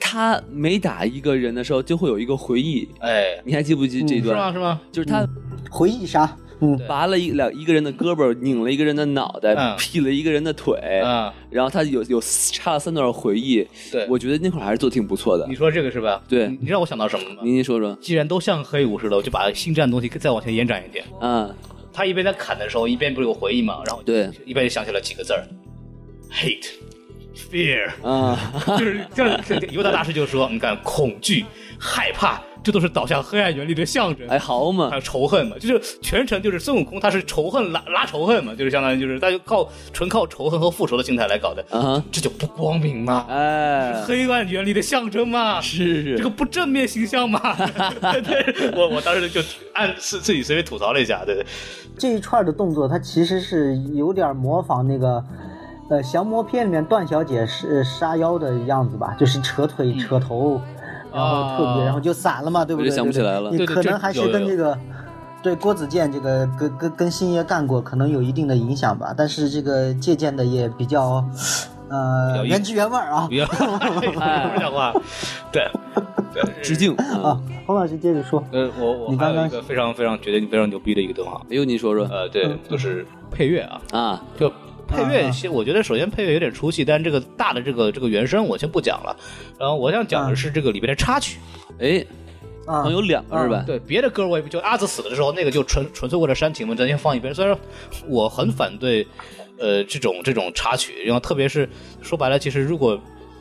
Speaker 3: 他每打一个人的时候，就会有一个回忆。
Speaker 2: 哎，
Speaker 3: 你还记不记这
Speaker 2: 是啊
Speaker 3: 段？
Speaker 2: 吗？是吗？
Speaker 3: 就是他
Speaker 1: 回忆杀，嗯，
Speaker 3: 拔了一两一个人的胳膊，拧了一个人的脑袋，
Speaker 2: 嗯
Speaker 3: 劈了一个人的腿，
Speaker 2: 啊，
Speaker 3: 然后他有有插了三段回忆。
Speaker 2: 对，
Speaker 3: 我觉得那会儿还是做得挺不错的
Speaker 2: 你。说这个是吧？
Speaker 3: 对
Speaker 2: 你你让我想到什么了？
Speaker 3: 您您说说
Speaker 2: 既然都像黑武士了，我就把星战的东西再往前延展一点。
Speaker 3: 啊？
Speaker 2: 他一边在砍的时候，一边不是有回忆嘛，然后
Speaker 3: 对
Speaker 2: 一边就想起了几个字儿：hate。Fear， (laughs)
Speaker 3: 啊，
Speaker 2: 就是这样。犹大大师就说：“你看，恐惧、害怕，这都是导向黑暗原力的象征。
Speaker 3: 哎，好嘛
Speaker 2: 还，有仇恨嘛，就是全程就是孙悟空，他是仇恨拉拉仇恨嘛，就是相当于就是他就靠纯靠仇恨和复仇的心态来搞的，
Speaker 3: 啊哈，
Speaker 2: 这就不光明嘛，
Speaker 3: 哎，
Speaker 2: 黑暗原理的象征嘛，
Speaker 3: 是是
Speaker 2: 这个不正面形象嘛。 (laughs) 对我我当时就按自自己随便吐槽了一下，对对，
Speaker 1: 这一串的动作，它其实是有点模仿那个，呃，降魔篇里面段小姐是呃杀妖的样子吧，就是扯腿
Speaker 2: 嗯
Speaker 1: 扯头，然后特别，
Speaker 2: 啊
Speaker 1: 然后就散了嘛，对不对？
Speaker 3: 我就想不起来了
Speaker 1: 你
Speaker 2: 对对
Speaker 1: 可
Speaker 2: 这
Speaker 1: 能还是
Speaker 2: 有
Speaker 1: 跟
Speaker 2: 有
Speaker 1: 这个。对郭子健这个跟跟跟星爷干过，可能有一定的影响吧，但是这个借鉴的也比较，
Speaker 2: 比较
Speaker 1: 呃，
Speaker 2: 硬
Speaker 1: 原汁原味儿啊
Speaker 2: 不。要不是讲话，对，
Speaker 3: 致敬啊
Speaker 1: 啊！，洪老师接着说，
Speaker 2: 呃，我我
Speaker 1: 你
Speaker 2: 还
Speaker 1: 刚
Speaker 2: 有
Speaker 1: 刚
Speaker 2: 一个非常非常觉得非常牛逼的一个动画，
Speaker 3: 哎呦，你说说
Speaker 2: 呃，对，就是配乐啊，
Speaker 3: 啊，
Speaker 2: 就配乐
Speaker 1: 啊，
Speaker 2: 先我觉得首先配乐有点出戏，但是这个大的这个这个原声我先不讲了。然后我想讲的是这个里边的插曲，
Speaker 3: 哎，
Speaker 1: 啊
Speaker 3: 好像，有两个
Speaker 2: (laughs)
Speaker 3: 是吧？
Speaker 2: 对别的歌我也不就阿紫死了之后，那个就纯纯粹为了煽情嘛，咱先放一边。虽然我很反对，呃，这种这种插曲，然后特别是说白了，其实如果。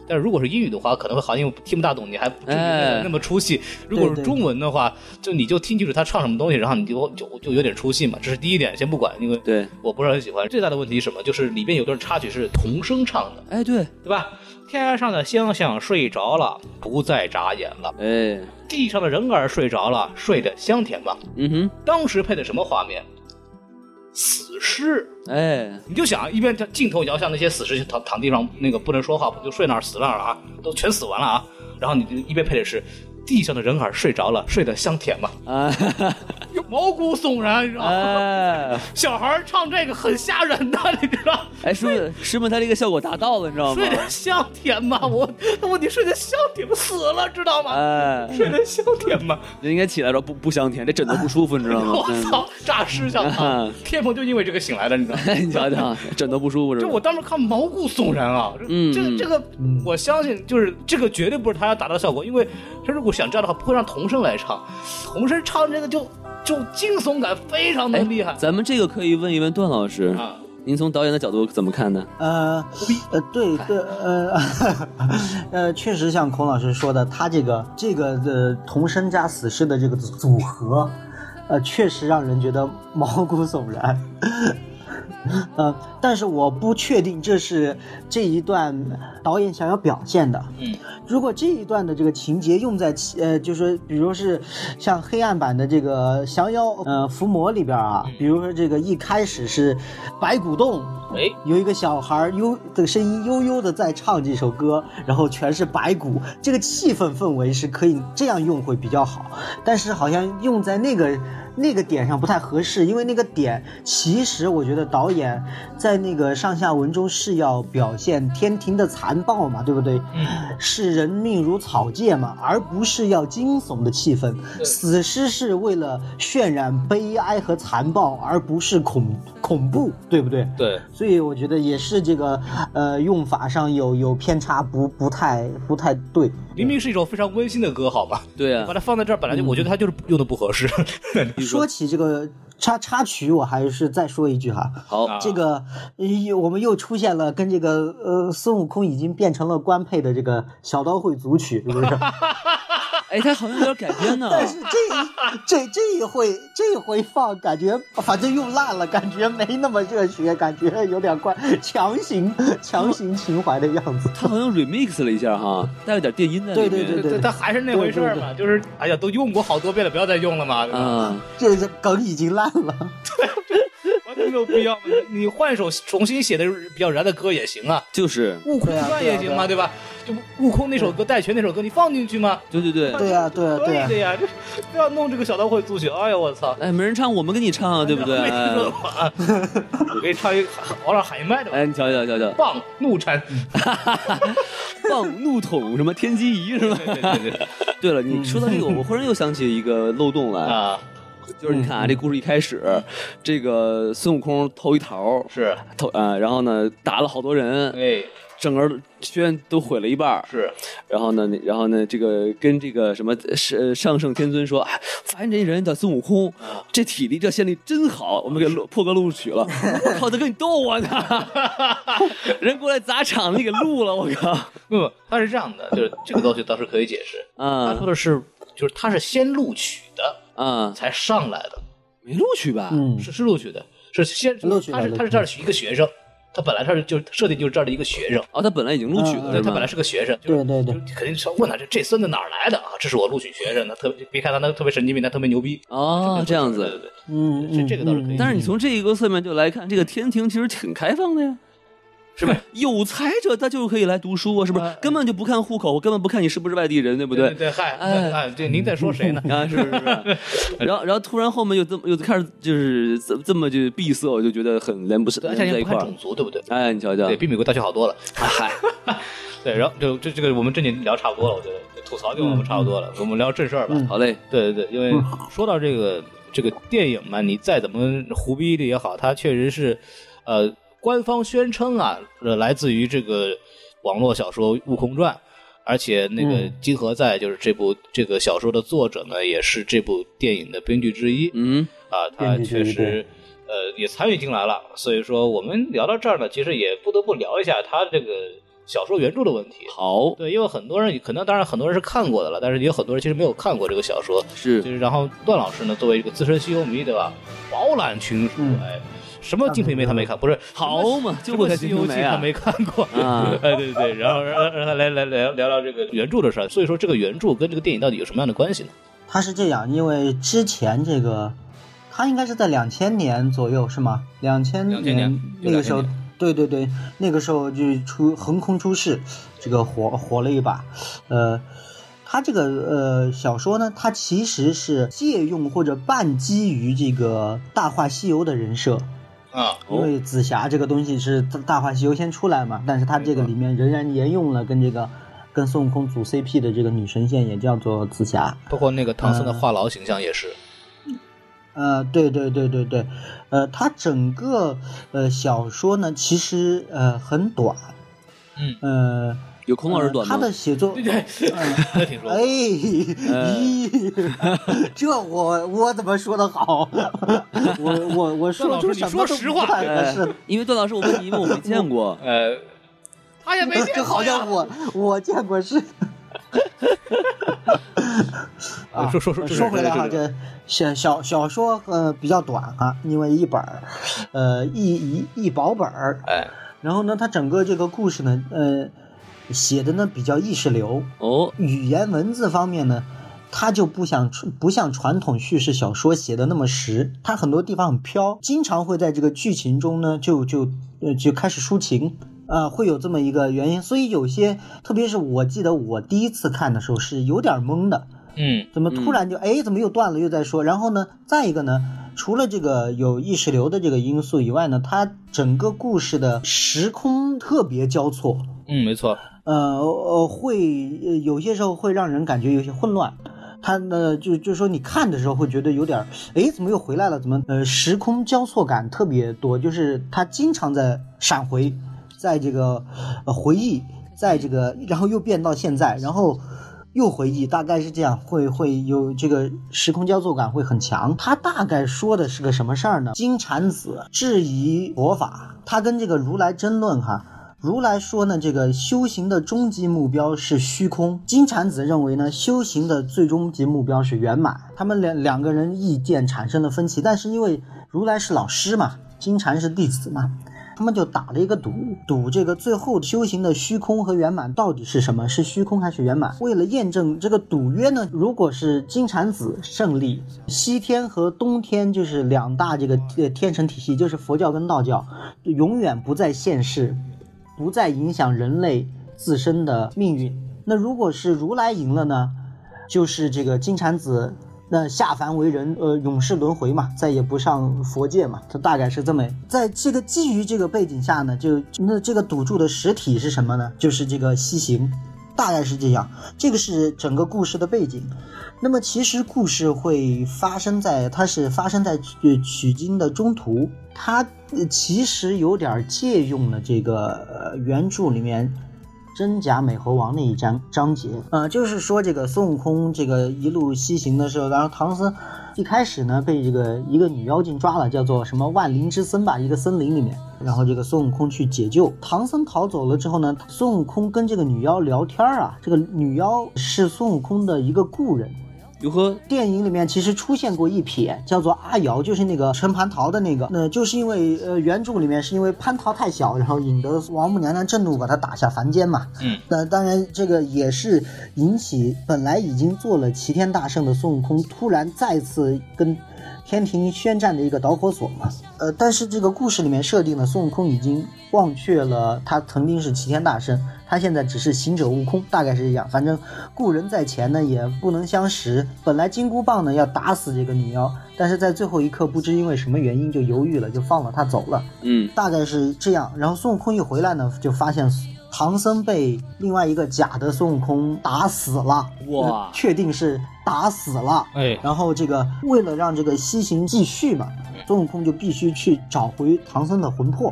Speaker 2: 但是如果是英语的话，可能会好像因为听不大懂，你还不至于
Speaker 3: 哎
Speaker 2: 那么出戏。如果是中文的话，就你就听清楚他唱什么东西，然后你就就就有点出戏嘛。这是第一点，先不管，因为
Speaker 3: 对，
Speaker 2: 我不是很喜欢。最大的问题是什么？就是里边有段插曲是童声唱的，
Speaker 3: 哎对，
Speaker 2: 对吧？天上的星星睡着了，不再眨眼了；
Speaker 3: 哎，
Speaker 2: 地上的人儿睡着了，睡得香甜吧。
Speaker 3: 嗯
Speaker 2: 当时配的什么画面？死尸。
Speaker 3: 哼，哎，
Speaker 2: 你就想一边镜头摇向那些死尸躺躺地上，那个不能说话，不就睡那儿死那儿了啊，都全死完了啊。然后你就一边配的是地上的人儿睡着了，睡得香甜呃吧，
Speaker 3: 啊，
Speaker 2: 毛骨悚然，你知道吗？
Speaker 3: 哎，
Speaker 2: 小孩儿唱这个很吓人的，你知 (laughs) 道吗？
Speaker 3: 哎，说是不是他这个效果达到了，你知道吗
Speaker 2: 睡？得香甜吗？我那问题睡得香甜吗？死了知道吗？
Speaker 3: 哎，
Speaker 2: 睡得香甜吗？
Speaker 3: 人应该起来说不不香甜，这枕头不舒服，你知道吗？
Speaker 2: (laughs) 我操，诈尸想他
Speaker 3: 嗯，
Speaker 2: (laughs) 天蓬就因为这个醒 (laughs) 来的，你知道吗？
Speaker 3: 哎， (laughs) 你瞧瞧，枕头不舒服是
Speaker 1: 嗯
Speaker 2: 就
Speaker 3: 吧？
Speaker 2: 我当时看毛骨悚然啊！这
Speaker 3: 嗯
Speaker 2: 这
Speaker 3: 嗯
Speaker 2: 这个，我相信就是这个绝对不是他要达到的效果，因为他如果想这样的话，不会让童声来唱，童声唱这个就就惊悚感非常的
Speaker 3: 哎
Speaker 2: 厉害
Speaker 3: 咱们这个可以问一问段老师，
Speaker 2: 啊！
Speaker 3: 您从导演的角度怎么看呢？
Speaker 1: 呃，呃，对对，呃， (laughs) 呃，确实像孔老师说的，他这个这个的童声加死尸的这个组合，呃，确实让人觉得毛骨悚然。呃，但是我不确定这是这一段导演想要表现的。
Speaker 2: 嗯，
Speaker 1: 如果这一段的这个情节用在其呃，就是说，比如是像黑暗版的这个降妖呃伏魔里边啊，比如说这个一开始是白骨洞，
Speaker 2: 哎，
Speaker 1: 有一个小孩儿悠的声音悠悠的在唱这首歌，然后全是白骨，这个气氛氛围是可以这样用会比较好，但是好像用在那个那个点上不太合适，因为那个点其实我觉得导演在那个上下文中是要表现天庭的残暴嘛，对不对？视人命如草芥嘛，而不是要惊悚的气氛。死尸是为了渲染悲哀和残暴，而不是恐恐怖，对不对？
Speaker 2: 对，
Speaker 1: 所以我觉得也是这个，呃，用法上有有偏差不，不太不太对。
Speaker 2: 明明是一首非常温馨的歌，好吧，
Speaker 3: 对啊
Speaker 1: 嗯
Speaker 2: 把，它放在这儿，本来就我觉得它就是用的不合适。
Speaker 1: 说起这个插插曲，我还是再说一句哈，
Speaker 3: 好，
Speaker 2: 啊
Speaker 1: 这个呃我们又出现了跟这个呃孙悟空已经变成了官配的这个小刀会组曲，是不
Speaker 2: (laughs)
Speaker 1: 是？
Speaker 3: 哎，他好像有点改编呢。
Speaker 1: 但是这一这这一回这一回放，感觉反正又烂了，感觉没那么热血，感觉有点怪，强行强行情怀的样子。
Speaker 3: 他好像 remix 了一下哈，带了点电音在里
Speaker 1: 对
Speaker 3: 面。
Speaker 1: 对对
Speaker 2: 它
Speaker 1: 对，嗯
Speaker 2: 它还是那回事儿嘛，就是哎呀，都用过好多遍了，不要再用了嘛，对吧
Speaker 3: 啊，
Speaker 1: 这这梗已经烂了。
Speaker 2: 完全没有必要嘛。你你换一首重新写的比较燃的歌也行啊，
Speaker 3: 就是，
Speaker 2: 《悟空
Speaker 1: 对啊
Speaker 2: 传》
Speaker 1: 对啊
Speaker 2: 也行
Speaker 1: 对
Speaker 2: 嘛，
Speaker 1: 啊
Speaker 2: 对吧？就悟空那首歌，戴荃那首歌，你放进去吗？
Speaker 3: 对对对，
Speaker 1: 对呀、对呀、啊
Speaker 2: 可
Speaker 1: 对
Speaker 2: 以
Speaker 1: 呀、
Speaker 2: 的呀，这不要弄这个小刀会组曲。哎呀，我操！
Speaker 3: 哎，没人唱，我们给你唱啊，对不对？
Speaker 2: 没听说
Speaker 3: 哎，
Speaker 2: 过啊！ (laughs) 我给你唱一个王老喊一麦的吧。
Speaker 3: 哎你瞧瞧瞧瞧，
Speaker 2: 棒怒禅，
Speaker 3: 棒怒桶什么天机仪是吧？嗯
Speaker 2: 对对 (laughs) 对
Speaker 3: 对了，你说到这个，我忽然又想起一个漏洞来，
Speaker 2: 啊，
Speaker 3: 就是你看啊，这故事一开始，这个孙悟空偷一桃，呃
Speaker 2: 是
Speaker 3: 偷啊，然后呢打了好多人，
Speaker 2: 哎，
Speaker 3: 整个学院都毁了一半儿。
Speaker 2: 是
Speaker 3: 然后呢，然后呢，这个跟这个什么是呃上圣天尊说，哎，发现这人叫孙悟空，这体力这仙力真好，我们给录破格录 (laughs) 取了。我靠，他跟你逗我呢， (laughs) 人过来砸场子，你给录了，我靠。
Speaker 2: 不不，他是这样的，就是这个东西倒是可以解释。他说
Speaker 3: 啊
Speaker 2: 的是，就是他是先录取的，
Speaker 3: 啊，
Speaker 2: 才上来的，
Speaker 3: 没录取吧？
Speaker 1: 嗯，
Speaker 2: 是是录取的，是先
Speaker 1: 录取的
Speaker 2: 他是
Speaker 1: 录取的
Speaker 2: 他是这儿的一个学生，他本来这儿就设定就是这儿的一个学生，
Speaker 3: 哦，他本来已经录取
Speaker 1: 嗯嗯
Speaker 3: 了，对
Speaker 2: 对
Speaker 3: 吧
Speaker 2: 他本来是个学生，就
Speaker 1: 对对对
Speaker 2: 就肯定是要问他这这孙子哪儿来的啊？这是我录取学生的，特别别看他那特别神经病，但特别牛逼
Speaker 3: 哦，这样
Speaker 2: 对对
Speaker 3: 子。
Speaker 2: 对，
Speaker 1: 嗯，
Speaker 2: 这
Speaker 1: 嗯
Speaker 2: 这个倒是可以
Speaker 3: 但是你
Speaker 1: 嗯
Speaker 3: 从这一个侧面就来看，这个天庭其实挺开放的呀。
Speaker 2: 是 (laughs) 吧？
Speaker 3: 有才者他就可以来读书啊，是不
Speaker 2: 啊
Speaker 3: 是？根本就不看户口，我根本不看你是不是外地人，对不对
Speaker 2: 对？对，嗨，
Speaker 3: 哎
Speaker 2: 哎，对，您在说谁呢？
Speaker 3: 啊，是是
Speaker 2: (laughs)
Speaker 3: 是。然后，然后突然后面又这么又开始就是这么这么就闭塞，我就觉得很连不上
Speaker 2: 对，而且
Speaker 3: 连不在
Speaker 2: 也
Speaker 3: 一
Speaker 2: 不
Speaker 3: 块
Speaker 2: 看
Speaker 3: 儿
Speaker 2: 种。族，对不对？
Speaker 3: 哎，你瞧瞧
Speaker 2: 对，，比美国大学好多了。
Speaker 3: (laughs) 嗨，
Speaker 2: (laughs) 对，然后就这这个我们正经聊差不多了，我觉得吐槽就我们差不多了，我们聊正事儿吧。
Speaker 1: 嗯
Speaker 3: 好嘞，
Speaker 2: 对对对，因为说到这个这个电影嘛，你再怎么胡逼的也好，它确实是，呃，官方宣称啊，呃来自于这个网络小说《悟空传》，而且那个
Speaker 1: 嗯
Speaker 2: 金河在就是这部这个小说的作者呢，也是这部电影的编剧之一。
Speaker 3: 嗯，
Speaker 2: 啊，他
Speaker 1: 编剧
Speaker 2: 确
Speaker 1: 这一
Speaker 2: 实呃也参与进来了。所以说，我们聊到这儿呢，其实也不得不聊一下他这个小说原著的问题。
Speaker 3: 好，
Speaker 2: 对，因为很多人可能，当然很多人是看过的了，但是也有很多人其实没有看过这个小说。
Speaker 3: 是
Speaker 2: 就是然后段老师呢，作为一个资深西游迷，对吧？饱览群书，
Speaker 1: 嗯
Speaker 2: 哎，什么《金瓶梅》他没看，不是
Speaker 3: 好嘛，
Speaker 2: 什
Speaker 3: 就
Speaker 2: 么
Speaker 3: 会
Speaker 2: 《
Speaker 3: 在
Speaker 2: 西
Speaker 3: 金
Speaker 2: 游
Speaker 3: 瓶
Speaker 2: 记
Speaker 3: 梅》
Speaker 2: 他
Speaker 3: 啊，
Speaker 2: 没看过
Speaker 3: 啊
Speaker 2: (laughs) 哎，对对对，然后然后让他来来聊聊聊这个原著的事儿。所以说，这个原著跟这个电影到底有什么样的关系呢？
Speaker 1: 他是这样，因为之前这个，他应该是在两千年左右是吗？两千
Speaker 2: 2000年
Speaker 1: 那个时候
Speaker 2: 就2000，
Speaker 1: 对对对，那个时候就出横空出世，这个火火了一把。呃，他这个呃小说呢，它其实是借用或者半基于这个《大话西游》的人设。
Speaker 2: 啊，
Speaker 1: 因为紫霞这个东西是《大话西游》先出来嘛，但是它这个里面仍然沿用了跟这个跟孙悟空组 CP 的这个女神线，也叫做紫霞。
Speaker 2: 包括那个唐僧的话痨形象也 (laughs) 是。
Speaker 1: 呃，对对对对对，呃，它整个呃小说呢，其实呃很短，
Speaker 2: 嗯
Speaker 1: 呃，
Speaker 3: 有孔老师短
Speaker 1: 呃他
Speaker 3: 吗
Speaker 1: 的？写作，嗯
Speaker 2: 那挺说，
Speaker 1: 哎，咦， (laughs) 这我我怎么说的好？ (laughs) 我我我说出什么都不太合适。
Speaker 3: 哎因为段老师，我问你，因为我没见过
Speaker 2: (laughs) 呃，他也没
Speaker 1: (laughs)
Speaker 2: 见
Speaker 1: 这好像我我见过是。
Speaker 2: (laughs)
Speaker 1: 啊，
Speaker 2: 说说说
Speaker 1: 说回来哈，
Speaker 2: 这这
Speaker 1: 这小小小说呃比较短啊，因为一本儿，呃一一一薄本儿，
Speaker 2: 哎，
Speaker 1: 然后呢，它整个这个故事呢，呃，写的呢比较意识流，
Speaker 3: 哦，
Speaker 1: 语言文字方面呢，它就不想不像传统叙事小说写的那么实，它很多地方很飘，经常会在这个剧情中呢就就呃就开始抒情。啊，会有这么一个原因，所以有些，特别是我记得我第一次看的时候是有点懵的，
Speaker 2: 嗯
Speaker 1: 怎么突然就哎，怎么又断了，又在说？然后呢，再一个呢，除了这个有意识流的这个因素以外呢，它整个故事的时空特别交错，
Speaker 2: 嗯，没错，
Speaker 1: 呃呃，会呃有些时候会让人感觉有些混乱。它呢，就就说你看的时候会觉得有点儿，哎，怎么又回来了？怎么呃，时空交错感特别多，就是它经常在闪回，在这个呃回忆，在这个，然后又变到现在，然后又回忆，大概是这样，会会有这个时空交错感会很强。他大概说的是个什么事儿呢？金蝉子质疑佛法，他跟这个如来争论哈。如来说呢，这个修行的终极目标是虚空。金蝉子认为呢，修行的最终极目标是圆满。他们两两个人意见产生了分歧，但是因为如来是老师嘛，金蝉是弟子嘛，他们就打了一个赌，赌这个最后修行的虚空和圆满到底是什么？是虚空还是圆满？为了验证这个赌约呢，如果是金蝉子胜利，西天和东天就是两大这个呃天神体系，就是佛教跟道教，永远不在现世，不再影响人类自身的命运。那如果是如来赢了呢，就是这个金蝉子。那下凡为人，呃，永世轮回嘛，再也不上佛界嘛，这大概是这么。在这个基于这个背景下呢，就那这个赌注的实体是什么呢？就是这个西行，大概是这样。这个是整个故事的背景。那么其实故事会发生在，它是发生在取呃取经的中途，它呃其实有点借用了这个呃原著里面真假美猴王那一章章节，呃，就是说这个孙悟空这个一路西行的时候，然后唐僧一开始呢被这个一个女妖精抓了，叫做什么万灵之僧吧，一个森林里面，然后这个孙悟空去解救，唐僧逃走了之后呢，孙悟空跟这个女妖聊天儿啊，这个女妖是孙悟空的一个故人，
Speaker 3: 如何？
Speaker 1: 电影里面其实出现过一撇，叫做阿瑶，就是那个陈蟠桃的那个。那就是因为呃原著里面是因为蟠桃太小，然后引得王母娘娘震怒，把她打下凡间嘛。
Speaker 2: 嗯，
Speaker 1: 那当然这个也是引起本来已经做了齐天大圣的孙悟空，突然再次跟天庭宣战的一个导火索嘛。呃，但是这个故事里面设定的孙悟空已经忘却了他曾经是齐天大圣，他现在只是行者悟空，大概是这样。反正故人在前呢，也不能相识。本来金箍棒呢要打死这个女妖，但是在最后一刻不知因为什么原因就犹豫了，就放了她走了。
Speaker 3: 嗯，
Speaker 1: 大概是这样。然后孙悟空一回来呢，就发现唐僧被另外一个假的孙悟空打死了，呃
Speaker 3: 哇
Speaker 2: 嗯
Speaker 1: 确定是打死了。
Speaker 2: 哎，
Speaker 1: 然后这个为了让这个西行继续嘛，孙悟空就必须去找回唐僧的魂魄。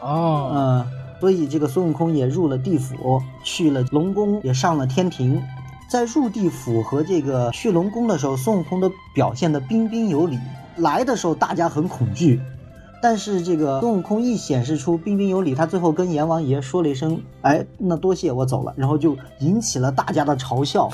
Speaker 2: 哦，
Speaker 1: 嗯，所以这个孙悟空也入了地府，去了龙宫，也上了天庭。在入地府和这个去龙宫的时候，孙悟空的表现的彬彬有礼。来的时候大家很恐惧，但是这个孙悟空一显示出彬彬有礼，他最后跟阎王爷说了一声：“哎，那多谢，我走了。”然后就引起了大家的嘲笑，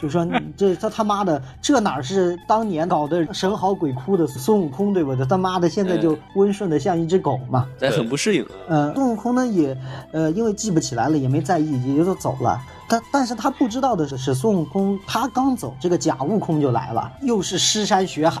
Speaker 1: 就说你这他他妈的这哪是当年搞得神嚎鬼哭的孙悟空对吧？这他妈的现在就温顺的像一只狗嘛。
Speaker 3: 咱很不适应啊。
Speaker 1: 呃，孙悟空呢也，呃，因为记不起来了，也没在意，也就走了。但但是他不知道的是，是孙悟空他刚走，这个假悟空就来了，又是尸山血海。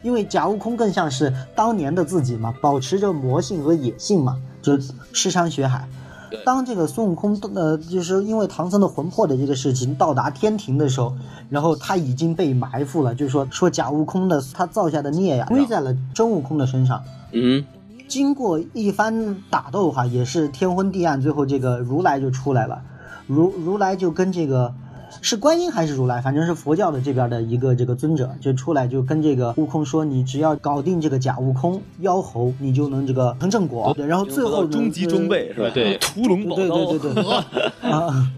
Speaker 1: 因为假悟空更像是当年的自己嘛，保持着魔性和野性嘛，就尸山血海
Speaker 3: 对。
Speaker 1: 当这个孙悟空呃，就是因为唐僧的魂魄的这个事情到达天庭的时候，然后他已经被埋伏了，就是说说假悟空的他造下的孽呀，归在了真悟空的身上。
Speaker 3: 嗯，
Speaker 1: 经过一番打斗哈，也是天昏地暗，最后这个如来就出来了。如如来就跟这个是观音还是如来，反正是佛教的这边的一个这个尊者，就出来就跟这个悟空说：“你只要搞定这个假悟空妖猴，你就能这个成正果。”对，然后最后
Speaker 3: 哦得
Speaker 1: 呢
Speaker 3: 到终极装备是吧？
Speaker 2: 对
Speaker 3: (laughs) 屠龙宝
Speaker 1: 对
Speaker 3: 刀
Speaker 1: 对对对对，啊，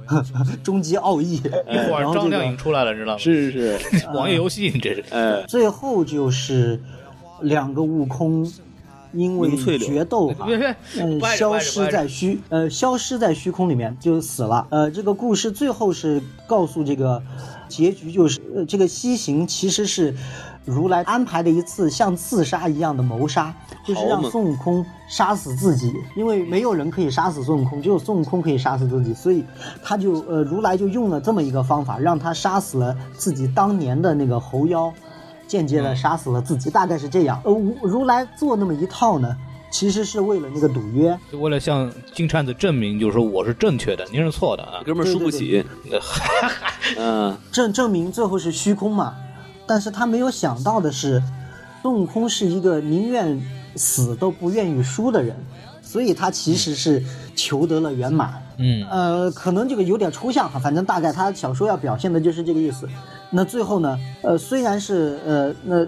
Speaker 1: 终极奥义。
Speaker 2: 一会
Speaker 1: 然
Speaker 2: 儿
Speaker 1: 后这
Speaker 2: 张
Speaker 1: 个
Speaker 2: 靓颖出来了，知道吗？
Speaker 3: (laughs) 是是，是，
Speaker 2: 网页游戏，你这是
Speaker 3: 哎，
Speaker 1: 最后就是两个悟空因为
Speaker 3: 零碎流
Speaker 1: 决斗哈，
Speaker 2: 别别
Speaker 1: 嗯，
Speaker 2: 歪着
Speaker 1: 消
Speaker 2: 歪着
Speaker 1: 失
Speaker 2: 歪着
Speaker 1: 在虚呃消失在虚空里面就死了。呃，这个故事最后是告诉这个结局，就是、呃、这个西行其实是如来安排的一次像刺杀一样的谋杀，就是
Speaker 3: 好
Speaker 1: 让
Speaker 3: 嘛
Speaker 1: 孙悟空杀死自己，因为没有人可以杀死孙悟空，只有孙悟空可以杀死自己，所以他就呃如来就用了这么一个方法，让他杀死了自己当年的那个猴妖。间接
Speaker 3: 嗯
Speaker 1: 的杀死了自己，大概是这样。呃，如如来做那么一套呢，其实是为了那个赌约，
Speaker 2: 就为了向金蝉子证明，就是说我是正确的，您是错的啊。
Speaker 3: 哥们儿输不起。 (laughs) 嗯，
Speaker 1: 证证明最后是虚空嘛。但是他没有想到的是，孙悟空是一个宁愿死都不愿意输的人，所以他其实是求得了圆满。
Speaker 2: 嗯，
Speaker 1: 呃，可能这个有点抽象哈，反正大概他小说要表现的就是这个意思。那最后呢，呃，虽然是呃那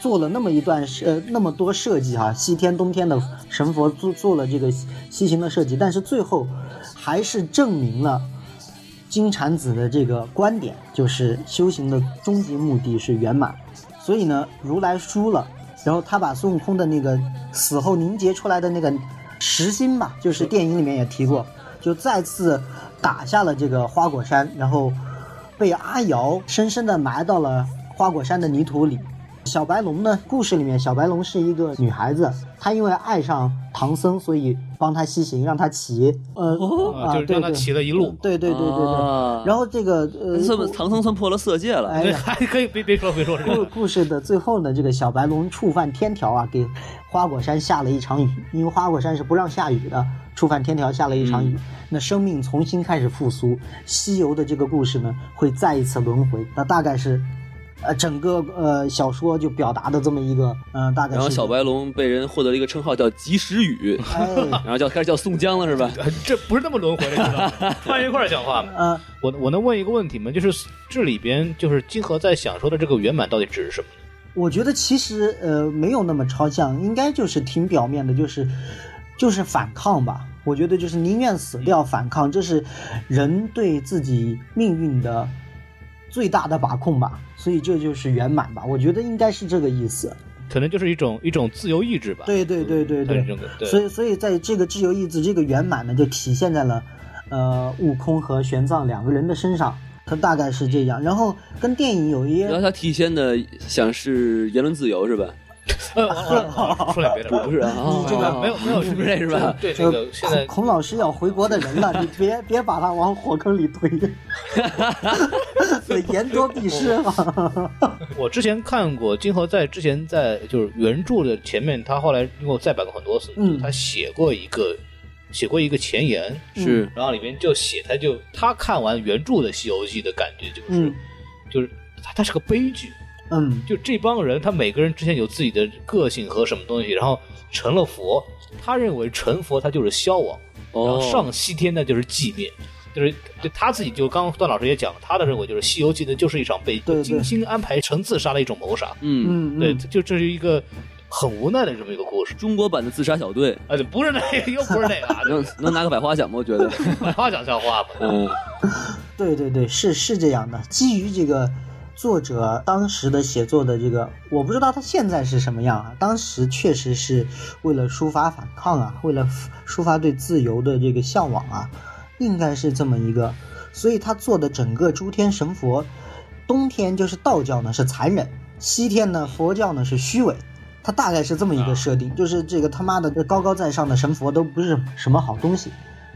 Speaker 1: 做了那么一段是呃那么多设计哈，西天东天的神佛做做了这个西西行的设计，但是最后还是证明了金蝉子的这个观点，就是修行的终极目的是圆满。所以呢，如来输了，然后他把孙悟空的那个死后凝结出来的那个石心吧，就是电影里面也提过，就再次打下了这个花果山，然后被阿瑶深深的埋到了花果山的泥土里。小白龙呢？故事里面，小白龙是一个女孩子，她因为爱上唐僧，所以帮他西行，让他骑，呃，
Speaker 2: 啊就是让他骑了一
Speaker 1: 一
Speaker 2: 路。
Speaker 1: 嗯对对对对对。
Speaker 3: 啊
Speaker 1: 然后这个呃，
Speaker 3: 算不
Speaker 1: 故
Speaker 3: 唐僧算破了色戒了。
Speaker 1: 哎
Speaker 2: 对，
Speaker 1: 呀，
Speaker 2: 还可以，别别说，别说这
Speaker 1: 故 (laughs)
Speaker 2: 个。
Speaker 1: 故事的最后呢，这个小白龙触犯天条啊，给花果山下了一场雨，因为花果山是不让下雨的，触犯天条下了一场雨，
Speaker 3: 嗯
Speaker 1: 那生命重新开始复苏。西游的这个故事呢，会再一次轮回，那大概是呃，整个呃小说就表达的这么一个嗯、呃大概是。
Speaker 3: 然后小白龙被人获得了一个称号叫及时雨， (laughs)
Speaker 1: 哎
Speaker 3: 然后叫开始叫宋江了是吧？
Speaker 2: 这不是那么轮回的，你知道吗？放一块儿讲话嘛。
Speaker 1: 呃
Speaker 2: 我我能问一个问题吗？就是这里边就是金河在想说的这个圆满到底指的是什么？
Speaker 1: 我觉得其实呃没有那么超像，应该就是挺表面的，就是就是反抗吧。我觉得就是宁愿死掉反抗，这是人对自己命运的最大的把控吧。所以这就是圆满吧。我觉得应该是这个意思。
Speaker 2: 可能就是一种一种自由意志吧。
Speaker 1: 对对对对
Speaker 2: 它是
Speaker 1: 对。
Speaker 2: 这种对，
Speaker 1: 所以所以在这个自由意志这个圆满呢，就体现在了呃悟空和玄奘两个人的身上。它大概是这样，然后跟电影有一些
Speaker 3: 然后他体现的想是言论自由是吧？
Speaker 2: 呃，我我说点别的吧，
Speaker 3: 不是啊，
Speaker 1: 你嗯这个
Speaker 3: 哦
Speaker 2: 没有没有
Speaker 3: 不是这是吧？
Speaker 2: 对这
Speaker 1: 呃，
Speaker 2: 个现在
Speaker 1: 孔孔老师要回国的人了，你
Speaker 2: (laughs)
Speaker 1: 别别把他往火坑里推，言多必失啊嘛。
Speaker 2: 我之前看过金河在之前在就是原著的前面，他后来因为我再版过很多次，
Speaker 1: 嗯
Speaker 2: 他写过一个写过一个前言，
Speaker 3: 是
Speaker 1: 嗯
Speaker 2: 然后里面就写他就他看完原著的《西游记》的感觉就是、
Speaker 1: 嗯
Speaker 2: 就是他他是个悲剧，
Speaker 1: 嗯，
Speaker 2: 就这帮人他每个人之前有自己的个性和什么东西，然后成了佛，他认为成佛他就是消亡，然后
Speaker 3: 哦，
Speaker 2: 上西天呢就是寂灭，就是就他自己就刚刚段老师也讲，他的认为就是《西游记》呢就是一场被
Speaker 1: 对对
Speaker 2: 精心安排成自杀的一种谋杀，
Speaker 3: 嗯，
Speaker 1: 嗯，
Speaker 2: 对，
Speaker 1: 嗯
Speaker 2: 就这是一个很无奈的这么一个故事。
Speaker 3: 中国版的自杀小队，
Speaker 2: 啊，对，不是那个，又不是那个
Speaker 1: (laughs)
Speaker 2: 啊，
Speaker 3: 能能拿个百花奖吗？我觉得，
Speaker 2: 百花讲笑话吧。
Speaker 3: 嗯，
Speaker 1: 对对对，是是这样的。基于这个作者当时的写作的这个，我不知道他现在是什么样啊。当时确实是为了抒发反抗啊，为了抒发对自由的这个向往啊，应该是这么一个。所以他做的整个诸天神佛，冬天就是道教呢是残忍，西天呢佛教呢是虚伪。他大概是这么一个设定，就是这个他妈的这高高在上的神佛都不是什么好东西，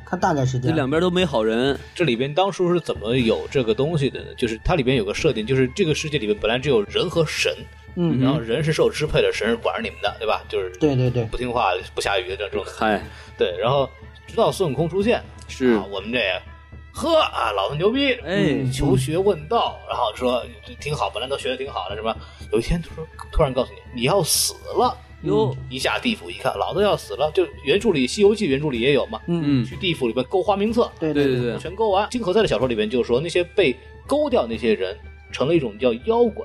Speaker 1: 他大概是这
Speaker 3: 这
Speaker 1: 样。
Speaker 3: 两边都没好人，
Speaker 2: 这里边当初是怎么有这个东西的呢？就是它里边有个设定，就是这个世界里边本来只有人和神，
Speaker 1: 嗯，
Speaker 2: 然后人是受支配的，神是管着你们的，对吧？就是
Speaker 1: 对对对嗯
Speaker 2: 不听话不下雨的这种。
Speaker 3: 嗨，
Speaker 2: 对，然后直到孙悟空出现，
Speaker 1: 嗯
Speaker 3: 是
Speaker 2: 啊，我们这呵啊，老子牛逼，
Speaker 3: 哎
Speaker 2: 求学问道，然后说这挺好，本来都学的挺好的，什么？有一天突然突然告诉你，你要死了。
Speaker 3: 哟，
Speaker 2: 一下地府一看，老子要死了。就原著里《西游记》原著里也有嘛，
Speaker 1: 嗯，
Speaker 3: 嗯，
Speaker 2: 去地府里面勾花名册，
Speaker 1: 对
Speaker 3: 对
Speaker 1: 对
Speaker 3: 对对，
Speaker 2: 全勾完。金河在的小说里面就说，那些被勾掉那些人成了一种叫妖怪，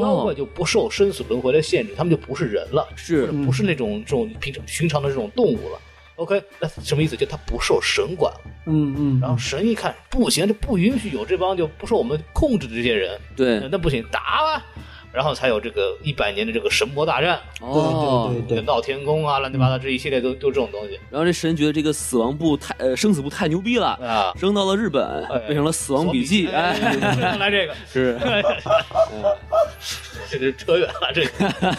Speaker 2: 妖怪
Speaker 3: 哦，
Speaker 2: 就不受生死轮回的限制，他们就不是人了，
Speaker 3: 是
Speaker 1: 嗯
Speaker 2: 不是那种这种平常寻常的这种动物了。OK，那什么意思？就他不受神管了。
Speaker 1: 嗯嗯，
Speaker 2: 然后神一看不行，这不允许有这帮就不受我们控制的这些人，
Speaker 3: 对，
Speaker 2: 那不行，打吧。然后才有这个一百年的这个神魔大战，
Speaker 3: 哦，
Speaker 1: 对对对对
Speaker 2: 闹天宫啊，乱七八糟这一系列都都这种东西
Speaker 3: 然后这神觉得这个死亡簿太呃生死簿太牛逼了，
Speaker 2: 啊。
Speaker 3: 扔到了日本
Speaker 2: 哎，
Speaker 3: 变成了死亡笔记，哎，
Speaker 2: 哎，来这个，
Speaker 3: 是，
Speaker 2: 这就扯远了，这个。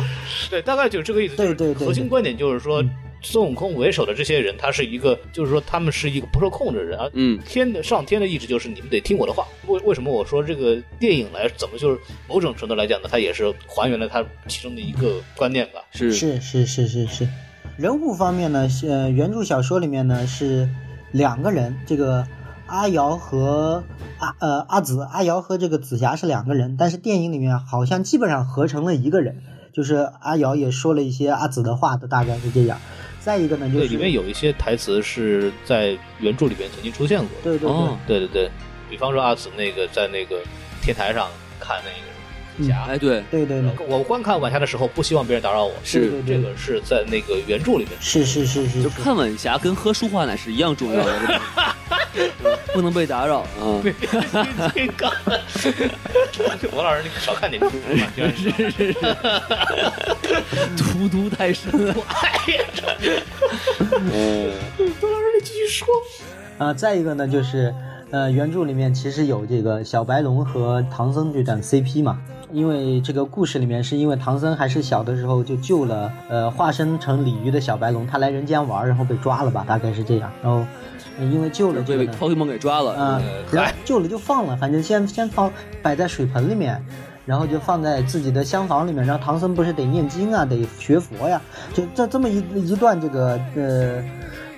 Speaker 1: (laughs)
Speaker 2: 对，大概就是这个意思。
Speaker 1: 对对对
Speaker 2: 就是
Speaker 1: 对嗯
Speaker 2: 核心观点就是说，孙悟空为首的这些人，他是一个，就是说他们是一个不受控制的人啊。
Speaker 3: 嗯，
Speaker 2: 天的上天的意志就是你们得听我的话。为为什么我说这个电影来怎么就是某种程度来讲呢？它也是还原了它其中的一个观念吧。
Speaker 3: 是
Speaker 1: 是是是是是。人物方面呢，是呃，原著小说里面呢是两个人，这个阿瑶和阿呃阿紫，阿瑶和这个紫霞是两个人，但是电影里面好像基本上合成了一个人，就是阿瑶也说了一些阿紫的话的，大概是这样。再一个呢，就
Speaker 2: 对，
Speaker 1: 是
Speaker 2: 里面有一些台词是在原著里边曾经出现过的。
Speaker 1: 对对对，
Speaker 3: 哦
Speaker 2: 对对对，比方说阿紫那个在那个天台上看那
Speaker 1: 嗯
Speaker 2: 个紫霞，
Speaker 3: 哎，对，
Speaker 1: 对对对，
Speaker 2: 我观看晚霞的时候不希望别人打扰我，
Speaker 3: 是
Speaker 1: 对对对
Speaker 2: 这个是在那个原著里面。
Speaker 1: 是是是是，
Speaker 3: 就是看晚霞跟喝舒化奶是一样重要的，对吧对不能被打扰啊。
Speaker 2: 这个， (laughs) 王老师，你少看点书吧。就是
Speaker 3: 荼毒太深了。
Speaker 2: 哎呀，
Speaker 3: 嗯
Speaker 2: 王老师，你继续说。
Speaker 1: 啊，再一个呢，就是，呃，原著里面其实有这个小白龙和唐僧这段 CP 嘛，因为这个故事里面是因为唐僧还是小的时候就救了，呃，化身成鲤鱼的小白龙，他来人间玩儿，然后被抓了吧，大概是这样，然后、呃因为救了这
Speaker 3: 被
Speaker 1: 个呢，
Speaker 3: Pokemon 给抓了，
Speaker 1: 啊，然后救了就放了，反正先先放摆在水盆里面，然后就放在自己的厢房里面。然后唐僧不是得念经啊，得学佛呀，就这这么一一段这个呃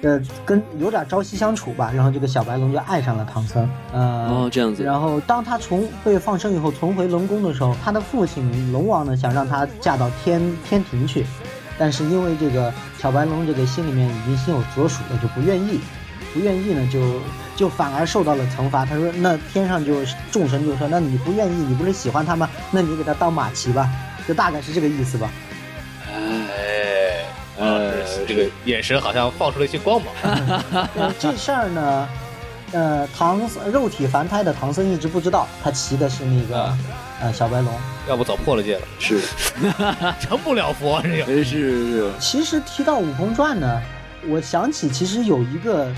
Speaker 1: 呃，跟有点朝夕相处吧，然后这个小白龙就爱上了唐僧，呃，
Speaker 3: 哦，这样子，
Speaker 1: 然后当他重被放生以后重回龙宫的时候，他的父亲龙王呢想让他嫁到天天庭去，但是因为这个小白龙这个心里面已经心有所属了，就不愿意，不愿意呢就就反而受到了惩罚。他说那天上就众神就说那你不愿意，你不是喜欢他吗？那你给他当马骑吧，就大概是这个意思吧。
Speaker 2: (laughs) 哎，
Speaker 3: 呃，
Speaker 2: 这个眼神好像放出了一些光 (laughs) 芒。
Speaker 1: 呃，这事儿呢，呃，唐僧肉体凡胎的唐僧一直不知道，他骑的是那个
Speaker 2: 啊
Speaker 1: 呃小白龙。
Speaker 2: 要不早破了戒了，
Speaker 3: 是，
Speaker 2: 啊
Speaker 3: 哎
Speaker 2: 成不了佛这个。
Speaker 3: 是是
Speaker 1: 其实提到《悟空传》呢，我想起其实有一个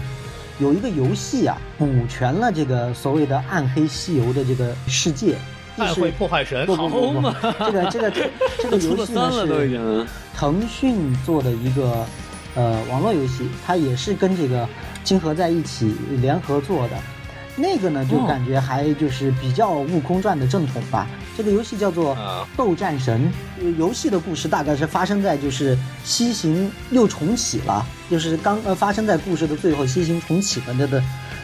Speaker 1: 有一个游戏啊，补全了这个所谓的暗黑西游的这个世界。就
Speaker 2: 爱
Speaker 1: 是
Speaker 2: 会破坏神，
Speaker 1: 不不不不，这个这个
Speaker 3: (laughs)
Speaker 1: 这个
Speaker 3: 都出
Speaker 1: 游
Speaker 3: 了
Speaker 1: 戏
Speaker 3: 三
Speaker 1: 呢
Speaker 3: 了都已
Speaker 1: 是
Speaker 3: 经，嗯
Speaker 1: 腾讯做的一个呃网络游戏，它也是跟这个金河在一起联合做的。那个呢，就
Speaker 3: 哦
Speaker 1: 感觉还就是比较《悟空传》的正统吧。这个游戏叫做
Speaker 2: 啊
Speaker 1: 《斗战神》呃游戏的故事大概是发生在就是西行又重启了，就是刚呃发生在故事的最后，西行重启了的的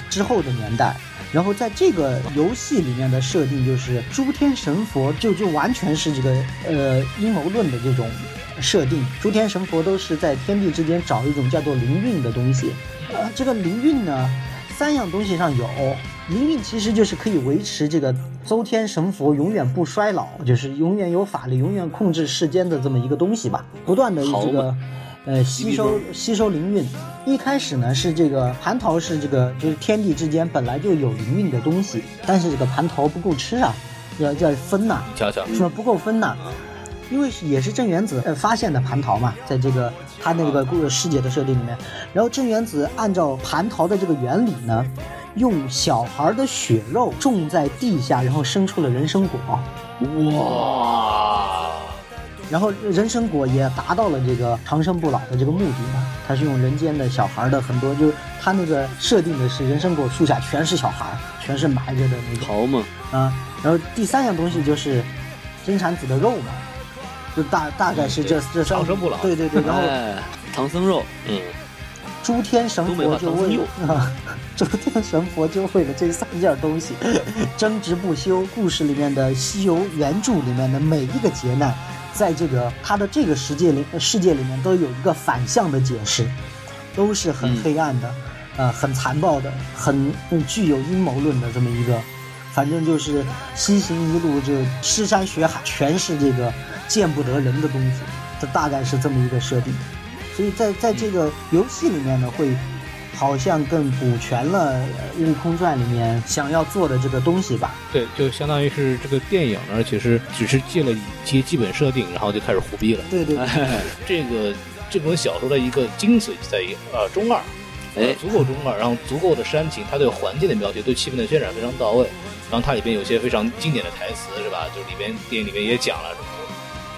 Speaker 1: 之后的年代。然后在这个游戏里面的设定就是诸天神佛就就完全是这个呃阴谋论的这种设定，诸天神佛都是在天地之间找一种叫做灵运的东西，呃，这个灵运呢，三样东西上有。灵运其实就是可以维持这个周天神佛永远不衰老，就是永远有法力、永远控制世间的这么一个东西吧，不断的
Speaker 3: 好
Speaker 1: 这个
Speaker 3: 嘛
Speaker 1: 呃吸收吸收灵运。一开始呢是这个蟠桃是这个就是天地之间本来就有灵运的东西，但是这个蟠桃不够吃啊，要要分呐、
Speaker 2: 你瞧瞧，
Speaker 1: 说不够分呐，因为是也是郑元子呃发现的蟠桃嘛，在这个他那个故呃世界的设定里面，然后郑元子按照蟠桃的这个原理呢，用小孩的血肉种在地下，然后生出了人参果，
Speaker 2: 哇，
Speaker 1: 然后人参果也达到了这个长生不老的这个目的嘛。他是用人间的小孩的很多，就是他那个设定的是人参果树下全是小孩，全是埋着的那种。
Speaker 3: 好嘛，
Speaker 1: 啊，然后第三样东西
Speaker 2: 嗯
Speaker 1: 就是金蝉子的肉嘛，就大大概是这这三
Speaker 2: 嗯长生不老
Speaker 1: 对对对，然
Speaker 2: (laughs)
Speaker 1: 后
Speaker 3: 哎，唐僧肉，
Speaker 2: 嗯，
Speaker 1: 诸天神
Speaker 3: 东北
Speaker 1: 佛
Speaker 3: 话
Speaker 1: 就
Speaker 3: 唐僧
Speaker 1: 为
Speaker 3: 肉
Speaker 1: 啊， (laughs) 诸天神佛就为了这三件东西 (laughs) 争执不休。故事里面的西游原著里面的每一个劫难，在这个他的这个世界里世界里面都有一个反向的解释，都是很黑暗的，呃，很残暴的，很嗯具有阴谋论的这么一个。反正就是西行一路就尸山血海，全是这个见不得人的东西，这大概是这么一个设定。所以在在这个游戏里面呢，会好像更补全了呃《悟空传》里面想要做的这个东西吧。
Speaker 2: 对，就相当于是这个电影呢，其实只是借了一些基本设定，然后就开始胡逼了。
Speaker 1: 对对对，
Speaker 2: 这个这本小说的一个精髓就在于呃中二，
Speaker 3: 哎
Speaker 2: 足够中二，然后足够的煽情，它对环境的描写、对气氛的渲染非常到位。然后它里边有些非常经典的台词是吧？就里边电影里面也讲了什么。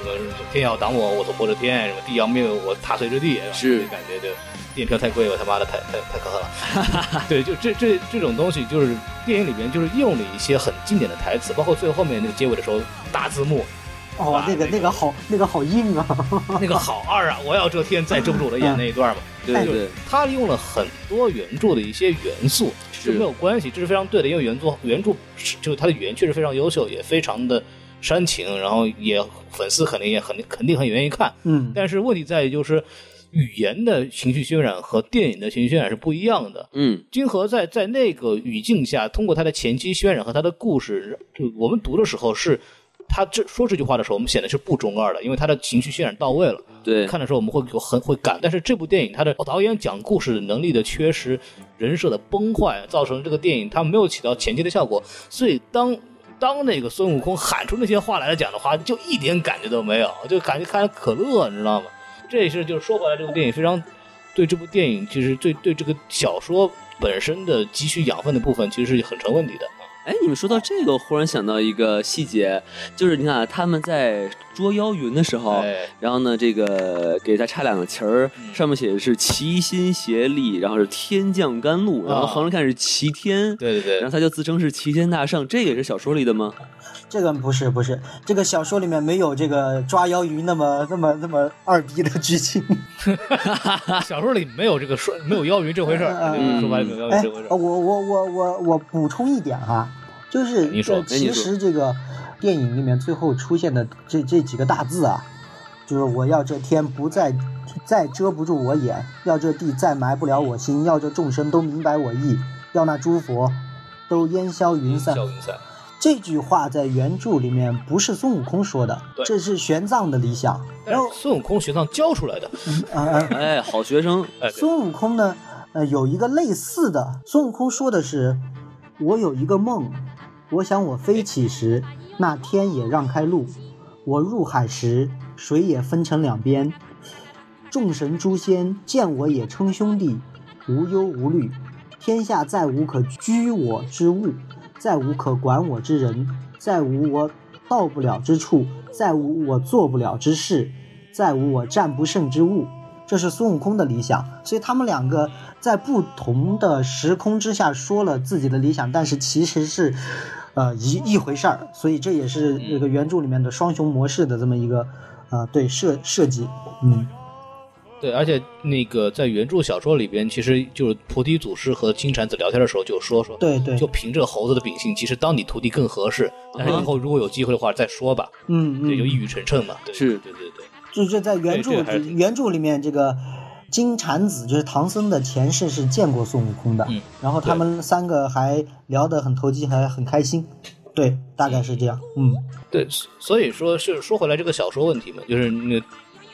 Speaker 2: 什么什么天要挡我，我头破着天；什么地要灭我，我踏碎这地。吧
Speaker 3: 是
Speaker 2: 就感觉就电影票太贵，我他妈的太太太可恨了。对，就这这这种东西，就是电影里边就是用了一些很经典的台词，包括最后面那个结尾的时候大字幕，
Speaker 1: 哦
Speaker 2: 哇，
Speaker 1: 那个那
Speaker 2: 那
Speaker 1: 个
Speaker 2: 个
Speaker 1: 好，那个好硬啊！
Speaker 2: 那个好二啊，我要遮天再遮不住我的眼那一段嘛，
Speaker 3: 对
Speaker 1: 哎
Speaker 3: 对对，
Speaker 2: 他用了很多原著的一些元素，这
Speaker 3: 是
Speaker 2: 没有关系，这是非常对的，因为原作原著是就是他的原确实非常优秀，也非常的煽情，然后也粉丝肯定也很肯定很愿意看，
Speaker 1: 嗯，
Speaker 2: 但是问题在于就是语言的情绪渲染和电影的情绪渲染是不一样的。
Speaker 3: 嗯，
Speaker 2: 金河在在那个语境下，通过他的前期渲染和他的故事，就我们读的时候是，他这说这句话的时候，我们显得是不中二的，因为他的情绪渲染到位了。
Speaker 3: 对，
Speaker 2: 看的时候我们会有很会感，但是这部电影它的哦导演讲故事能力的缺失，人设的崩坏，造成这个电影它没有起到前期的效果，所以当。当那个孙悟空喊出那些话来讲的话，就一点感觉都没有，就感觉看可乐，你知道吗？这也是就是说回来，这部电影非常对这部电影，其实对对这个小说本身的汲取养分的部分，其实是很成问题的。
Speaker 3: 哎，你们说到这个，我忽然想到一个细节，就是你看啊他们在捉妖云的时候，
Speaker 2: 哎，
Speaker 3: 然后呢，这个给他插两个旗儿，
Speaker 2: 嗯
Speaker 3: 上面写的是齐心协力，然后是天降甘露，然后
Speaker 2: 啊
Speaker 3: 横着看是齐天，
Speaker 2: 对对
Speaker 3: 然后
Speaker 2: 对，
Speaker 3: 他就自称是齐天大圣，这个也是小说里的吗？
Speaker 1: 这个不是不是，这个小说里面没有这个抓妖鱼那么那么那么二逼的剧情。
Speaker 2: 小说里没有这个说没有妖云这回事儿，
Speaker 1: 嗯
Speaker 3: 嗯
Speaker 2: 说白了没有妖云
Speaker 1: 哎
Speaker 2: 这回事，
Speaker 1: 我
Speaker 2: 儿。
Speaker 1: 我我我我补充一点哈，就是
Speaker 2: 你说
Speaker 1: 呃
Speaker 2: 哎
Speaker 3: 你
Speaker 1: 其
Speaker 3: 说
Speaker 1: 实这个电影里面最后出现的这这几个大字啊，就是我要这天不再再遮不住我眼，要这地再埋不了我心，要这众生都明白我意，要那诸佛都烟消云散。
Speaker 2: 嗯笑云散，
Speaker 1: 这句话在原著里面不是孙悟空说的
Speaker 2: 对，
Speaker 1: 这是玄奘的理想。
Speaker 2: 但
Speaker 1: 然后
Speaker 2: 是，孙悟空学堂教出来的，
Speaker 1: 啊啊，
Speaker 3: 哎，好学生，
Speaker 2: 哎，对
Speaker 1: 孙悟空呢，呃，有一个类似的。孙悟空说的是：“我有一个梦，我想我飞起时，那天也让开路；我入海时，水也分成两边。众神诸仙见我也称兄弟，无忧无虑。天下再无可拘我之物，再无可管我之人，再无我到不了之处，再无我做不了之事，再无我战不胜之物。这是孙悟空的理想，所以他们两个在不同的时空之下说了自己的理想，但是其实是，呃一一回事儿，所以这也是这个原著里面的双雄模式的这么一个，呃对设设计，嗯，
Speaker 2: 对，而且那个在原著小说里边，其实就是菩提祖师和金蝉子聊天的时候就说说，
Speaker 1: 对对，
Speaker 2: 就凭这猴子的秉性，其实当你徒弟更合适，但
Speaker 3: 啊
Speaker 2: 是以后如果有机会的话再说吧，
Speaker 1: 嗯嗯，
Speaker 2: 这就一语成谶嘛。对
Speaker 3: 是
Speaker 2: 对对对，
Speaker 1: 就就在原
Speaker 2: 对
Speaker 1: 著
Speaker 2: 这个还是挺
Speaker 1: 原著里面，这个金蝉子就是唐僧的前世是见过孙悟空的，
Speaker 2: 嗯
Speaker 1: 然后他们三个还聊得很投机，还很开心，对，大概是这样，嗯，
Speaker 2: 对，所所以说是说回来这个小说问题嘛，就是那个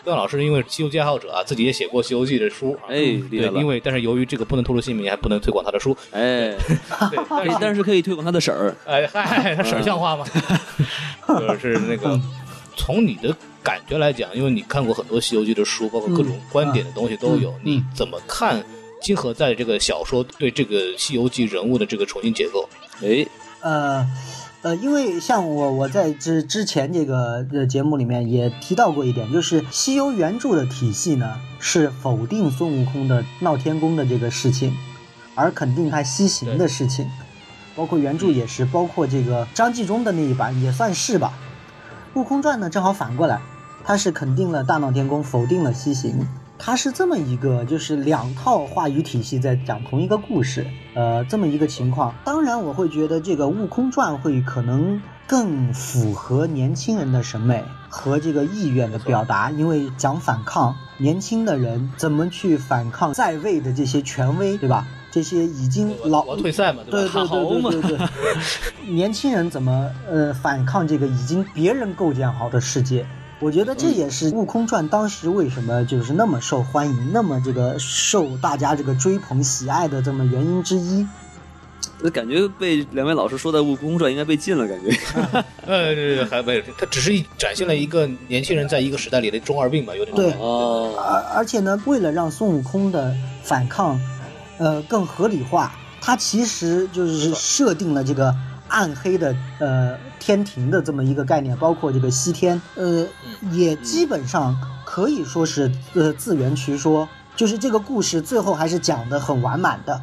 Speaker 2: 段老师因为是《西游记》爱好者啊，自己也写过《西游记》的书啊。
Speaker 3: 哎，厉
Speaker 2: 对
Speaker 3: 害，了
Speaker 2: 因，为但是由于这个不能透露姓名，还不能推广他的书。
Speaker 3: 哎，
Speaker 2: 对，但
Speaker 3: 哎
Speaker 2: 是
Speaker 3: 但是可以推广他的婶儿，
Speaker 2: 哎嗨，
Speaker 1: 嗯
Speaker 2: 他婶儿像
Speaker 1: (laughs)
Speaker 2: 话吗？就是那个，从你的感觉来讲，因为你看过很多《西游记》的书，包括各种观点的东西都有，
Speaker 1: 嗯
Speaker 2: 你怎么看金河在这个小说对这个《西游记》人物的这个重新结构？
Speaker 3: 哎，
Speaker 1: 呃，呃，因为像我我在之之前这个呃节目里面也提到过一点，就是西游原著的体系呢是否定孙悟空的闹天宫的这个事情，而肯定他西行的事情，包括原著也是，包括这个张纪中的那一版也算是吧。《悟空传》呢正好反过来，它是肯定了大闹天宫，否定了西行。它是这么一个，就是两套话语体系在讲同一个故事，呃，这么一个情况。当然，我会觉得这个《悟空传》会可能更符合年轻人的审美和这个意愿的表达，因为讲反抗，年轻的人怎么去反抗在位的这些权威，对吧？这些已经老
Speaker 2: 我退赛嘛，
Speaker 1: 对
Speaker 2: 吧？
Speaker 1: 哦对对对对对， (laughs) 年轻人怎么呃反抗这个已经别人构建好的世界？我觉得这也是《悟空传》当时为什么就是那么受欢迎，那么这个受大家这个追捧喜爱的这么原因之一。
Speaker 3: 那感觉被两位老师说的《悟空传》应该被禁了，感觉。
Speaker 2: 呃，对对对，还没有，他只是一展现了一个年轻人在一个时代里的中二病吧，有点
Speaker 1: 对
Speaker 3: 哦，
Speaker 1: 而而且呢，为了让孙悟空的反抗，呃，更合理化，他其实就是设定了这个暗黑的呃天庭的这么一个概念，包括这个西天，呃，也基本上可以说是呃自圆其说，就是这个故事最后还是讲的很完满的。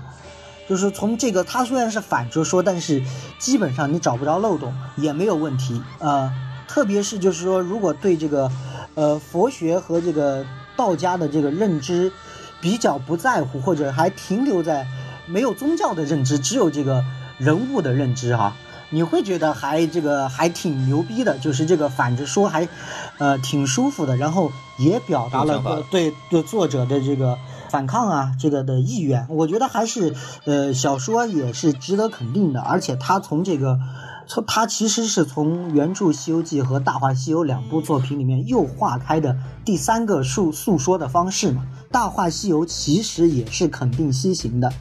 Speaker 1: 就是从这个，它虽然是反着说，但是基本上你找不着漏洞也没有问题。呃，特别是就是说，如果对这个，呃，佛学和这个道家的这个认知比较不在乎，或者还停留在没有宗教的认知，只有这个人物的认知哈、你会觉得还这个还挺牛逼的，就是这个反着说还，呃，挺舒服的，然后也表达了
Speaker 2: 有想法
Speaker 1: 对对作者的这个反抗啊，这个的意愿，我觉得还是呃小说也是值得肯定的，而且他从这个。从他其实是从原著《西游记》和《大话西游》两部作品里面又化开的第三个诉诉说的方式嘛，《大话西游》其实也是肯定西行的，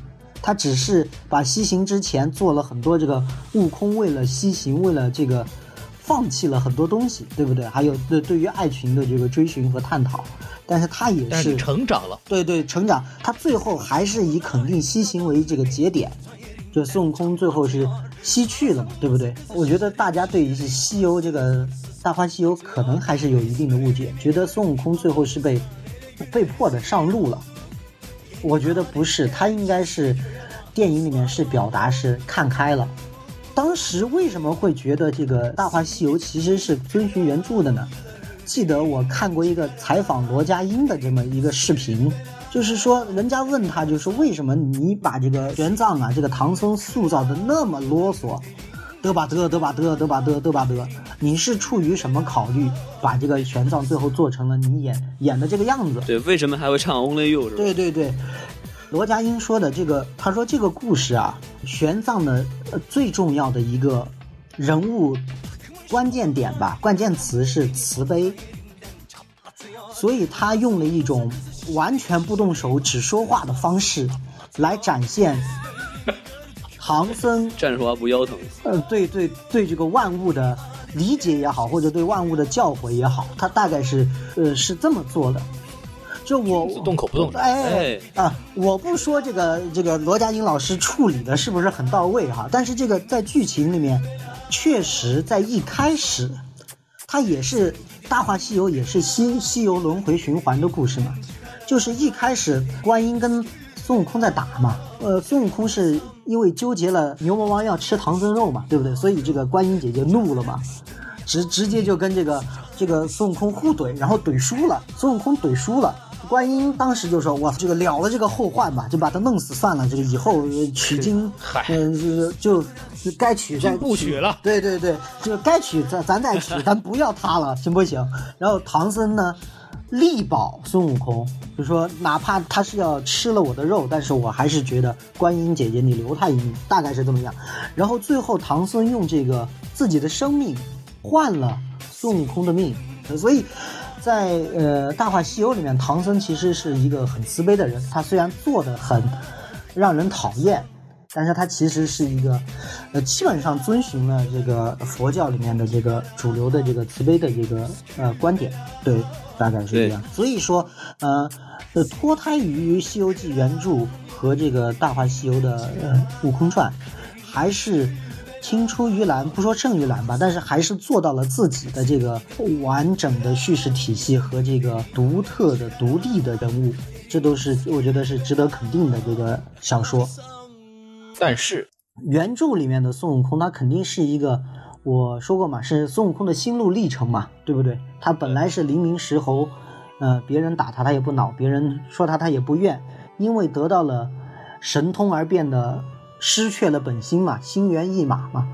Speaker 1: 他只是把西行之前做了很多这个悟空为了西行，为了这个放弃了很多东西，对不对？还有对对于爱情的这个追寻和探讨，但是他也
Speaker 2: 但是
Speaker 1: 是
Speaker 2: 你成长了，
Speaker 1: 对对成长，他最后还是以肯定西行为这个节点，就孙悟空最后是西去了嘛，对不对？我觉得大家对于《西游》这个《大话西游》可能还是有一定的误解，觉得孙悟空最后是被被迫的上路了。我觉得不是，他应该是电影里面是表达是看开了。当时为什么会觉得这个《大话西游》其实是遵循原著的呢？记得我看过一个采访罗家英的这么一个视频，就是说人家问他，就是为什么你把这个玄奘啊，这个唐僧塑造的那么啰嗦，嘚吧嘚嘚吧嘚嘚吧嘚嘚吧嘚，你是出于什么考虑把这个玄奘最后做成了你演演的这个样子？
Speaker 3: 对，为什么还会唱 Only You 是吧？
Speaker 1: 对对对，罗家英说的这个，他说这个故事啊，玄奘的、呃最重要的一个人物关键点吧，关键词是慈悲，所以他用了一种完全不动手只说话的方式来展现唐僧
Speaker 3: 站着说话不腰疼。
Speaker 1: 呃，对对对，这个万物的理解也好，或者对万物的教诲也好，他大概是呃是这么做的。就我
Speaker 2: 是动口不动手
Speaker 1: 哎啊！我不说这个这个罗家英老师处理的是不是很到位哈、但是这个在剧情里面，确实在一开始，它也是《大话西游》也是西西游轮回循环的故事嘛，就是一开始观音跟孙悟空在打嘛，呃，孙悟空是因为纠结了牛魔王要吃唐僧肉嘛，对不对？所以这个观音姐姐怒了嘛，直直接就跟这个这个孙悟空互怼，然后怼输了，孙悟空怼输了。观音当时就说：“我这个了了这个后患吧，就把他弄死算了。这个以后呃取经，嗯、就就该取再
Speaker 2: 不取了
Speaker 1: 对对对，就该取咱咱再
Speaker 2: (laughs)
Speaker 1: 取，咱不要他了，行不行？然后唐僧呢，力保孙悟空，就说哪怕他是要吃了我的肉，但是我还是觉得观音姐姐你留他一命，大概是这么样。然后最后唐僧用这个自己的生命换了孙悟空的命，所以。在呃《大话西游》里面，唐僧其实是一个很慈悲的人。他虽然做的很让人讨厌，但是他其实是一个，呃，基本上遵循了这个佛教里面的这个主流的这个慈悲的这个呃观点，对，大概是这样。所以说，呃，呃脱胎于《西游记》原著和这个《大话西游》的呃《悟空传》，还是青出于蓝，不说胜于蓝吧，但是还是做到了自己的这个完整的叙事体系和这个独特的、独立的人物，这都是我觉得是值得肯定的这个小说。
Speaker 2: 但是
Speaker 1: 原著里面的孙悟空，他肯定是一个，我说过嘛，是孙悟空的心路历程嘛，对不对？他本来是黎明石猴，呃，别人打他他也不恼，别人说他他也不怨，因为得到了神通而变得失去了本心嘛，心猿意马嘛，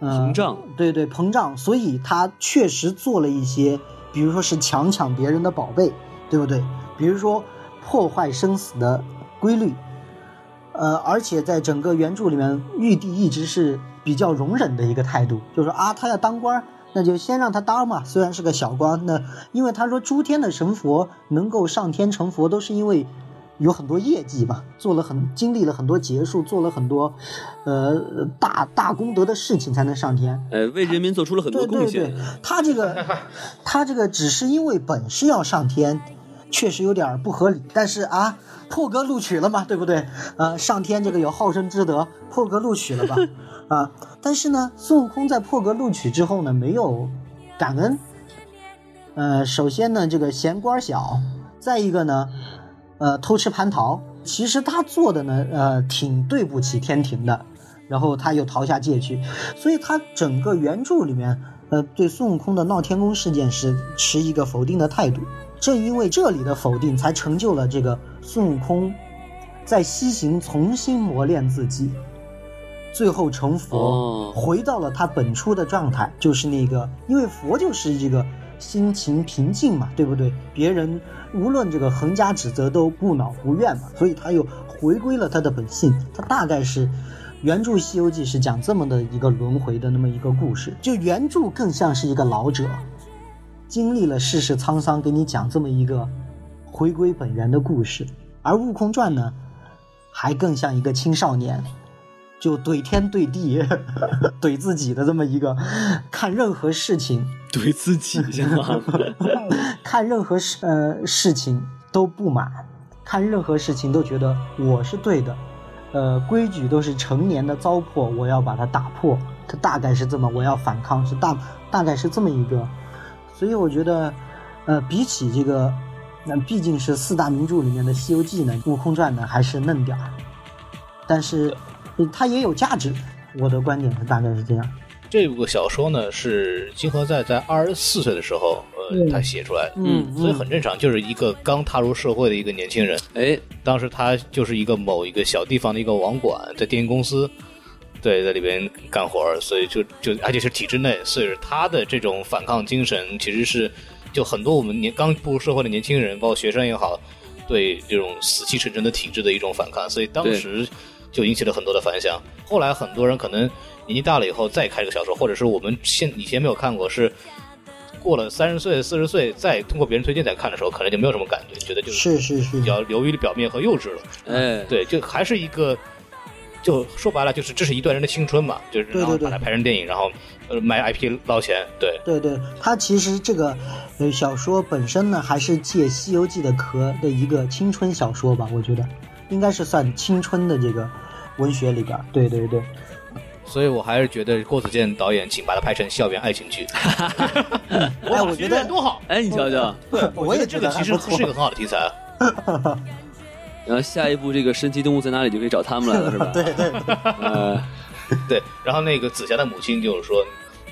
Speaker 2: 啊
Speaker 1: 呃，
Speaker 3: 膨胀，
Speaker 1: 对对，膨胀，所以他确实做了一些，比如说是强抢别人的宝贝，对不对？比如说破坏生死的规律，呃，而且在整个原著里面，玉帝一直是比较容忍的一个态度，就是说啊，他要当官儿，那就先让他当嘛，虽然是个小官，那因为他说诸天的神佛能够上天成佛，都是因为有很多业绩嘛，做了很经历了很多劫数，做了很多，呃大大功德的事情才能上天。
Speaker 3: 哎，为人民做出了很多
Speaker 1: 对对
Speaker 3: 贡
Speaker 1: 对，
Speaker 3: 献。嗯
Speaker 1: 他这
Speaker 3: (laughs)
Speaker 1: 个，他这个只是因为本是要上天，确实有点儿不合理。但是啊，破格录取了嘛，对不对？呃，上天这个有好生之德，破格录取了
Speaker 3: (laughs)
Speaker 1: 吧？啊，但是呢，孙悟空在破格录取之后呢，没有感恩。呃，首先呢，这个嫌官儿小，再一个呢，呃，偷吃蟠桃。其实他做的呢，呃，挺对不起天庭的。然后他又逃下界去，所以他整个原著里面，呃，对孙悟空的闹天宫事件是持一个否定的态度。正因为这里的否定，才成就了这个孙悟空在西行重新磨练自己，最后成佛，
Speaker 3: 哦
Speaker 1: 回到了他本初的状态，就是那个，因为佛就是一个心情平静嘛，对不对？别人无论这个横加指责都不恼不怨嘛，所以他又回归了他的本性。他大概是原著《西游记》是讲这么的一个轮回的那么一个故事，就原著更像是一个老者，经历了世事沧桑，给你讲这么一个回归本源的故事。而《悟空传》呢，还更像一个青少年，就怼天怼地、 (laughs) 怼自己的这么一个，看任何事情，
Speaker 3: (laughs) 怼自己一下嘛，
Speaker 1: (laughs) 看任何事呃事情都不满，看任何事情都觉得我是对的，呃，规矩都是成年的糟粕，我要把它打破。它大概是这么，我要反抗，是大大概是这么一个。所以我觉得，呃，比起这个，那毕竟是四大名著里面的《西游记》呢，《悟空传》呢还是嫩点儿，但是嗯它也有价值。我的观点是大概是这样。
Speaker 2: 这部小说呢是金河在在二十四岁的时候，呃，
Speaker 1: 嗯
Speaker 2: 他写出来的，
Speaker 1: 嗯
Speaker 2: 所以很正常，就是一个刚踏入社会的一个年轻人。
Speaker 3: 哎，
Speaker 2: 当时他就是一个某一个小地方的一个网管，在电影公司，对，在里边干活儿，所以就就而且是体制内，所以他的这种反抗精神其实是就很多我们年刚步入社会的年轻人，包括学生也好，对这种死气沉沉的体制的一种反抗，所以当
Speaker 3: 对
Speaker 2: 时就引起了很多的反响。后来很多人可能年纪大了以后再看这个小说，或者是我们现以前没有看过是。过了三十岁、四十岁，再通过别人推荐再看的时候，可能就没有什么感觉，觉得就
Speaker 1: 是
Speaker 2: 是
Speaker 1: 是是
Speaker 2: 比，较流于表面和幼稚了。
Speaker 3: 哎，
Speaker 2: 对，就还是一个，就说白了，就是这是一段人的青春嘛，就是
Speaker 1: 对
Speaker 2: 然后
Speaker 1: 对
Speaker 2: 把它拍成电影，然后呃卖 IP 捞钱，对，
Speaker 1: 对对，它其实这个呃小说本身呢，还是借《西游记》的壳的一个青春小说吧，我觉得应该是算青春的这个文学里边儿。对对对，
Speaker 2: 所以我还是觉得郭子健导演，请把它拍成校园爱情
Speaker 1: (laughs)
Speaker 2: 剧。
Speaker 1: 哎，我觉得
Speaker 2: 多好，
Speaker 3: 哎，你瞧瞧，
Speaker 1: 我也
Speaker 2: 这
Speaker 1: 觉
Speaker 2: 个
Speaker 1: 得
Speaker 2: 其
Speaker 1: 还
Speaker 2: 实
Speaker 1: 不
Speaker 2: 是一
Speaker 1: 错。
Speaker 2: 个很好的题材
Speaker 1: (laughs)
Speaker 2: 啊。
Speaker 3: 然后下一步这个神奇动物在哪里就可以找他们来了，是吧？
Speaker 1: (laughs)
Speaker 3: 对对，呃，
Speaker 2: 对，然后那个紫霞的母亲就是说。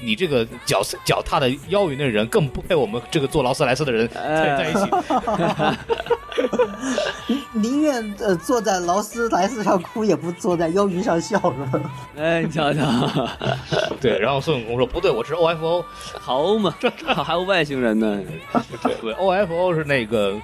Speaker 2: 你这个脚脚踏的妖云的人，更不配我们这个做劳斯莱斯的人在
Speaker 3: 哎
Speaker 2: 在一起。
Speaker 1: (laughs) 宁愿呃坐在劳斯莱斯上哭，也不坐在妖云上笑，是吧？
Speaker 3: 哎，你瞧瞧， (laughs)
Speaker 2: 对，然后孙悟空说：“不对，我是 OFO。
Speaker 3: 好嘛，还有外星人呢，
Speaker 2: 对”对，OFO 是那个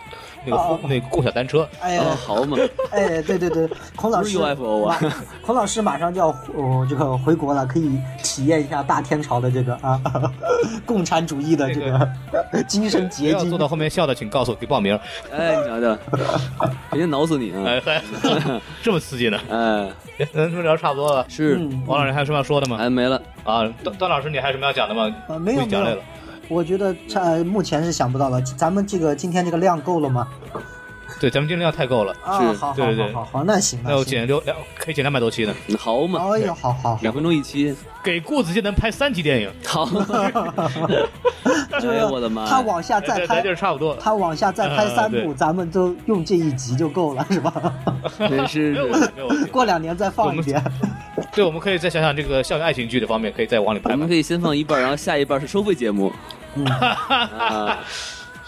Speaker 2: 那个、
Speaker 1: 哦
Speaker 2: 那个共享单车。
Speaker 1: 哎
Speaker 3: 哦，
Speaker 1: 呀，
Speaker 3: 好嘛，
Speaker 1: 哎，对对对，孔老师
Speaker 3: 不是 UFO 啊
Speaker 1: 马孔老师马上就要哦这个回国了，可以体验一下大天朝的这个啊 (laughs) 共产主义的这个 (laughs) 精神
Speaker 2: 不
Speaker 1: 结
Speaker 2: 要
Speaker 1: 晶
Speaker 2: 坐。到后面笑的，请告诉我，给报名。
Speaker 3: 哎，你瞧瞧，肯定挠死你啊，
Speaker 2: 哎，还 (laughs) 这么刺激呢？
Speaker 3: 哎，
Speaker 2: 哎咱们聊差不多了。
Speaker 3: 是，
Speaker 1: 嗯
Speaker 2: 王老师还有什么要说的吗？
Speaker 3: 哎，没了，
Speaker 2: 啊，段段老师，你还有什么要讲的吗？
Speaker 1: 啊，没
Speaker 2: 估
Speaker 1: 有没
Speaker 2: 计讲累
Speaker 1: 有
Speaker 2: 了，，
Speaker 1: 我觉得这呃目前是想不到了。咱们这个今天这个量够了吗？
Speaker 2: 对，咱们尽量太够了。
Speaker 1: 啊，
Speaker 3: 是
Speaker 1: 好好
Speaker 2: 对对
Speaker 1: 好
Speaker 2: 对
Speaker 1: 好好，那行
Speaker 2: 那
Speaker 1: 那
Speaker 2: 我
Speaker 1: 行。
Speaker 2: 剪六两，可以剪两百多期呢。
Speaker 3: 好嘛，
Speaker 1: 哎呦，好好好
Speaker 3: 两，分钟一期，
Speaker 2: 给顾子健能拍三集电影，
Speaker 3: 好，
Speaker 1: (laughs) 就
Speaker 3: 哎
Speaker 1: 是
Speaker 3: 我的妈呀，
Speaker 1: 他往下
Speaker 2: 咱
Speaker 1: 再
Speaker 2: 咱
Speaker 1: 拍
Speaker 2: 就，是差不多。
Speaker 1: 他往下再拍
Speaker 2: 呃
Speaker 1: 三
Speaker 2: 对
Speaker 1: 部，咱们都用这一集就够了，是吧？ (laughs)
Speaker 3: 真是
Speaker 2: 没有
Speaker 3: 的
Speaker 2: 问题，没有问题。
Speaker 1: 过两年再
Speaker 2: 我
Speaker 1: 放一
Speaker 2: 们
Speaker 1: 遍。
Speaker 2: 对，我们可以再想想这个校园爱情剧的方面，可以再往里
Speaker 3: 我
Speaker 2: 拍
Speaker 3: 们
Speaker 2: 吧。
Speaker 3: 可以先放一半，然后下一半是收费节目。
Speaker 1: 嗯，
Speaker 3: 啊，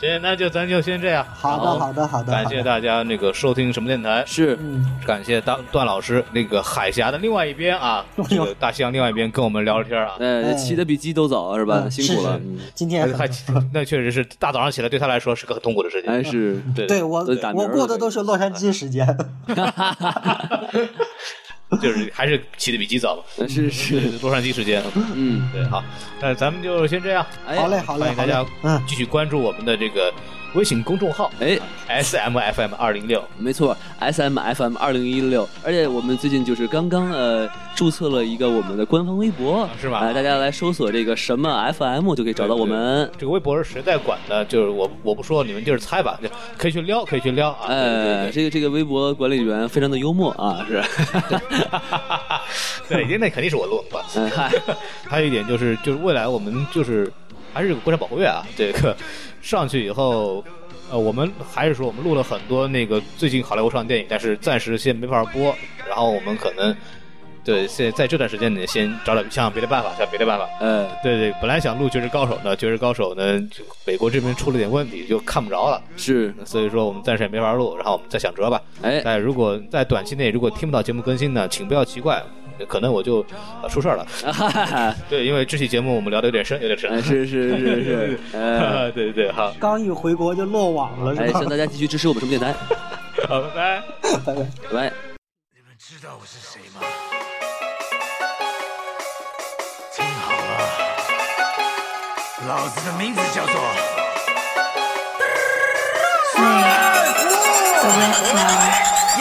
Speaker 2: 行，那就咱就先这样。
Speaker 1: 好的好的好的，
Speaker 2: 感
Speaker 1: 好
Speaker 2: 谢
Speaker 1: 的
Speaker 2: 大家那个收听什么电台，
Speaker 3: 是，
Speaker 1: 嗯，
Speaker 2: 感谢段段老师那个海峡的另外一边
Speaker 1: (laughs)
Speaker 2: 啊，这个大西洋另外一边跟我们聊聊天啊。
Speaker 3: 哎，骑得比鸡都早是吧？
Speaker 1: 嗯
Speaker 3: 辛苦了
Speaker 1: 是，
Speaker 3: 嗯
Speaker 1: 今天
Speaker 2: 还
Speaker 1: 很 (laughs)
Speaker 2: 那确实是大早上起来对他来说是个很痛苦的事情。
Speaker 3: 哎是，
Speaker 2: 对
Speaker 1: 对我
Speaker 3: 都打鸣
Speaker 1: 我
Speaker 3: 儿
Speaker 1: 过
Speaker 3: 了
Speaker 1: 的都是洛杉矶时间。
Speaker 2: 就是还是起得比鸡早
Speaker 3: (laughs)
Speaker 2: 嘛，
Speaker 3: 是是，
Speaker 2: 洛杉矶时间。
Speaker 3: 嗯，
Speaker 2: 对，好，那咱们就先这样，
Speaker 3: 哎，
Speaker 1: 好嘞，好
Speaker 2: 欢
Speaker 1: 嘞
Speaker 2: 迎
Speaker 1: 好
Speaker 2: 大
Speaker 1: 嘞
Speaker 2: 家，
Speaker 1: 嗯，
Speaker 2: 继续关注我们的这个微信公众号
Speaker 3: 哎，
Speaker 2: S M F M 二零六。
Speaker 3: 没错，S M F M 二零一六，而且我们最近就是刚刚呃注册了一个我们的官方微博
Speaker 2: 啊，是吧
Speaker 3: 哎大家来搜索这个什么 F M 就可以找到我们。
Speaker 2: 这个微博是谁在管的？就是我，我不说，你们就是猜吧，就可以去撩，可以去撩啊！
Speaker 3: 哎，
Speaker 2: 对对
Speaker 3: 这个这个微博管理员非常的幽默啊，是，
Speaker 2: (laughs) 对，对，那肯定是我录吧。
Speaker 3: 哎嗨，
Speaker 2: (laughs) 还有一点就是，就是未来我们就是还是有个国产保护月啊，这个上去以后，呃，我们还是说我们录了很多那个最近好莱坞上的电影，但是暂时先没法播，然后我们可能对现在这段时间呢，先找找想想别的办法，想别的办法。
Speaker 3: 哎，
Speaker 2: 对对，本来想录《绝世高手》呢，《绝世高手》呢，就美国这边出了点问题，就看不着了，
Speaker 3: 是，
Speaker 2: 所以说我们暂时也没法录，然后我们再想辙吧。
Speaker 3: 哎，
Speaker 2: 但如果在短期内如果听不到节目更新呢，请不要奇怪，可能我就、呃出事儿了。
Speaker 3: 哈哈，
Speaker 2: 对，因为这期节目我们聊的有点深，有点深。
Speaker 3: (laughs) 哎是是是是，哎。
Speaker 2: (laughs) 对对对，好，
Speaker 1: 刚一回国就落网了，
Speaker 3: 哎，
Speaker 1: 是吧
Speaker 3: 向？大家继续支持我们什么电台，
Speaker 2: 好，拜拜。
Speaker 1: 拜拜。
Speaker 3: 拜拜。
Speaker 5: 你们知道我是谁吗？听好了，老子的名字叫做。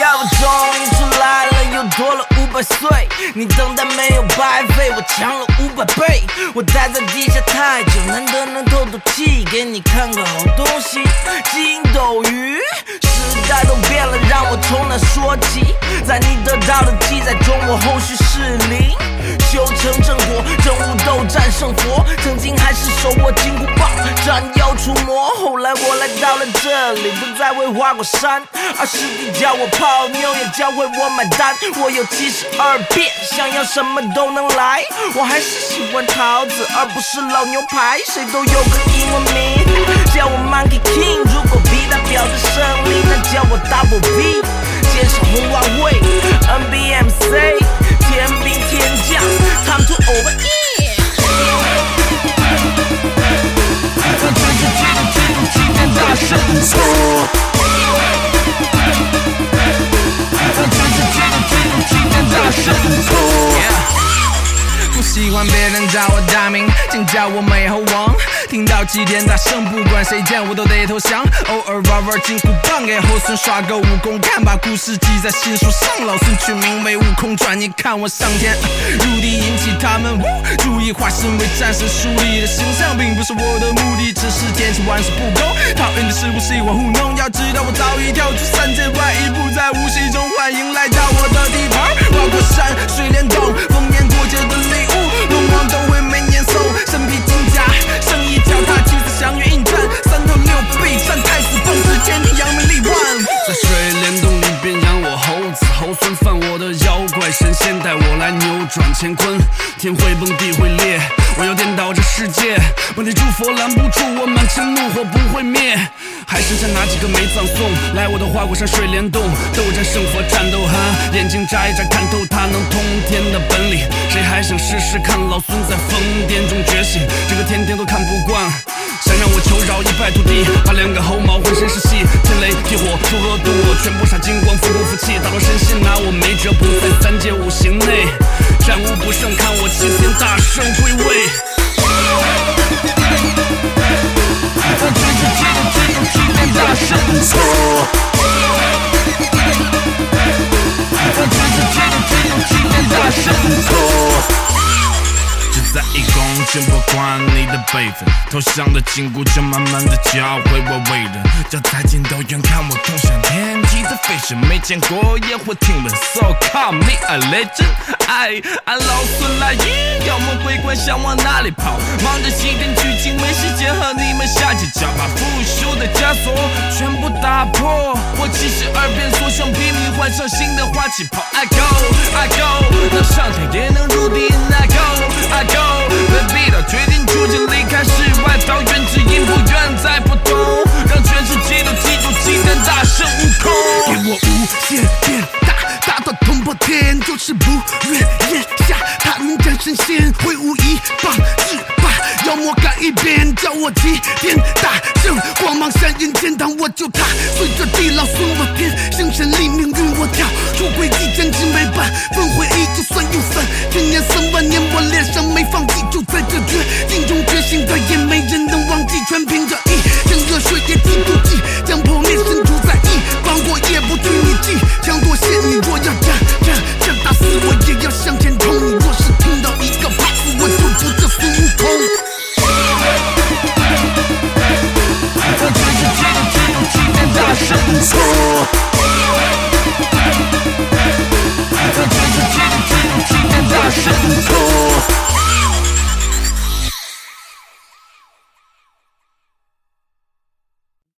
Speaker 6: 要我终于出来了，又多了五百岁。你等待没有白费，我强了五百倍。我待在地下太久，难得能透透气，给你看个好东西。金斗鱼，时代都变了，让我从哪说起？在你得到的记载中，我后续是零。修成正果，正悟斗战胜佛。曾经还是手握金箍棒，斩妖除魔。后来我来到了这里，不再会花果山。而师弟教我泡妞，也教会我买单。我有七十二变，想要什么都能来。我还是喜欢桃子，而不是老牛排。谁都有个英文名，叫我 Monkey King。如果 V 代表着胜利，那叫我 Double V。接上红花会，NBMC，天兵天将，Time to over in。
Speaker 5: 我只是记得记得今天大胜出。我只是记得记得今天大胜出。
Speaker 7: 不喜欢别人叫我大名，请叫我美猴王。听到齐天大圣，不管谁见我都得投降。偶尔玩玩金箍棒，给后孙耍个武功，看把故事记在新书上。老孙取名为《悟空传》，你看我上天呃入地，引起他们呜注意，化身为战神。书里的形象并不是我的目的，只是捡起玩世不恭。讨厌的是我喜欢糊弄，要知道我早已跳出三界外，一步在无形中幻影来到我的地盘。跨过山水帘洞，逢年过节的礼物，龙王都会每年送。身披金甲，圣衣脚踏七色祥云应战，三头六臂战太子奉旨，天地扬名立万。
Speaker 8: 在水帘洞里边养我猴子，猴孙犯我的妖怪，神仙带我来扭转乾坤，天会崩地会裂，我要颠倒这世界，本地诸佛拦不住我满腔怒火不会灭，还剩下哪几个没葬送？来我的花果山水帘洞，斗战胜佛战斗哈，眼睛眨一眨看透他能通天的本领，谁还想试试看？老孙在疯癫中觉醒，这个天天都看不惯。想让我求饶，一败涂地，把两个猴毛浑身是血，天雷地火出恶毒，我全部杀精光，服不服气？打到神仙拿我没辙，不在三界五行内，战无不胜，看我齐天大圣归位。
Speaker 5: 我只是记得记得今天大胜出。我只是记得记得今天大胜出。
Speaker 8: 只在意攻，全不管你的辈分。投降的禁锢就慢慢的教会我为人，要再见到远看我通向天际的飞升，没见过也会听闻。So call me a legend，哎，俺老孙来也，妖魔鬼怪想往哪里跑？忙着西天取经，没时间和你们下几脚，把腐朽的枷锁全部打破。我七十二变，所向披靡，换上新的花旗袍。I go I go，能上天也能入地。I go I go，没必要决定逐渐离开世外桃源，只因不愿再不动，让全世界都记住今天大圣悟空。给我无限变大，大到捅破天，就是不愿咽下，他能战神仙，挥舞一棒制霸妖魔改一边，叫我齐天大圣，光芒闪人天堂我就踏，随着地老孙我天，星辰立命运我跳，出轨一真情为伴，轮回一就算又散，千年三万年我脸上没放弃，就在这绝境中觉醒的也没人能忘记，全凭着一腔热血也记不记，将破灭身处在意，帮我也不惧你记，强夺现你若要。